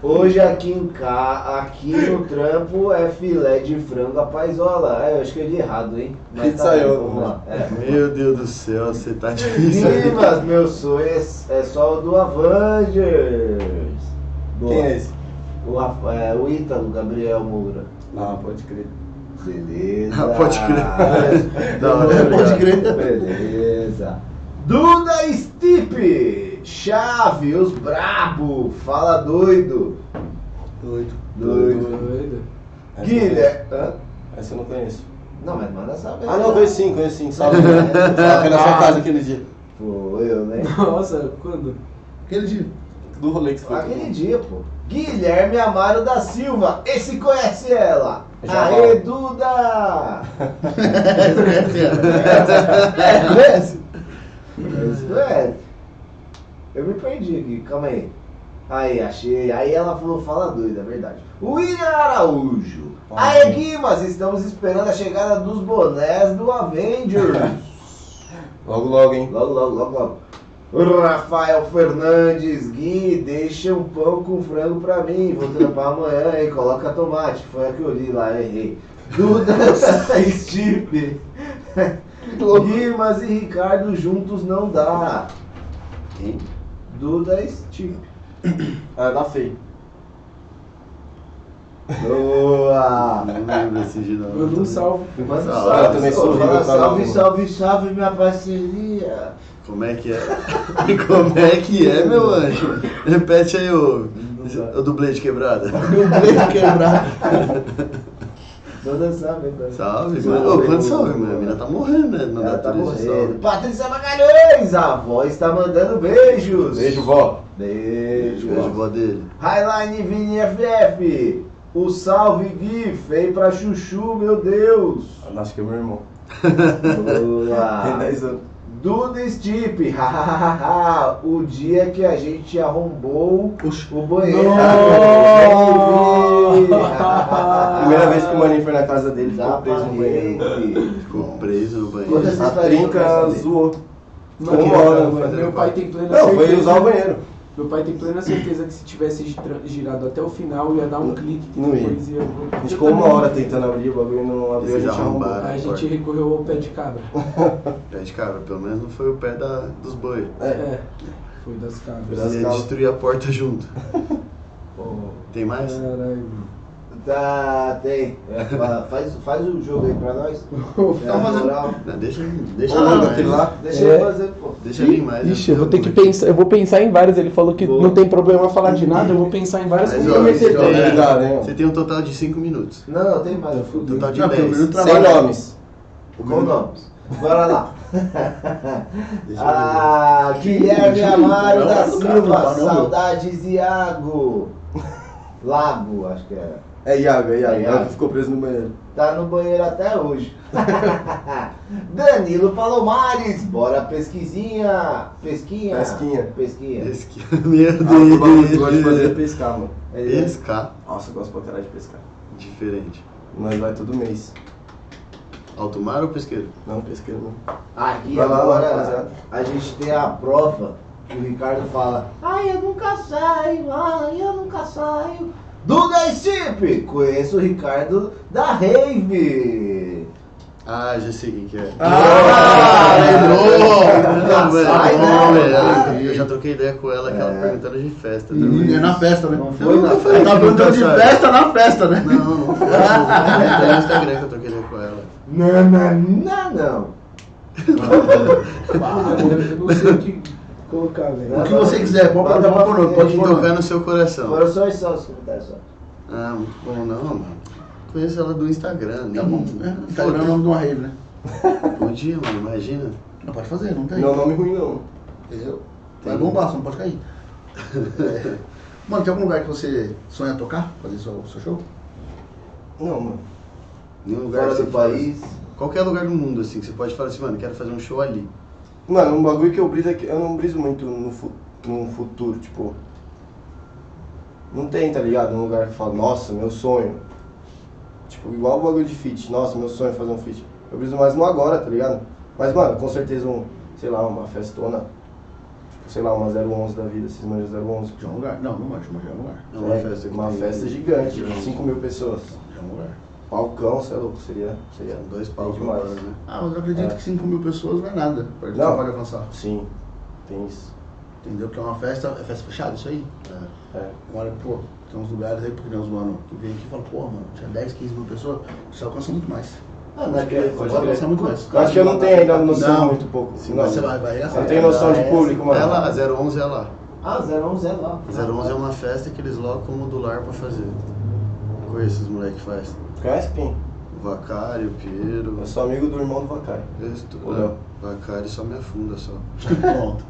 [SPEAKER 1] Hoje aqui em cá, aqui no trampo é filé de frango à paisola. Ah, eu acho que eu li errado, hein?
[SPEAKER 3] Pizzaiolo,
[SPEAKER 1] bom, vamos lá.
[SPEAKER 3] [LAUGHS]
[SPEAKER 1] É.
[SPEAKER 4] Meu Deus do céu, você tá difícil.
[SPEAKER 1] Guimas, meu sonho é, é só o do Avengers. Boa.
[SPEAKER 3] Quem é esse?
[SPEAKER 1] O, Rafa- é, o Ítalo Gabriel Moura.
[SPEAKER 3] Ah, pode crer.
[SPEAKER 1] Beleza.
[SPEAKER 4] Ah,
[SPEAKER 1] [LAUGHS]
[SPEAKER 4] pode crer. Da hora,
[SPEAKER 1] Beleza.
[SPEAKER 4] obrigado.
[SPEAKER 2] Pode crer.
[SPEAKER 1] Beleza. Duda Stipe. Chave, os brabo. Fala doido.
[SPEAKER 2] Doido.
[SPEAKER 1] Doido.
[SPEAKER 6] Doido.
[SPEAKER 3] Essa
[SPEAKER 1] Guilherme. Hã?
[SPEAKER 3] eu- Essa eu não conheço.
[SPEAKER 1] Não, mas manda saber.
[SPEAKER 3] Ah, não, conheço sim, conheço sim. [LAUGHS] Salve. Tava na sua casa aquele dia.
[SPEAKER 1] Pô, eu, né?
[SPEAKER 6] Nossa, quando?
[SPEAKER 2] Aquele dia.
[SPEAKER 3] Do rolê que você foi.
[SPEAKER 1] Aquele dia, Ah, pô. Guilherme Amaro da Silva. Esse conhece ela.
[SPEAKER 3] Já
[SPEAKER 1] Aê,
[SPEAKER 3] falo. [LAUGHS]
[SPEAKER 1] Duda.
[SPEAKER 2] Conhece?
[SPEAKER 1] Isso é. Eu me perdi aqui, calma aí. Aí, achei. Aí ela falou, fala doida, é verdade. William Araújo.
[SPEAKER 3] Ah,
[SPEAKER 1] Aê,
[SPEAKER 3] sim. [LAUGHS]
[SPEAKER 1] Guimas, estamos esperando a chegada dos bonés do Avengers.
[SPEAKER 3] Logo, logo, hein?
[SPEAKER 1] Logo, logo, logo, logo. Rafael Fernandes, Gui, deixa um pão com frango pra mim. Vou trampar amanhã, hein? Coloca tomate. Foi a que eu li lá, errei. Duda Stipe. Guimas e Ricardo juntos não dá.
[SPEAKER 4] Quem?
[SPEAKER 1] Duda Stipe.
[SPEAKER 3] Ah, da FEI.
[SPEAKER 1] Boa!
[SPEAKER 4] Não lembro esse de nome.
[SPEAKER 6] Manda um salve.
[SPEAKER 1] Manda
[SPEAKER 4] Ah,
[SPEAKER 1] salve,
[SPEAKER 4] eu
[SPEAKER 3] também sou
[SPEAKER 1] Ô,
[SPEAKER 3] horrível
[SPEAKER 1] fala
[SPEAKER 3] pra dar
[SPEAKER 1] salve,
[SPEAKER 3] uma.
[SPEAKER 1] salve, salve, minha parceria.
[SPEAKER 4] Como é [LAUGHS] que é? Como é que é, meu anjo? Repete aí o, o dublê de quebrada.
[SPEAKER 2] Dublê quebrado.
[SPEAKER 1] Toda um salve, cara.
[SPEAKER 4] Salve,
[SPEAKER 1] Salve,
[SPEAKER 4] mano. Ô, quanto
[SPEAKER 1] ô.
[SPEAKER 4] salve, mano? A menina tá morrendo, né? Não
[SPEAKER 1] Ela
[SPEAKER 4] dá
[SPEAKER 1] tá
[SPEAKER 4] tudo isso, salve.
[SPEAKER 1] morrendo. Patrícia Magalhães, a avó está mandando beijos.
[SPEAKER 3] Beijo, vó.
[SPEAKER 1] Beijos.
[SPEAKER 4] Beijo, vó dele.
[SPEAKER 1] Highline Vini FF. O salve Gui, feio pra Chuchu, meu Deus.
[SPEAKER 3] Acho que é meu irmão. [LAUGHS] Tem
[SPEAKER 1] Boa.
[SPEAKER 3] 10 anos.
[SPEAKER 1] Duda Stipe, [LAUGHS] o dia que a gente arrombou
[SPEAKER 2] Puxa.
[SPEAKER 1] o banheiro.
[SPEAKER 6] Nossa!
[SPEAKER 3] Primeira vez que o Maninho foi na casa dele,
[SPEAKER 1] [LAUGHS] Dá
[SPEAKER 3] ficou preso no banheiro.
[SPEAKER 1] parede.
[SPEAKER 4] Ficou preso no
[SPEAKER 1] Conta
[SPEAKER 4] banheiro.
[SPEAKER 1] essa
[SPEAKER 3] A
[SPEAKER 1] história aí pra
[SPEAKER 3] trinca
[SPEAKER 1] saber.
[SPEAKER 3] zoou.
[SPEAKER 5] Mano,
[SPEAKER 3] Uma hora,
[SPEAKER 5] meu
[SPEAKER 3] fazendo
[SPEAKER 5] pai tem plena
[SPEAKER 3] Não, foi
[SPEAKER 5] certeza-
[SPEAKER 3] usar o banheiro.
[SPEAKER 5] Meu pai tem plena certeza que se tivesse gi- tra- girado até o final ia dar um clique que
[SPEAKER 3] não
[SPEAKER 5] depois ia.
[SPEAKER 3] A gente ficou uma hora tentando abrir, o bagulho não abriu, a
[SPEAKER 4] Eles
[SPEAKER 3] gente
[SPEAKER 4] já
[SPEAKER 3] arrombou.
[SPEAKER 4] arrombaram.
[SPEAKER 5] Aí a gente recorreu ao pé de cabra.
[SPEAKER 4] Pé de cabra, pelo menos não foi o pé da, dos bois.
[SPEAKER 5] É. Foi das cabras.
[SPEAKER 3] Das
[SPEAKER 4] Ia
[SPEAKER 3] cabras.
[SPEAKER 4] destruir a porta junto. Tem mais?
[SPEAKER 5] Caralho.
[SPEAKER 1] Tá, tem. Fa- Faz, faz o jogo aí pra nós.
[SPEAKER 4] Tá
[SPEAKER 1] É,
[SPEAKER 4] fazendo-
[SPEAKER 1] moral.
[SPEAKER 4] Não, deixa deixa
[SPEAKER 3] Ô,
[SPEAKER 4] lá,
[SPEAKER 3] mano,
[SPEAKER 4] mais.
[SPEAKER 3] aquele lá.
[SPEAKER 1] Deixa
[SPEAKER 6] É.
[SPEAKER 1] eu fazer, pô.
[SPEAKER 4] Deixa vir mais. né?
[SPEAKER 6] Ixi, eu vou ter que pensar, eu vou pensar em várias. Ele falou que
[SPEAKER 1] Boa.
[SPEAKER 6] não tem problema falar de nada, eu vou pensar em várias
[SPEAKER 4] Mas,
[SPEAKER 6] como
[SPEAKER 4] ó,
[SPEAKER 6] prometer.
[SPEAKER 4] então,
[SPEAKER 3] É, dá, né?
[SPEAKER 4] Você tem um total de 5 minutos.
[SPEAKER 1] Não, não, tem mais. Eu
[SPEAKER 4] Um
[SPEAKER 1] fui.
[SPEAKER 4] total de
[SPEAKER 2] Não, porque o menino
[SPEAKER 4] 10.
[SPEAKER 3] Sem
[SPEAKER 2] trabalha.
[SPEAKER 3] nomes.
[SPEAKER 1] Com nomes. Bora lá.
[SPEAKER 4] Deixa eu ver.
[SPEAKER 1] Ah, Guilherme Amaro
[SPEAKER 2] Não,
[SPEAKER 1] da
[SPEAKER 2] não, não,
[SPEAKER 1] Silva.
[SPEAKER 2] não, não.
[SPEAKER 1] Saudades, Iago. Lago, acho que era.
[SPEAKER 3] É Iago, é Iago.
[SPEAKER 1] É
[SPEAKER 3] É
[SPEAKER 1] Iago.
[SPEAKER 3] que ficou preso no banheiro.
[SPEAKER 1] Tá no banheiro até hoje. [LAUGHS] Danilo Palomares. Bora, pesquisinha. Pesquinha.
[SPEAKER 3] Pesquinha.
[SPEAKER 1] Pesquinha.
[SPEAKER 4] Esse que- [LAUGHS] Meu
[SPEAKER 3] Ah, o bagulho que eu gosto de fazer é
[SPEAKER 4] Deus.
[SPEAKER 3] pescar, mano.
[SPEAKER 1] Ele-
[SPEAKER 4] SK,
[SPEAKER 3] Nossa, eu gosto pra caralho de pescar.
[SPEAKER 4] diferente.
[SPEAKER 3] Nós vai todo mês.
[SPEAKER 4] Alto mar ou pesqueiro?
[SPEAKER 3] Não, pesqueiro não.
[SPEAKER 1] Aqui
[SPEAKER 3] Vai lá,
[SPEAKER 1] agora
[SPEAKER 3] rapaziada.
[SPEAKER 1] a gente tem a prova que o Ricardo fala: Ai, eu nunca saio, ai, eu nunca saio. Duda Stipe! Conheço o Ricardo da Rave.
[SPEAKER 4] Ah, já sei quem que é.
[SPEAKER 1] Ah,
[SPEAKER 2] é. lembrou!
[SPEAKER 1] Não,
[SPEAKER 4] velho,
[SPEAKER 1] sai,
[SPEAKER 4] não,
[SPEAKER 1] né?
[SPEAKER 2] é.
[SPEAKER 4] velho,
[SPEAKER 1] Ah,
[SPEAKER 4] Eu já troquei ideia com ela, que ela
[SPEAKER 1] É.
[SPEAKER 4] perguntando de festa.
[SPEAKER 2] E
[SPEAKER 4] também.
[SPEAKER 2] é na festa, né?
[SPEAKER 1] Não foi na
[SPEAKER 2] Eu
[SPEAKER 1] festa.
[SPEAKER 2] Tava perguntando de
[SPEAKER 4] Não,
[SPEAKER 2] festa na festa, né?
[SPEAKER 4] Não,
[SPEAKER 2] [LAUGHS]
[SPEAKER 4] não foi. Foi no Instagram que eu troquei ideia com ela.
[SPEAKER 1] Não, não, não, não.
[SPEAKER 5] Eu não sei o que colocar, velho.
[SPEAKER 2] O que você quiser, pode
[SPEAKER 1] Bota
[SPEAKER 2] pode
[SPEAKER 1] pra
[SPEAKER 2] pôr,
[SPEAKER 1] você.
[SPEAKER 2] pode
[SPEAKER 4] Vou tocar
[SPEAKER 2] pôr.
[SPEAKER 4] no seu coração.
[SPEAKER 1] Agora só e só os comentários só.
[SPEAKER 4] Ah, muito bom, não, mano. Conheço ela do Instagram.
[SPEAKER 2] Tá
[SPEAKER 4] nem-
[SPEAKER 2] bom, né? Instagram é o nome de uma rave, né?
[SPEAKER 4] Bom dia, mano, imagina.
[SPEAKER 2] Não pode fazer, não tem.
[SPEAKER 3] Não é um nome ruim, não.
[SPEAKER 2] Entendeu? Vai bombar, só não pode cair. É. Mano, tem algum lugar que você sonha tocar? Fazer seu, seu show?
[SPEAKER 3] Não, mano.
[SPEAKER 4] Nenhum lugar
[SPEAKER 1] Fora
[SPEAKER 4] que
[SPEAKER 1] do
[SPEAKER 4] você-
[SPEAKER 1] país.
[SPEAKER 4] Qualquer lugar do mundo, assim, que você pode falar assim, mano, quero fazer um show ali.
[SPEAKER 3] Mano, um bagulho que eu briso é que eu não briso muito no, fu- no futuro, tipo. Não tem, tá ligado? Um lugar que fala, nossa, meu sonho. Tipo, igual o bagulho de feat, nossa, meu sonho é fazer um feat. Eu briso mais no agora, tá ligado? Mas, mano, com certeza um, sei lá, uma festona. Tipo, sei lá, uma 011 da vida, esses manjos 011.
[SPEAKER 2] De um lugar? Não, não manjo, mas de um lugar.
[SPEAKER 4] É uma
[SPEAKER 3] É,
[SPEAKER 4] festa que
[SPEAKER 3] uma
[SPEAKER 4] tem-
[SPEAKER 3] festa gigante, 5 mil pessoas.
[SPEAKER 2] De um lugar.
[SPEAKER 3] Palcão, você é louco, seria. seria
[SPEAKER 4] São tá dois palcos
[SPEAKER 3] demais.
[SPEAKER 4] agora, né?
[SPEAKER 2] Ah, mas eu acredito
[SPEAKER 3] É.
[SPEAKER 2] que 5 mil pessoas não é nada. Porque
[SPEAKER 3] Não.
[SPEAKER 2] Não pode alcançar.
[SPEAKER 3] Sim, tem isso.
[SPEAKER 2] Entendeu? Porque é uma festa, é festa fechada, isso aí.
[SPEAKER 3] É.
[SPEAKER 2] Agora, pô, tem uns lugares aí, porque tem uns mano que vem aqui e fala, pô, mano, tinha 10, 15 mil pessoas, você alcança muito mais.
[SPEAKER 1] Ah, não é que
[SPEAKER 3] Pode
[SPEAKER 2] Você alcança
[SPEAKER 3] crer.
[SPEAKER 2] muito mais.
[SPEAKER 3] Eu acho que eu não tenho ainda noção
[SPEAKER 2] Não.
[SPEAKER 3] muito pouco.
[SPEAKER 2] Sim,
[SPEAKER 3] não,
[SPEAKER 2] mas você vai, vai
[SPEAKER 3] Eu não
[SPEAKER 2] arregaçar.
[SPEAKER 3] tenho noção de
[SPEAKER 1] Essa-
[SPEAKER 3] público, mano.
[SPEAKER 4] Ela, a 011 é lá.
[SPEAKER 1] Ah, 011 é lá.
[SPEAKER 4] 011 é uma festa que eles locam o modular pra fazer. Conheço os moleques que faz.
[SPEAKER 3] Conhece, Pim?
[SPEAKER 4] O Vacário, o Piero.
[SPEAKER 3] Eu sou amigo do irmão do Vacari.
[SPEAKER 4] eu estou-
[SPEAKER 3] O Léo.
[SPEAKER 4] é, Vacário só me afunda só. [LAUGHS]
[SPEAKER 2] Pronto.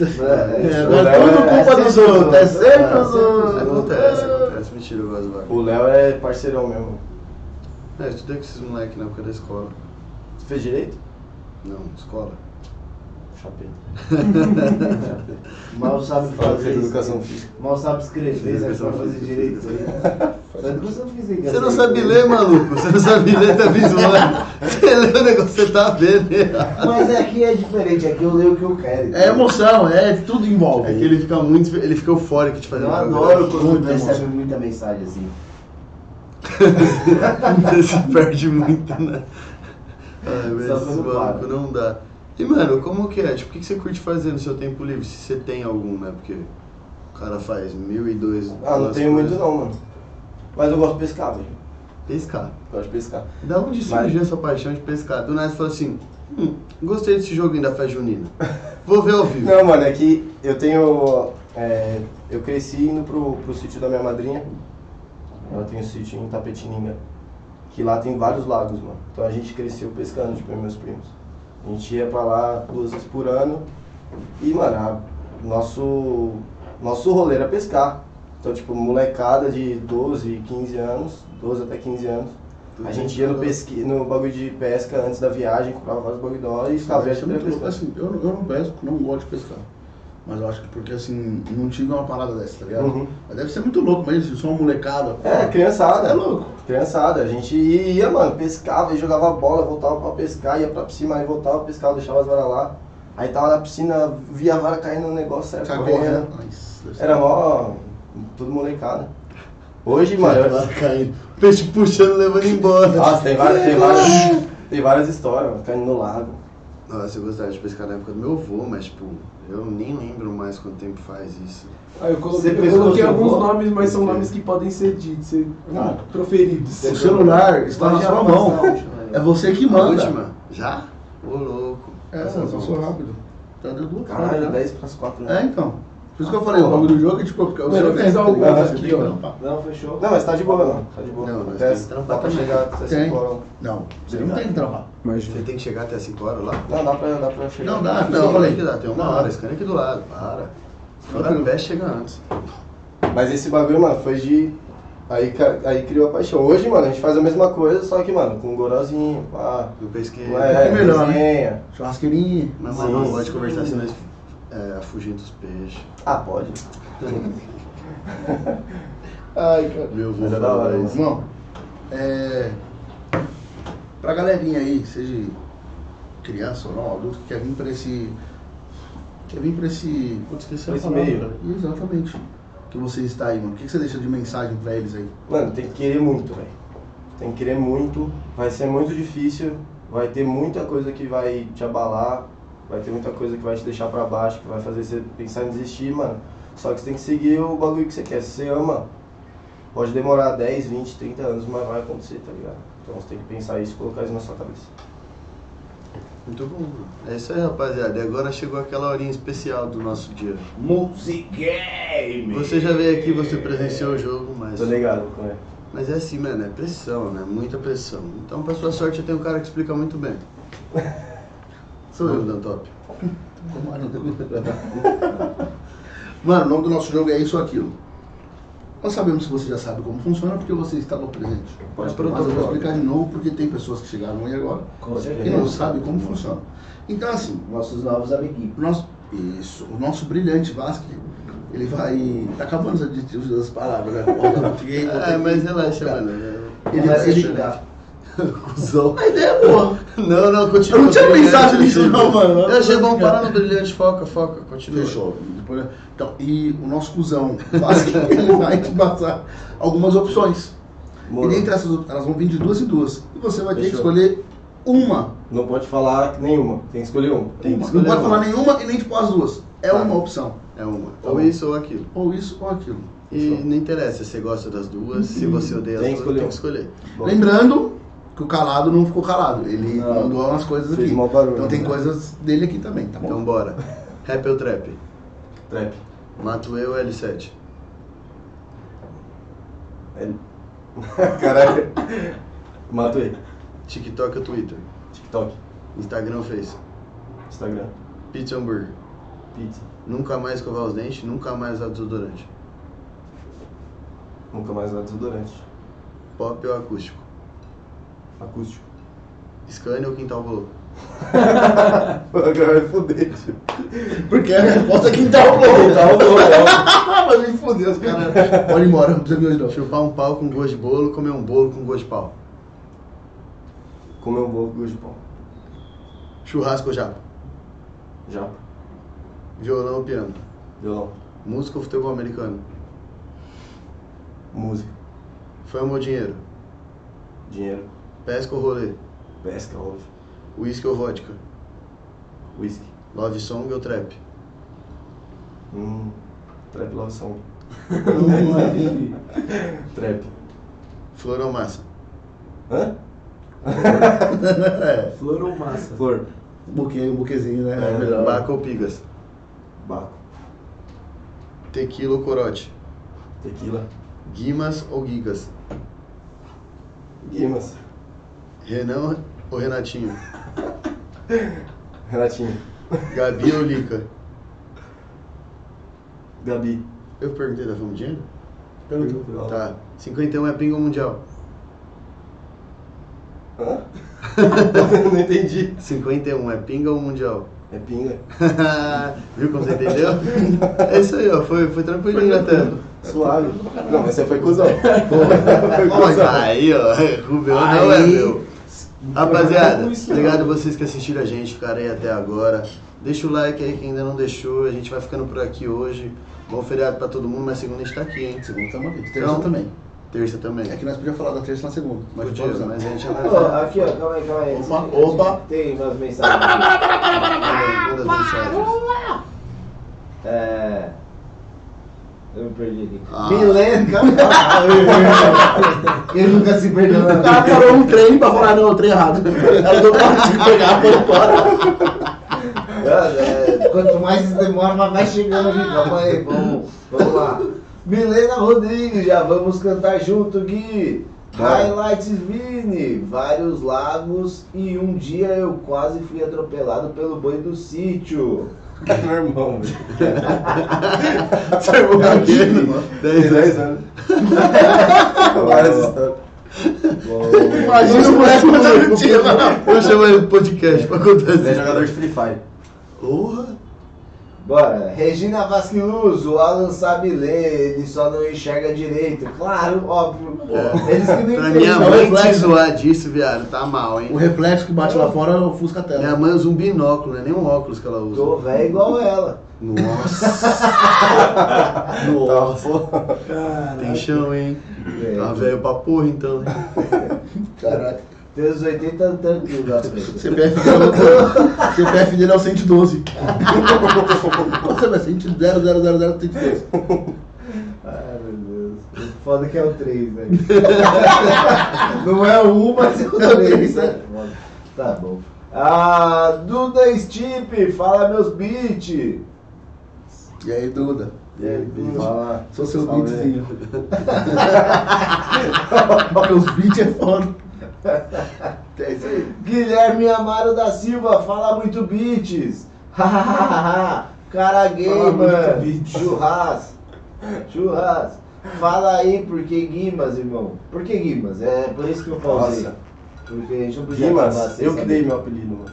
[SPEAKER 1] É,
[SPEAKER 2] É,
[SPEAKER 1] isso.
[SPEAKER 2] agora é
[SPEAKER 3] Léo
[SPEAKER 2] tudo
[SPEAKER 3] é-
[SPEAKER 2] culpa
[SPEAKER 1] é
[SPEAKER 2] dos
[SPEAKER 1] sempre
[SPEAKER 2] outros,
[SPEAKER 1] os
[SPEAKER 2] é
[SPEAKER 1] outros,
[SPEAKER 2] sempre
[SPEAKER 1] é, sempre
[SPEAKER 2] os
[SPEAKER 1] os
[SPEAKER 2] outros.
[SPEAKER 4] Acontece, acontece. Mentira, eu gosto do Vacário.
[SPEAKER 3] O Léo é parceirão mesmo.
[SPEAKER 4] É, eu estudei com esses moleques na época da escola.
[SPEAKER 3] Você fez direito?
[SPEAKER 4] Não, escola.
[SPEAKER 3] Chapeta.
[SPEAKER 1] Mal sabe fazer.
[SPEAKER 3] Fez
[SPEAKER 1] isso.
[SPEAKER 3] educação física.
[SPEAKER 1] Mal sabe escrever, sabe
[SPEAKER 4] Educação
[SPEAKER 1] só fazer
[SPEAKER 4] física.
[SPEAKER 1] direito. Sabe educação física. né?
[SPEAKER 4] Você não sabe ler, maluco. Você não sabe ler, tá visual. Você lê o negócio, você tá vendo. né?
[SPEAKER 1] Mas aqui é diferente, aqui eu leio o que eu quero.
[SPEAKER 2] É emoção, é tudo envolve.
[SPEAKER 4] É que ele fica muito. Ele fica eufórico de fazer
[SPEAKER 1] Eu
[SPEAKER 4] um bagulho.
[SPEAKER 1] adoro quando
[SPEAKER 2] Muito
[SPEAKER 1] recebe
[SPEAKER 2] emoção.
[SPEAKER 1] muita mensagem assim.
[SPEAKER 4] Você se perde muito, né? Ai, mas
[SPEAKER 1] Só
[SPEAKER 4] esse
[SPEAKER 1] quando
[SPEAKER 4] maluco
[SPEAKER 1] para.
[SPEAKER 4] não dá. E, mano, como que é? Tipo, o que que você curte fazer no seu tempo livre? Se você tem algum, né? Porque o cara faz mil e dois.
[SPEAKER 3] Ah, não
[SPEAKER 4] duas
[SPEAKER 3] tenho
[SPEAKER 4] coisas.
[SPEAKER 3] muito não, mano. Mas eu gosto de pescar, velho.
[SPEAKER 4] Pescar.
[SPEAKER 3] Gosto de pescar.
[SPEAKER 4] Da onde
[SPEAKER 3] Mas-
[SPEAKER 4] surgiu essa paixão de pescar? Do nada você falou assim: hum, gostei desse joguinho da festa junina. Vou ver ao vivo.
[SPEAKER 3] Não, mano, é que eu tenho. é, eu cresci indo pro, pro sítio da minha madrinha. Ela tem um sítio em Tapetininga. Que lá tem vários lagos, mano. Então a gente cresceu pescando, tipo, eu e meus primos. A gente ia pra lá duas vezes por ano. E, mano, a- nosso, nosso rolê era pescar. Então, tipo, molecada de 12, 15 anos, 12 até 15 anos.
[SPEAKER 4] Tudo
[SPEAKER 3] A gente
[SPEAKER 4] bem,
[SPEAKER 3] ia no,
[SPEAKER 4] cara.
[SPEAKER 3] pesqui, no bagulho de pesca antes da viagem, comprava vários bagulho da hora e ficava
[SPEAKER 2] Isso é
[SPEAKER 3] viajando
[SPEAKER 2] muito louco.
[SPEAKER 3] pescando.
[SPEAKER 2] Assim, eu, não- eu não pesco, não gosto de pescar. Mas eu acho que porque assim, não tive uma parada dessa, tá ligado?
[SPEAKER 3] Uhum.
[SPEAKER 2] Mas deve ser muito louco mesmo, se só uma molecada.
[SPEAKER 3] É, criançada.
[SPEAKER 2] É louco.
[SPEAKER 3] Criançada, a gente ia, mano, pescava, e jogava bola, voltava pra pescar, ia pra piscina, aí voltava, pescava, deixava as varas lá. Aí tava na piscina, via a vara caindo no negócio, saia
[SPEAKER 2] Cagou, né?
[SPEAKER 3] Tá correndo. Era mó. tudo molecada. Hoje, mano, eu-
[SPEAKER 4] Lá Ah, caindo. Peixe puxando, levando embora.
[SPEAKER 3] nossa, tem várias, tem várias, tem várias histórias, mano, caindo no lago.
[SPEAKER 4] Nossa, eu gostava de pescar na época do meu avô, mas tipo, eu nem lembro mais quanto tempo faz isso.
[SPEAKER 5] Ah, eu
[SPEAKER 1] Você
[SPEAKER 5] coloquei, eu
[SPEAKER 1] pesquisou
[SPEAKER 5] coloquei
[SPEAKER 1] seu
[SPEAKER 5] alguns
[SPEAKER 1] voto?
[SPEAKER 5] nomes, mas são
[SPEAKER 4] Ok.
[SPEAKER 5] nomes que podem ser ditos, ser
[SPEAKER 3] Ah.
[SPEAKER 5] proferidos.
[SPEAKER 2] O É
[SPEAKER 4] Tá
[SPEAKER 2] celular está tá na sua mão.
[SPEAKER 1] né?
[SPEAKER 2] É você que
[SPEAKER 4] A
[SPEAKER 2] manda.
[SPEAKER 4] última? Tá Já? Ô louco.
[SPEAKER 2] É, eu sou rápido. Então deu duas horas
[SPEAKER 3] Caralho,
[SPEAKER 2] já.
[SPEAKER 3] 10 pras 4,
[SPEAKER 2] É,
[SPEAKER 3] né?
[SPEAKER 2] então. Por isso que eu falei, o nome do jogo é tipo, porque o
[SPEAKER 5] Mano, eu
[SPEAKER 2] seu
[SPEAKER 5] fiz algumas
[SPEAKER 2] Você
[SPEAKER 5] aqui,
[SPEAKER 2] tem que
[SPEAKER 5] ó.
[SPEAKER 2] trampar.
[SPEAKER 1] Não, fechou.
[SPEAKER 3] Não, mas tá de boa, não. Tá de boa.
[SPEAKER 4] Não, mas
[SPEAKER 3] Até
[SPEAKER 4] tem que trampar
[SPEAKER 3] dá pra
[SPEAKER 4] também.
[SPEAKER 3] chegar até 5
[SPEAKER 2] Tem.
[SPEAKER 3] horas.
[SPEAKER 2] Não, você não tem que trampar.
[SPEAKER 4] Você tem que chegar até 5 horas lá?
[SPEAKER 3] Não, dá pra, dá pra chegar.
[SPEAKER 2] Não dá,
[SPEAKER 4] não,
[SPEAKER 2] não, eu falei.
[SPEAKER 4] tem que dar, tem uma
[SPEAKER 2] Não.
[SPEAKER 4] hora, esse aqui do lado, para. Agora o pé chega antes.
[SPEAKER 3] Mas esse bagulho, mano, foi de. Aí, ca- aí criou a paixão. Hoje, mano, a gente faz a mesma coisa, só que, mano, com um gorozinho, pá.
[SPEAKER 4] Eu pesquei.
[SPEAKER 3] Não é,
[SPEAKER 2] pouco melhor, né?
[SPEAKER 3] resenha.
[SPEAKER 2] Churrasqueirinha.
[SPEAKER 4] Mas mano, não
[SPEAKER 3] Sim.
[SPEAKER 4] pode conversar senão eles é, afugentam os peixes.
[SPEAKER 3] Ah, pode.
[SPEAKER 2] Ai, cara.
[SPEAKER 4] Meu avô
[SPEAKER 3] Mas é da hora,
[SPEAKER 4] falava isso.
[SPEAKER 3] mano.
[SPEAKER 2] Irmão, é. Pra galerinha aí, seja criança ou não, adulto, que quer vir pra esse. Quer vir pra esse.
[SPEAKER 4] Putz, esqueci a
[SPEAKER 3] Esse
[SPEAKER 4] palavra.
[SPEAKER 3] meio. né?
[SPEAKER 2] Exatamente. Que você está aí, mano. O que que você deixa de mensagem pra eles aí?
[SPEAKER 3] Mano, tem que querer muito, velho. Tem que querer muito. Vai ser muito difícil. Vai ter muita coisa que vai te abalar. Vai ter muita coisa que vai te deixar pra baixo, que vai fazer você pensar em desistir, mano. Só que você tem que seguir o bagulho que você quer. Se você ama, pode demorar 10, 20, 30 anos, mas vai acontecer, tá ligado? Então você tem que pensar isso e colocar isso na sua cabeça.
[SPEAKER 4] Muito bom, mano. É isso aí, rapaziada. E agora chegou aquela horinha especial do nosso dia.
[SPEAKER 1] Music Game.
[SPEAKER 4] Você já veio aqui, você presenciou o jogo, mas.
[SPEAKER 3] Tô ligado, né?
[SPEAKER 4] Mas é assim, mano, é pressão, né? Muita pressão. Então, pra sua sorte, eu tenho um cara que explica
[SPEAKER 2] [LAUGHS]
[SPEAKER 4] muito bem. Sou eu, Dan Top.
[SPEAKER 2] Mano, o nome do nosso jogo é isso ou aquilo. Nós sabemos que você já sabe como funciona porque você estava presente.
[SPEAKER 3] Pode
[SPEAKER 2] Mas eu vou
[SPEAKER 3] protocolar.
[SPEAKER 2] explicar de novo porque tem pessoas que chegaram aí agora
[SPEAKER 1] Com
[SPEAKER 2] e não
[SPEAKER 1] certeza.
[SPEAKER 2] sabem como funciona. Então, assim,
[SPEAKER 1] Nossos novos amiguinhos.
[SPEAKER 2] O nosso, isso, o nosso brilhante Vasque, ele vai. Tá acabando os aditivos das palavras né? agora. Fiquei-
[SPEAKER 4] É, mas relaxa, mano. É-
[SPEAKER 2] Ele-
[SPEAKER 1] vai
[SPEAKER 2] ele-
[SPEAKER 1] chegar.
[SPEAKER 4] Cusão.
[SPEAKER 2] Mas é, pô.
[SPEAKER 4] Não, não, continua.
[SPEAKER 2] Eu não tinha
[SPEAKER 4] Brilhante,
[SPEAKER 2] pensado nisso,
[SPEAKER 4] continua.
[SPEAKER 2] não, mano.
[SPEAKER 4] Eu achei bom parar no brilhante, foca, foca, continua.
[SPEAKER 2] Fechou. Depois- Então, e o nosso cuzão Vasque, [LAUGHS] ele vai te passar algumas opções.
[SPEAKER 3] Moro.
[SPEAKER 2] E tá- dentre essas opções, elas vão vir de duas em duas. E você vai ter que
[SPEAKER 3] Fechou.
[SPEAKER 2] escolher uma.
[SPEAKER 3] Não pode falar nenhuma, tem que escolher uma.
[SPEAKER 4] Tem
[SPEAKER 2] Uma.
[SPEAKER 4] que
[SPEAKER 2] Não
[SPEAKER 4] escolher
[SPEAKER 2] pode
[SPEAKER 4] uma.
[SPEAKER 2] falar nenhuma e nem tipo as duas. É
[SPEAKER 4] Tá.
[SPEAKER 2] uma opção.
[SPEAKER 4] É uma.
[SPEAKER 2] Tá
[SPEAKER 4] Ou
[SPEAKER 2] bom.
[SPEAKER 4] isso ou aquilo.
[SPEAKER 2] Ou isso ou aquilo.
[SPEAKER 4] E não interessa se você gosta das duas, se você odeia as
[SPEAKER 3] Tem
[SPEAKER 4] duas,
[SPEAKER 3] que
[SPEAKER 4] tem que escolher.
[SPEAKER 3] Bom.
[SPEAKER 2] Lembrando que o calado não ficou calado. Ele
[SPEAKER 3] Não.
[SPEAKER 2] mandou umas coisas
[SPEAKER 3] Fez
[SPEAKER 2] aqui.
[SPEAKER 3] mó barulho,
[SPEAKER 2] Então tem
[SPEAKER 3] né?
[SPEAKER 2] coisas dele aqui também, tá bom?
[SPEAKER 4] Então bora. Rap ou trap?
[SPEAKER 3] Trap.
[SPEAKER 4] Mato eu L7.
[SPEAKER 3] Caralho. Mato ele.
[SPEAKER 4] TikTok ou Twitter?
[SPEAKER 3] TikTok,
[SPEAKER 4] Instagram ou Face?
[SPEAKER 3] Instagram,
[SPEAKER 4] Pizza ou hambúrguer?
[SPEAKER 3] pizza.
[SPEAKER 4] Nunca mais escovar os dentes, nunca mais usar desodorante.
[SPEAKER 3] Nunca mais usar desodorante.
[SPEAKER 4] Pop ou acústico?
[SPEAKER 3] Acústico. [LAUGHS]
[SPEAKER 4] Scania ou quintal louco?
[SPEAKER 3] Agora vai foder, tio.
[SPEAKER 2] Porque a resposta é quem tá o
[SPEAKER 3] [LAUGHS]
[SPEAKER 2] bom. Tá o bom. Mas me fudeu, os caras. Pode ir embora, não precisa me hoje não.
[SPEAKER 4] Chupar um pau com gosto de bolo, comer um bolo com gosto de pau.
[SPEAKER 3] Comer um bolo com gosto de pão.
[SPEAKER 4] Churrasco ou japa.
[SPEAKER 3] Já.
[SPEAKER 4] Violão ou piano.
[SPEAKER 3] Violão.
[SPEAKER 4] Música ou futebol americano.
[SPEAKER 3] Música.
[SPEAKER 4] Fama ou dinheiro.
[SPEAKER 3] Dinheiro.
[SPEAKER 4] Pesca ou rolê.
[SPEAKER 3] Pesca, óbvio.
[SPEAKER 4] Whisky ou vodka.
[SPEAKER 3] Whisky.
[SPEAKER 4] Love song ou trap.
[SPEAKER 3] Hum. Trap love song. [LAUGHS] Trap.
[SPEAKER 4] Flor ou massa. [LAUGHS]
[SPEAKER 3] Hã?
[SPEAKER 4] É.
[SPEAKER 5] Flor ou massa?
[SPEAKER 3] Flor.
[SPEAKER 2] Um buquê, um buquezinho, né?
[SPEAKER 3] É.
[SPEAKER 2] melhor.
[SPEAKER 4] Baco ou pigas.
[SPEAKER 3] Baco.
[SPEAKER 4] Tequila ou corote.
[SPEAKER 3] Tequila.
[SPEAKER 4] Guimas ou gigas.
[SPEAKER 3] Guimas.
[SPEAKER 4] Renan ou Renatinho.
[SPEAKER 3] Renatinho.
[SPEAKER 4] Gabi ou Lica.
[SPEAKER 3] Gabi.
[SPEAKER 4] Eu perguntei da fama ou dinheiro?
[SPEAKER 3] Perguntou.
[SPEAKER 4] Tá. 51 é pingo mundial.
[SPEAKER 3] Hã? [LAUGHS] Não entendi.
[SPEAKER 4] 51 é pinga ou mundial? [LAUGHS]
[SPEAKER 3] É pinga.
[SPEAKER 4] Viu como você entendeu? É isso aí, ó. Foi, foi tranquilinho até.
[SPEAKER 3] Suave. Não, mas você foi cuzão. [LAUGHS]
[SPEAKER 4] Mas aí, ó. Rubeu não é meu. Rapaziada, obrigado vocês que assistiram a gente, ficaram aí até agora. Deixa o like aí que ainda não deixou. A gente vai ficando por aqui hoje. Bom feriado pra todo mundo, mas segunda a gente tá aqui, hein?
[SPEAKER 2] Segunda estamos aqui. Terça
[SPEAKER 4] Então-
[SPEAKER 2] também.
[SPEAKER 4] Terça também.
[SPEAKER 2] É que nós podíamos falar da terça na segunda. Mas né?
[SPEAKER 4] Podia,
[SPEAKER 2] não
[SPEAKER 4] mas a gente
[SPEAKER 1] Ó,
[SPEAKER 4] analisa.
[SPEAKER 1] aqui, ó, calma aí, calma aí.
[SPEAKER 2] Opa, opa.
[SPEAKER 1] Tem umas mensagens.
[SPEAKER 4] Manda as mensagens.
[SPEAKER 1] É. Eu me perdi aqui.
[SPEAKER 4] Ah.
[SPEAKER 1] Milena! Ele nunca se perdeu na
[SPEAKER 2] O cara parou um trem pra falar, não, o trem errado. [LAUGHS] Ela deu pra te pegar, foi embora.
[SPEAKER 1] É, é, Quanto mais isso demora, mas vai chegando aqui. Calma aí, vamos, vamos lá. Milena Rodrigues, já vamos cantar junto, Gui.
[SPEAKER 3] Vai.
[SPEAKER 1] Highlights Vini, vários lagos e um dia eu quase fui atropelado pelo boi do sítio.
[SPEAKER 3] [LAUGHS] Meu irmão, velho.
[SPEAKER 4] Seu irmão pequeno,
[SPEAKER 3] Tem
[SPEAKER 4] 10 anos.
[SPEAKER 3] [LAUGHS] 10 anos. Várias histórias.
[SPEAKER 2] um
[SPEAKER 4] Imagina o moleque mandando tiro. Vou chamar ele do podcast pra contar
[SPEAKER 3] Ele é
[SPEAKER 4] isso.
[SPEAKER 3] jogador de Free Fire.
[SPEAKER 4] Porra!
[SPEAKER 1] Bora, Regina Vasquiluso, Alan sabe ler, ele só não enxerga direito. Claro, óbvio. Eles que né? não
[SPEAKER 4] É. Pra minha
[SPEAKER 1] entendem.
[SPEAKER 4] mãe te zoar disso, viado, tá mal,
[SPEAKER 2] O
[SPEAKER 4] hein?
[SPEAKER 2] reflexo que bate lá fora ofusca a
[SPEAKER 4] Minha
[SPEAKER 2] tela.
[SPEAKER 4] mãe usa um binóculo, não é nem um óculos que ela
[SPEAKER 1] Tô
[SPEAKER 4] usa.
[SPEAKER 1] velho igual ela.
[SPEAKER 4] Nossa! Nossa!
[SPEAKER 5] Ah,
[SPEAKER 4] Tem chão, hein? Tá velho pra porra, então. hein?
[SPEAKER 2] Caralho.
[SPEAKER 1] Tem uns 80 tranquilos lá frente.
[SPEAKER 2] CPF dele é loucura. CPF dele é o 112. Você vai 112.
[SPEAKER 1] Ai meu Deus. O Foda que é o 3, né? [LAUGHS] Não é o 1, mas é o 3, né?
[SPEAKER 3] é.
[SPEAKER 1] Foda. Tá bom. Ah, Duda Stipe, fala meus beats.
[SPEAKER 2] E aí, Duda? E
[SPEAKER 3] É,
[SPEAKER 2] aí, Duda?
[SPEAKER 3] Fala.
[SPEAKER 2] Sou seu
[SPEAKER 3] Salve.
[SPEAKER 2] beatzinho. [LAUGHS] Meus beats é foda. É isso aí.
[SPEAKER 1] Guilherme Amaro da Silva, fala muito beats. [LAUGHS] Cara gay,
[SPEAKER 3] Fala muito
[SPEAKER 1] mano.
[SPEAKER 3] beats.
[SPEAKER 1] Churras. Churras. Fala aí por que Guimas, irmão. Por que Guimas? É por isso que eu pausei.
[SPEAKER 3] Nossa.
[SPEAKER 1] Porque a gente não podia acabar
[SPEAKER 3] Guimas,
[SPEAKER 1] sem
[SPEAKER 3] eu que
[SPEAKER 1] saber.
[SPEAKER 3] dei meu apelido, mano.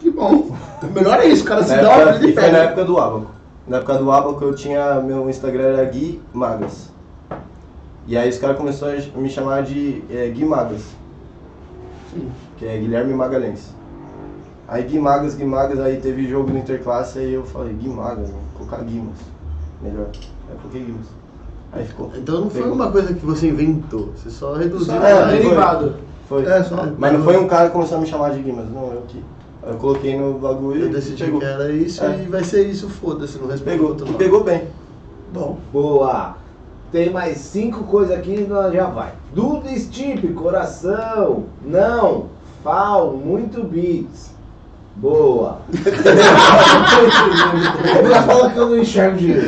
[SPEAKER 2] Que bom. O melhor é isso, o cara se
[SPEAKER 3] Na
[SPEAKER 2] dá uma
[SPEAKER 3] época,
[SPEAKER 2] vida
[SPEAKER 3] e
[SPEAKER 2] e
[SPEAKER 3] foi na
[SPEAKER 2] pega.
[SPEAKER 3] época do Abaco. Na época do Abaco eu tinha. Meu Instagram era Gui Magas. E aí os caras começaram a me chamar de é, Gui Magas. Que é Guilherme Magalhães. Aí Gui Magas, Gui Magas, aí teve jogo no Interclasse, aí eu falei, Gui Magas, mano, vou colocar Guimas. Melhor. Aí eu coloquei Guimas. Aí ficou.
[SPEAKER 4] Então não foi
[SPEAKER 3] Pegou.
[SPEAKER 4] uma coisa que você inventou, você só reduziu.
[SPEAKER 3] Só- é,
[SPEAKER 4] Aí-
[SPEAKER 5] Derivado.
[SPEAKER 3] Foi.
[SPEAKER 2] É, só-
[SPEAKER 3] Mas não foi um cara que começou a me chamar de Guimas, não, eu que. Eu coloquei no bagulho
[SPEAKER 4] Eu
[SPEAKER 3] e
[SPEAKER 4] decidi
[SPEAKER 3] pegou.
[SPEAKER 4] que era isso
[SPEAKER 3] É.
[SPEAKER 4] e vai ser isso, foda-se, não respeito
[SPEAKER 3] Pegou,
[SPEAKER 4] outro nome.
[SPEAKER 3] pegou bem.
[SPEAKER 2] Bom,
[SPEAKER 1] Boa. Tem mais cinco coisas aqui e nós já vai. Duda Stipe, coração. Não. Fal, muito beats. Boa. Ela fala que eu não enxergo direito.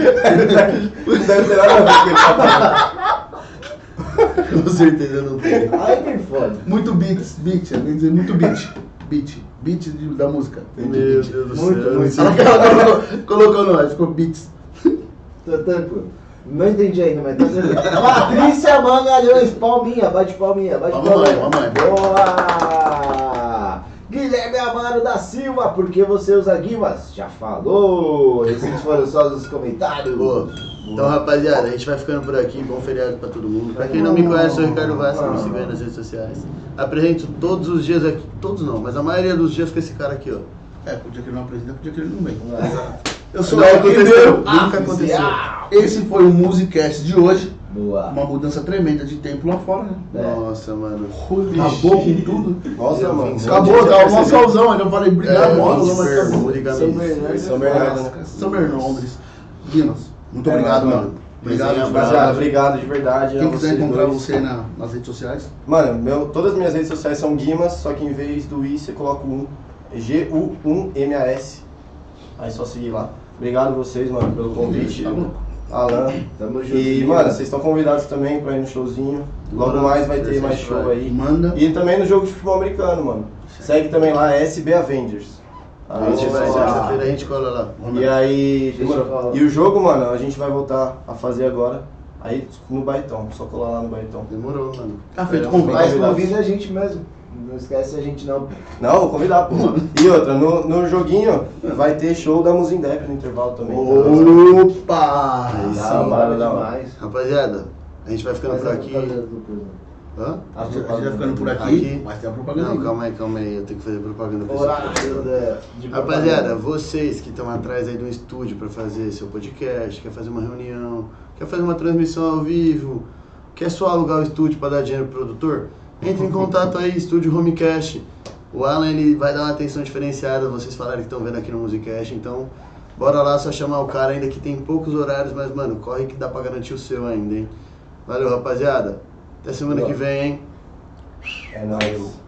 [SPEAKER 3] Não [LAUGHS] deve ter nada a ver com ele tá falando.
[SPEAKER 4] Com certeza não tem.
[SPEAKER 1] Aí me fode.
[SPEAKER 2] muito beats, beat, eu nem dizer muito beat. Beat, beat de- da música.
[SPEAKER 4] Meu Deus do
[SPEAKER 1] Muito,
[SPEAKER 4] céu.
[SPEAKER 1] muito.
[SPEAKER 4] Ela-
[SPEAKER 2] Ela colocou, colocou nós, ficou beats.
[SPEAKER 1] Tô tranquilo. Não entendi ainda, mas tá tranquilo. Patrícia Mangalhões, palminha, bate palminha, bate
[SPEAKER 2] Palma
[SPEAKER 1] palminha.
[SPEAKER 2] mãe, palma mãe.
[SPEAKER 1] Boa! Guilherme Amaro da Silva, por que você usa Guimas? Já falou! Esses foram só os comentários.
[SPEAKER 4] Boa. Então, rapaziada, a gente vai ficando por aqui. Bom feriado pra todo mundo. Pra quem não me conhece, eu sou o Ricardo Vasco, me siga aí nas redes sociais. Apresento todos os dias aqui, todos não, mas a maioria dos dias com esse cara aqui, ó.
[SPEAKER 2] É, podia que ele não apresenta, podia que ele não vem. Eu sou
[SPEAKER 4] Não
[SPEAKER 2] o
[SPEAKER 4] aconteceu,
[SPEAKER 2] Ribeiro.
[SPEAKER 4] nunca aconteceu.
[SPEAKER 2] Esse foi o Musicast de hoje.
[SPEAKER 1] Boa.
[SPEAKER 2] Uma mudança tremenda de tempo lá fora, né?
[SPEAKER 4] Nossa, mano.
[SPEAKER 2] Acabou com tudo.
[SPEAKER 3] Nossa,
[SPEAKER 4] Eu
[SPEAKER 3] mano.
[SPEAKER 4] vim só
[SPEAKER 2] Acabou,
[SPEAKER 4] tinha
[SPEAKER 2] tá o
[SPEAKER 4] percebido.
[SPEAKER 2] Moscauzão. Ainda falei,
[SPEAKER 4] É,
[SPEAKER 2] obrigado, Moscauzão, mas
[SPEAKER 4] Super,
[SPEAKER 2] acabou.
[SPEAKER 4] vou ligar mesmo.
[SPEAKER 3] São
[SPEAKER 5] é
[SPEAKER 3] Bernardo. né?
[SPEAKER 2] São Bernombres. Guimas, muito
[SPEAKER 3] É
[SPEAKER 2] obrigado,
[SPEAKER 3] nóis,
[SPEAKER 2] mano.
[SPEAKER 3] mano.
[SPEAKER 2] Obrigado,
[SPEAKER 4] Desenha,
[SPEAKER 2] obrigado.
[SPEAKER 3] Rapaziada, obrigado de verdade.
[SPEAKER 2] Quem
[SPEAKER 3] a
[SPEAKER 2] quiser
[SPEAKER 3] vocês
[SPEAKER 2] encontrar
[SPEAKER 3] dois.
[SPEAKER 2] você na- nas redes sociais,
[SPEAKER 3] Mano, meu, todas as minhas redes sociais são Guimas, só que em vez do I você coloca um G-U-1-M-A-S. Aí é só seguir lá. Obrigado vocês, mano, pelo convite.
[SPEAKER 2] tá louco?
[SPEAKER 3] Alan.
[SPEAKER 1] Tamo junto.
[SPEAKER 3] E, mano, vocês estão convidados também pra ir no showzinho. Logo mais vai ter mais show aí.
[SPEAKER 2] manda.
[SPEAKER 3] E também no jogo de futebol americano, mano. Segue também lá, SB Avengers. A
[SPEAKER 4] A gente
[SPEAKER 3] gente
[SPEAKER 4] vai,
[SPEAKER 3] só-
[SPEAKER 4] sexta-feira a gente cola lá.
[SPEAKER 3] E aí.
[SPEAKER 1] Deixa eu
[SPEAKER 3] mano,
[SPEAKER 1] falar.
[SPEAKER 3] e o jogo, mano, a gente vai voltar a fazer agora. Aí no Baitão, só colar lá no Baitão.
[SPEAKER 4] Demorou, mano.
[SPEAKER 2] Tá feito,
[SPEAKER 4] Obrigado.
[SPEAKER 2] convite.
[SPEAKER 1] Mas convida é a gente mesmo. Não esquece a gente não.
[SPEAKER 3] Não, vou convidar, pô. E outra, no, no joguinho vai ter show da Muzindep no intervalo também. Então,
[SPEAKER 2] Opa!
[SPEAKER 1] Dá uma Ah, hora é demais.
[SPEAKER 4] Rapaziada, a gente vai ficando
[SPEAKER 1] Mas
[SPEAKER 4] por
[SPEAKER 1] a
[SPEAKER 4] aqui.
[SPEAKER 1] propaganda do programa.
[SPEAKER 4] Hã?
[SPEAKER 2] A
[SPEAKER 1] A
[SPEAKER 2] gente
[SPEAKER 1] propaganda
[SPEAKER 2] vai ficando por aqui,
[SPEAKER 4] Aqui.
[SPEAKER 2] mas tem a propaganda.
[SPEAKER 4] Não,
[SPEAKER 2] ainda.
[SPEAKER 4] calma aí, calma aí. Eu tenho que fazer propaganda pra
[SPEAKER 1] Horário
[SPEAKER 4] vocês.
[SPEAKER 1] da- de
[SPEAKER 4] Rapaziada,
[SPEAKER 1] propaganda.
[SPEAKER 4] vocês que estão atrás aí de um estúdio para fazer seu podcast, quer fazer uma reunião, quer fazer uma transmissão ao vivo, quer só alugar o estúdio para dar dinheiro pro produtor, entre em contato aí, estúdio Homecast. O Alan ele vai dar uma atenção diferenciada, vocês falaram que estão vendo aqui no Musicast, então bora lá só chamar o cara ainda que tem poucos horários, mas mano, corre que dá para garantir o seu ainda, hein? Valeu, rapaziada. Até semana
[SPEAKER 1] Boa.
[SPEAKER 4] que vem, hein?
[SPEAKER 3] É nóis.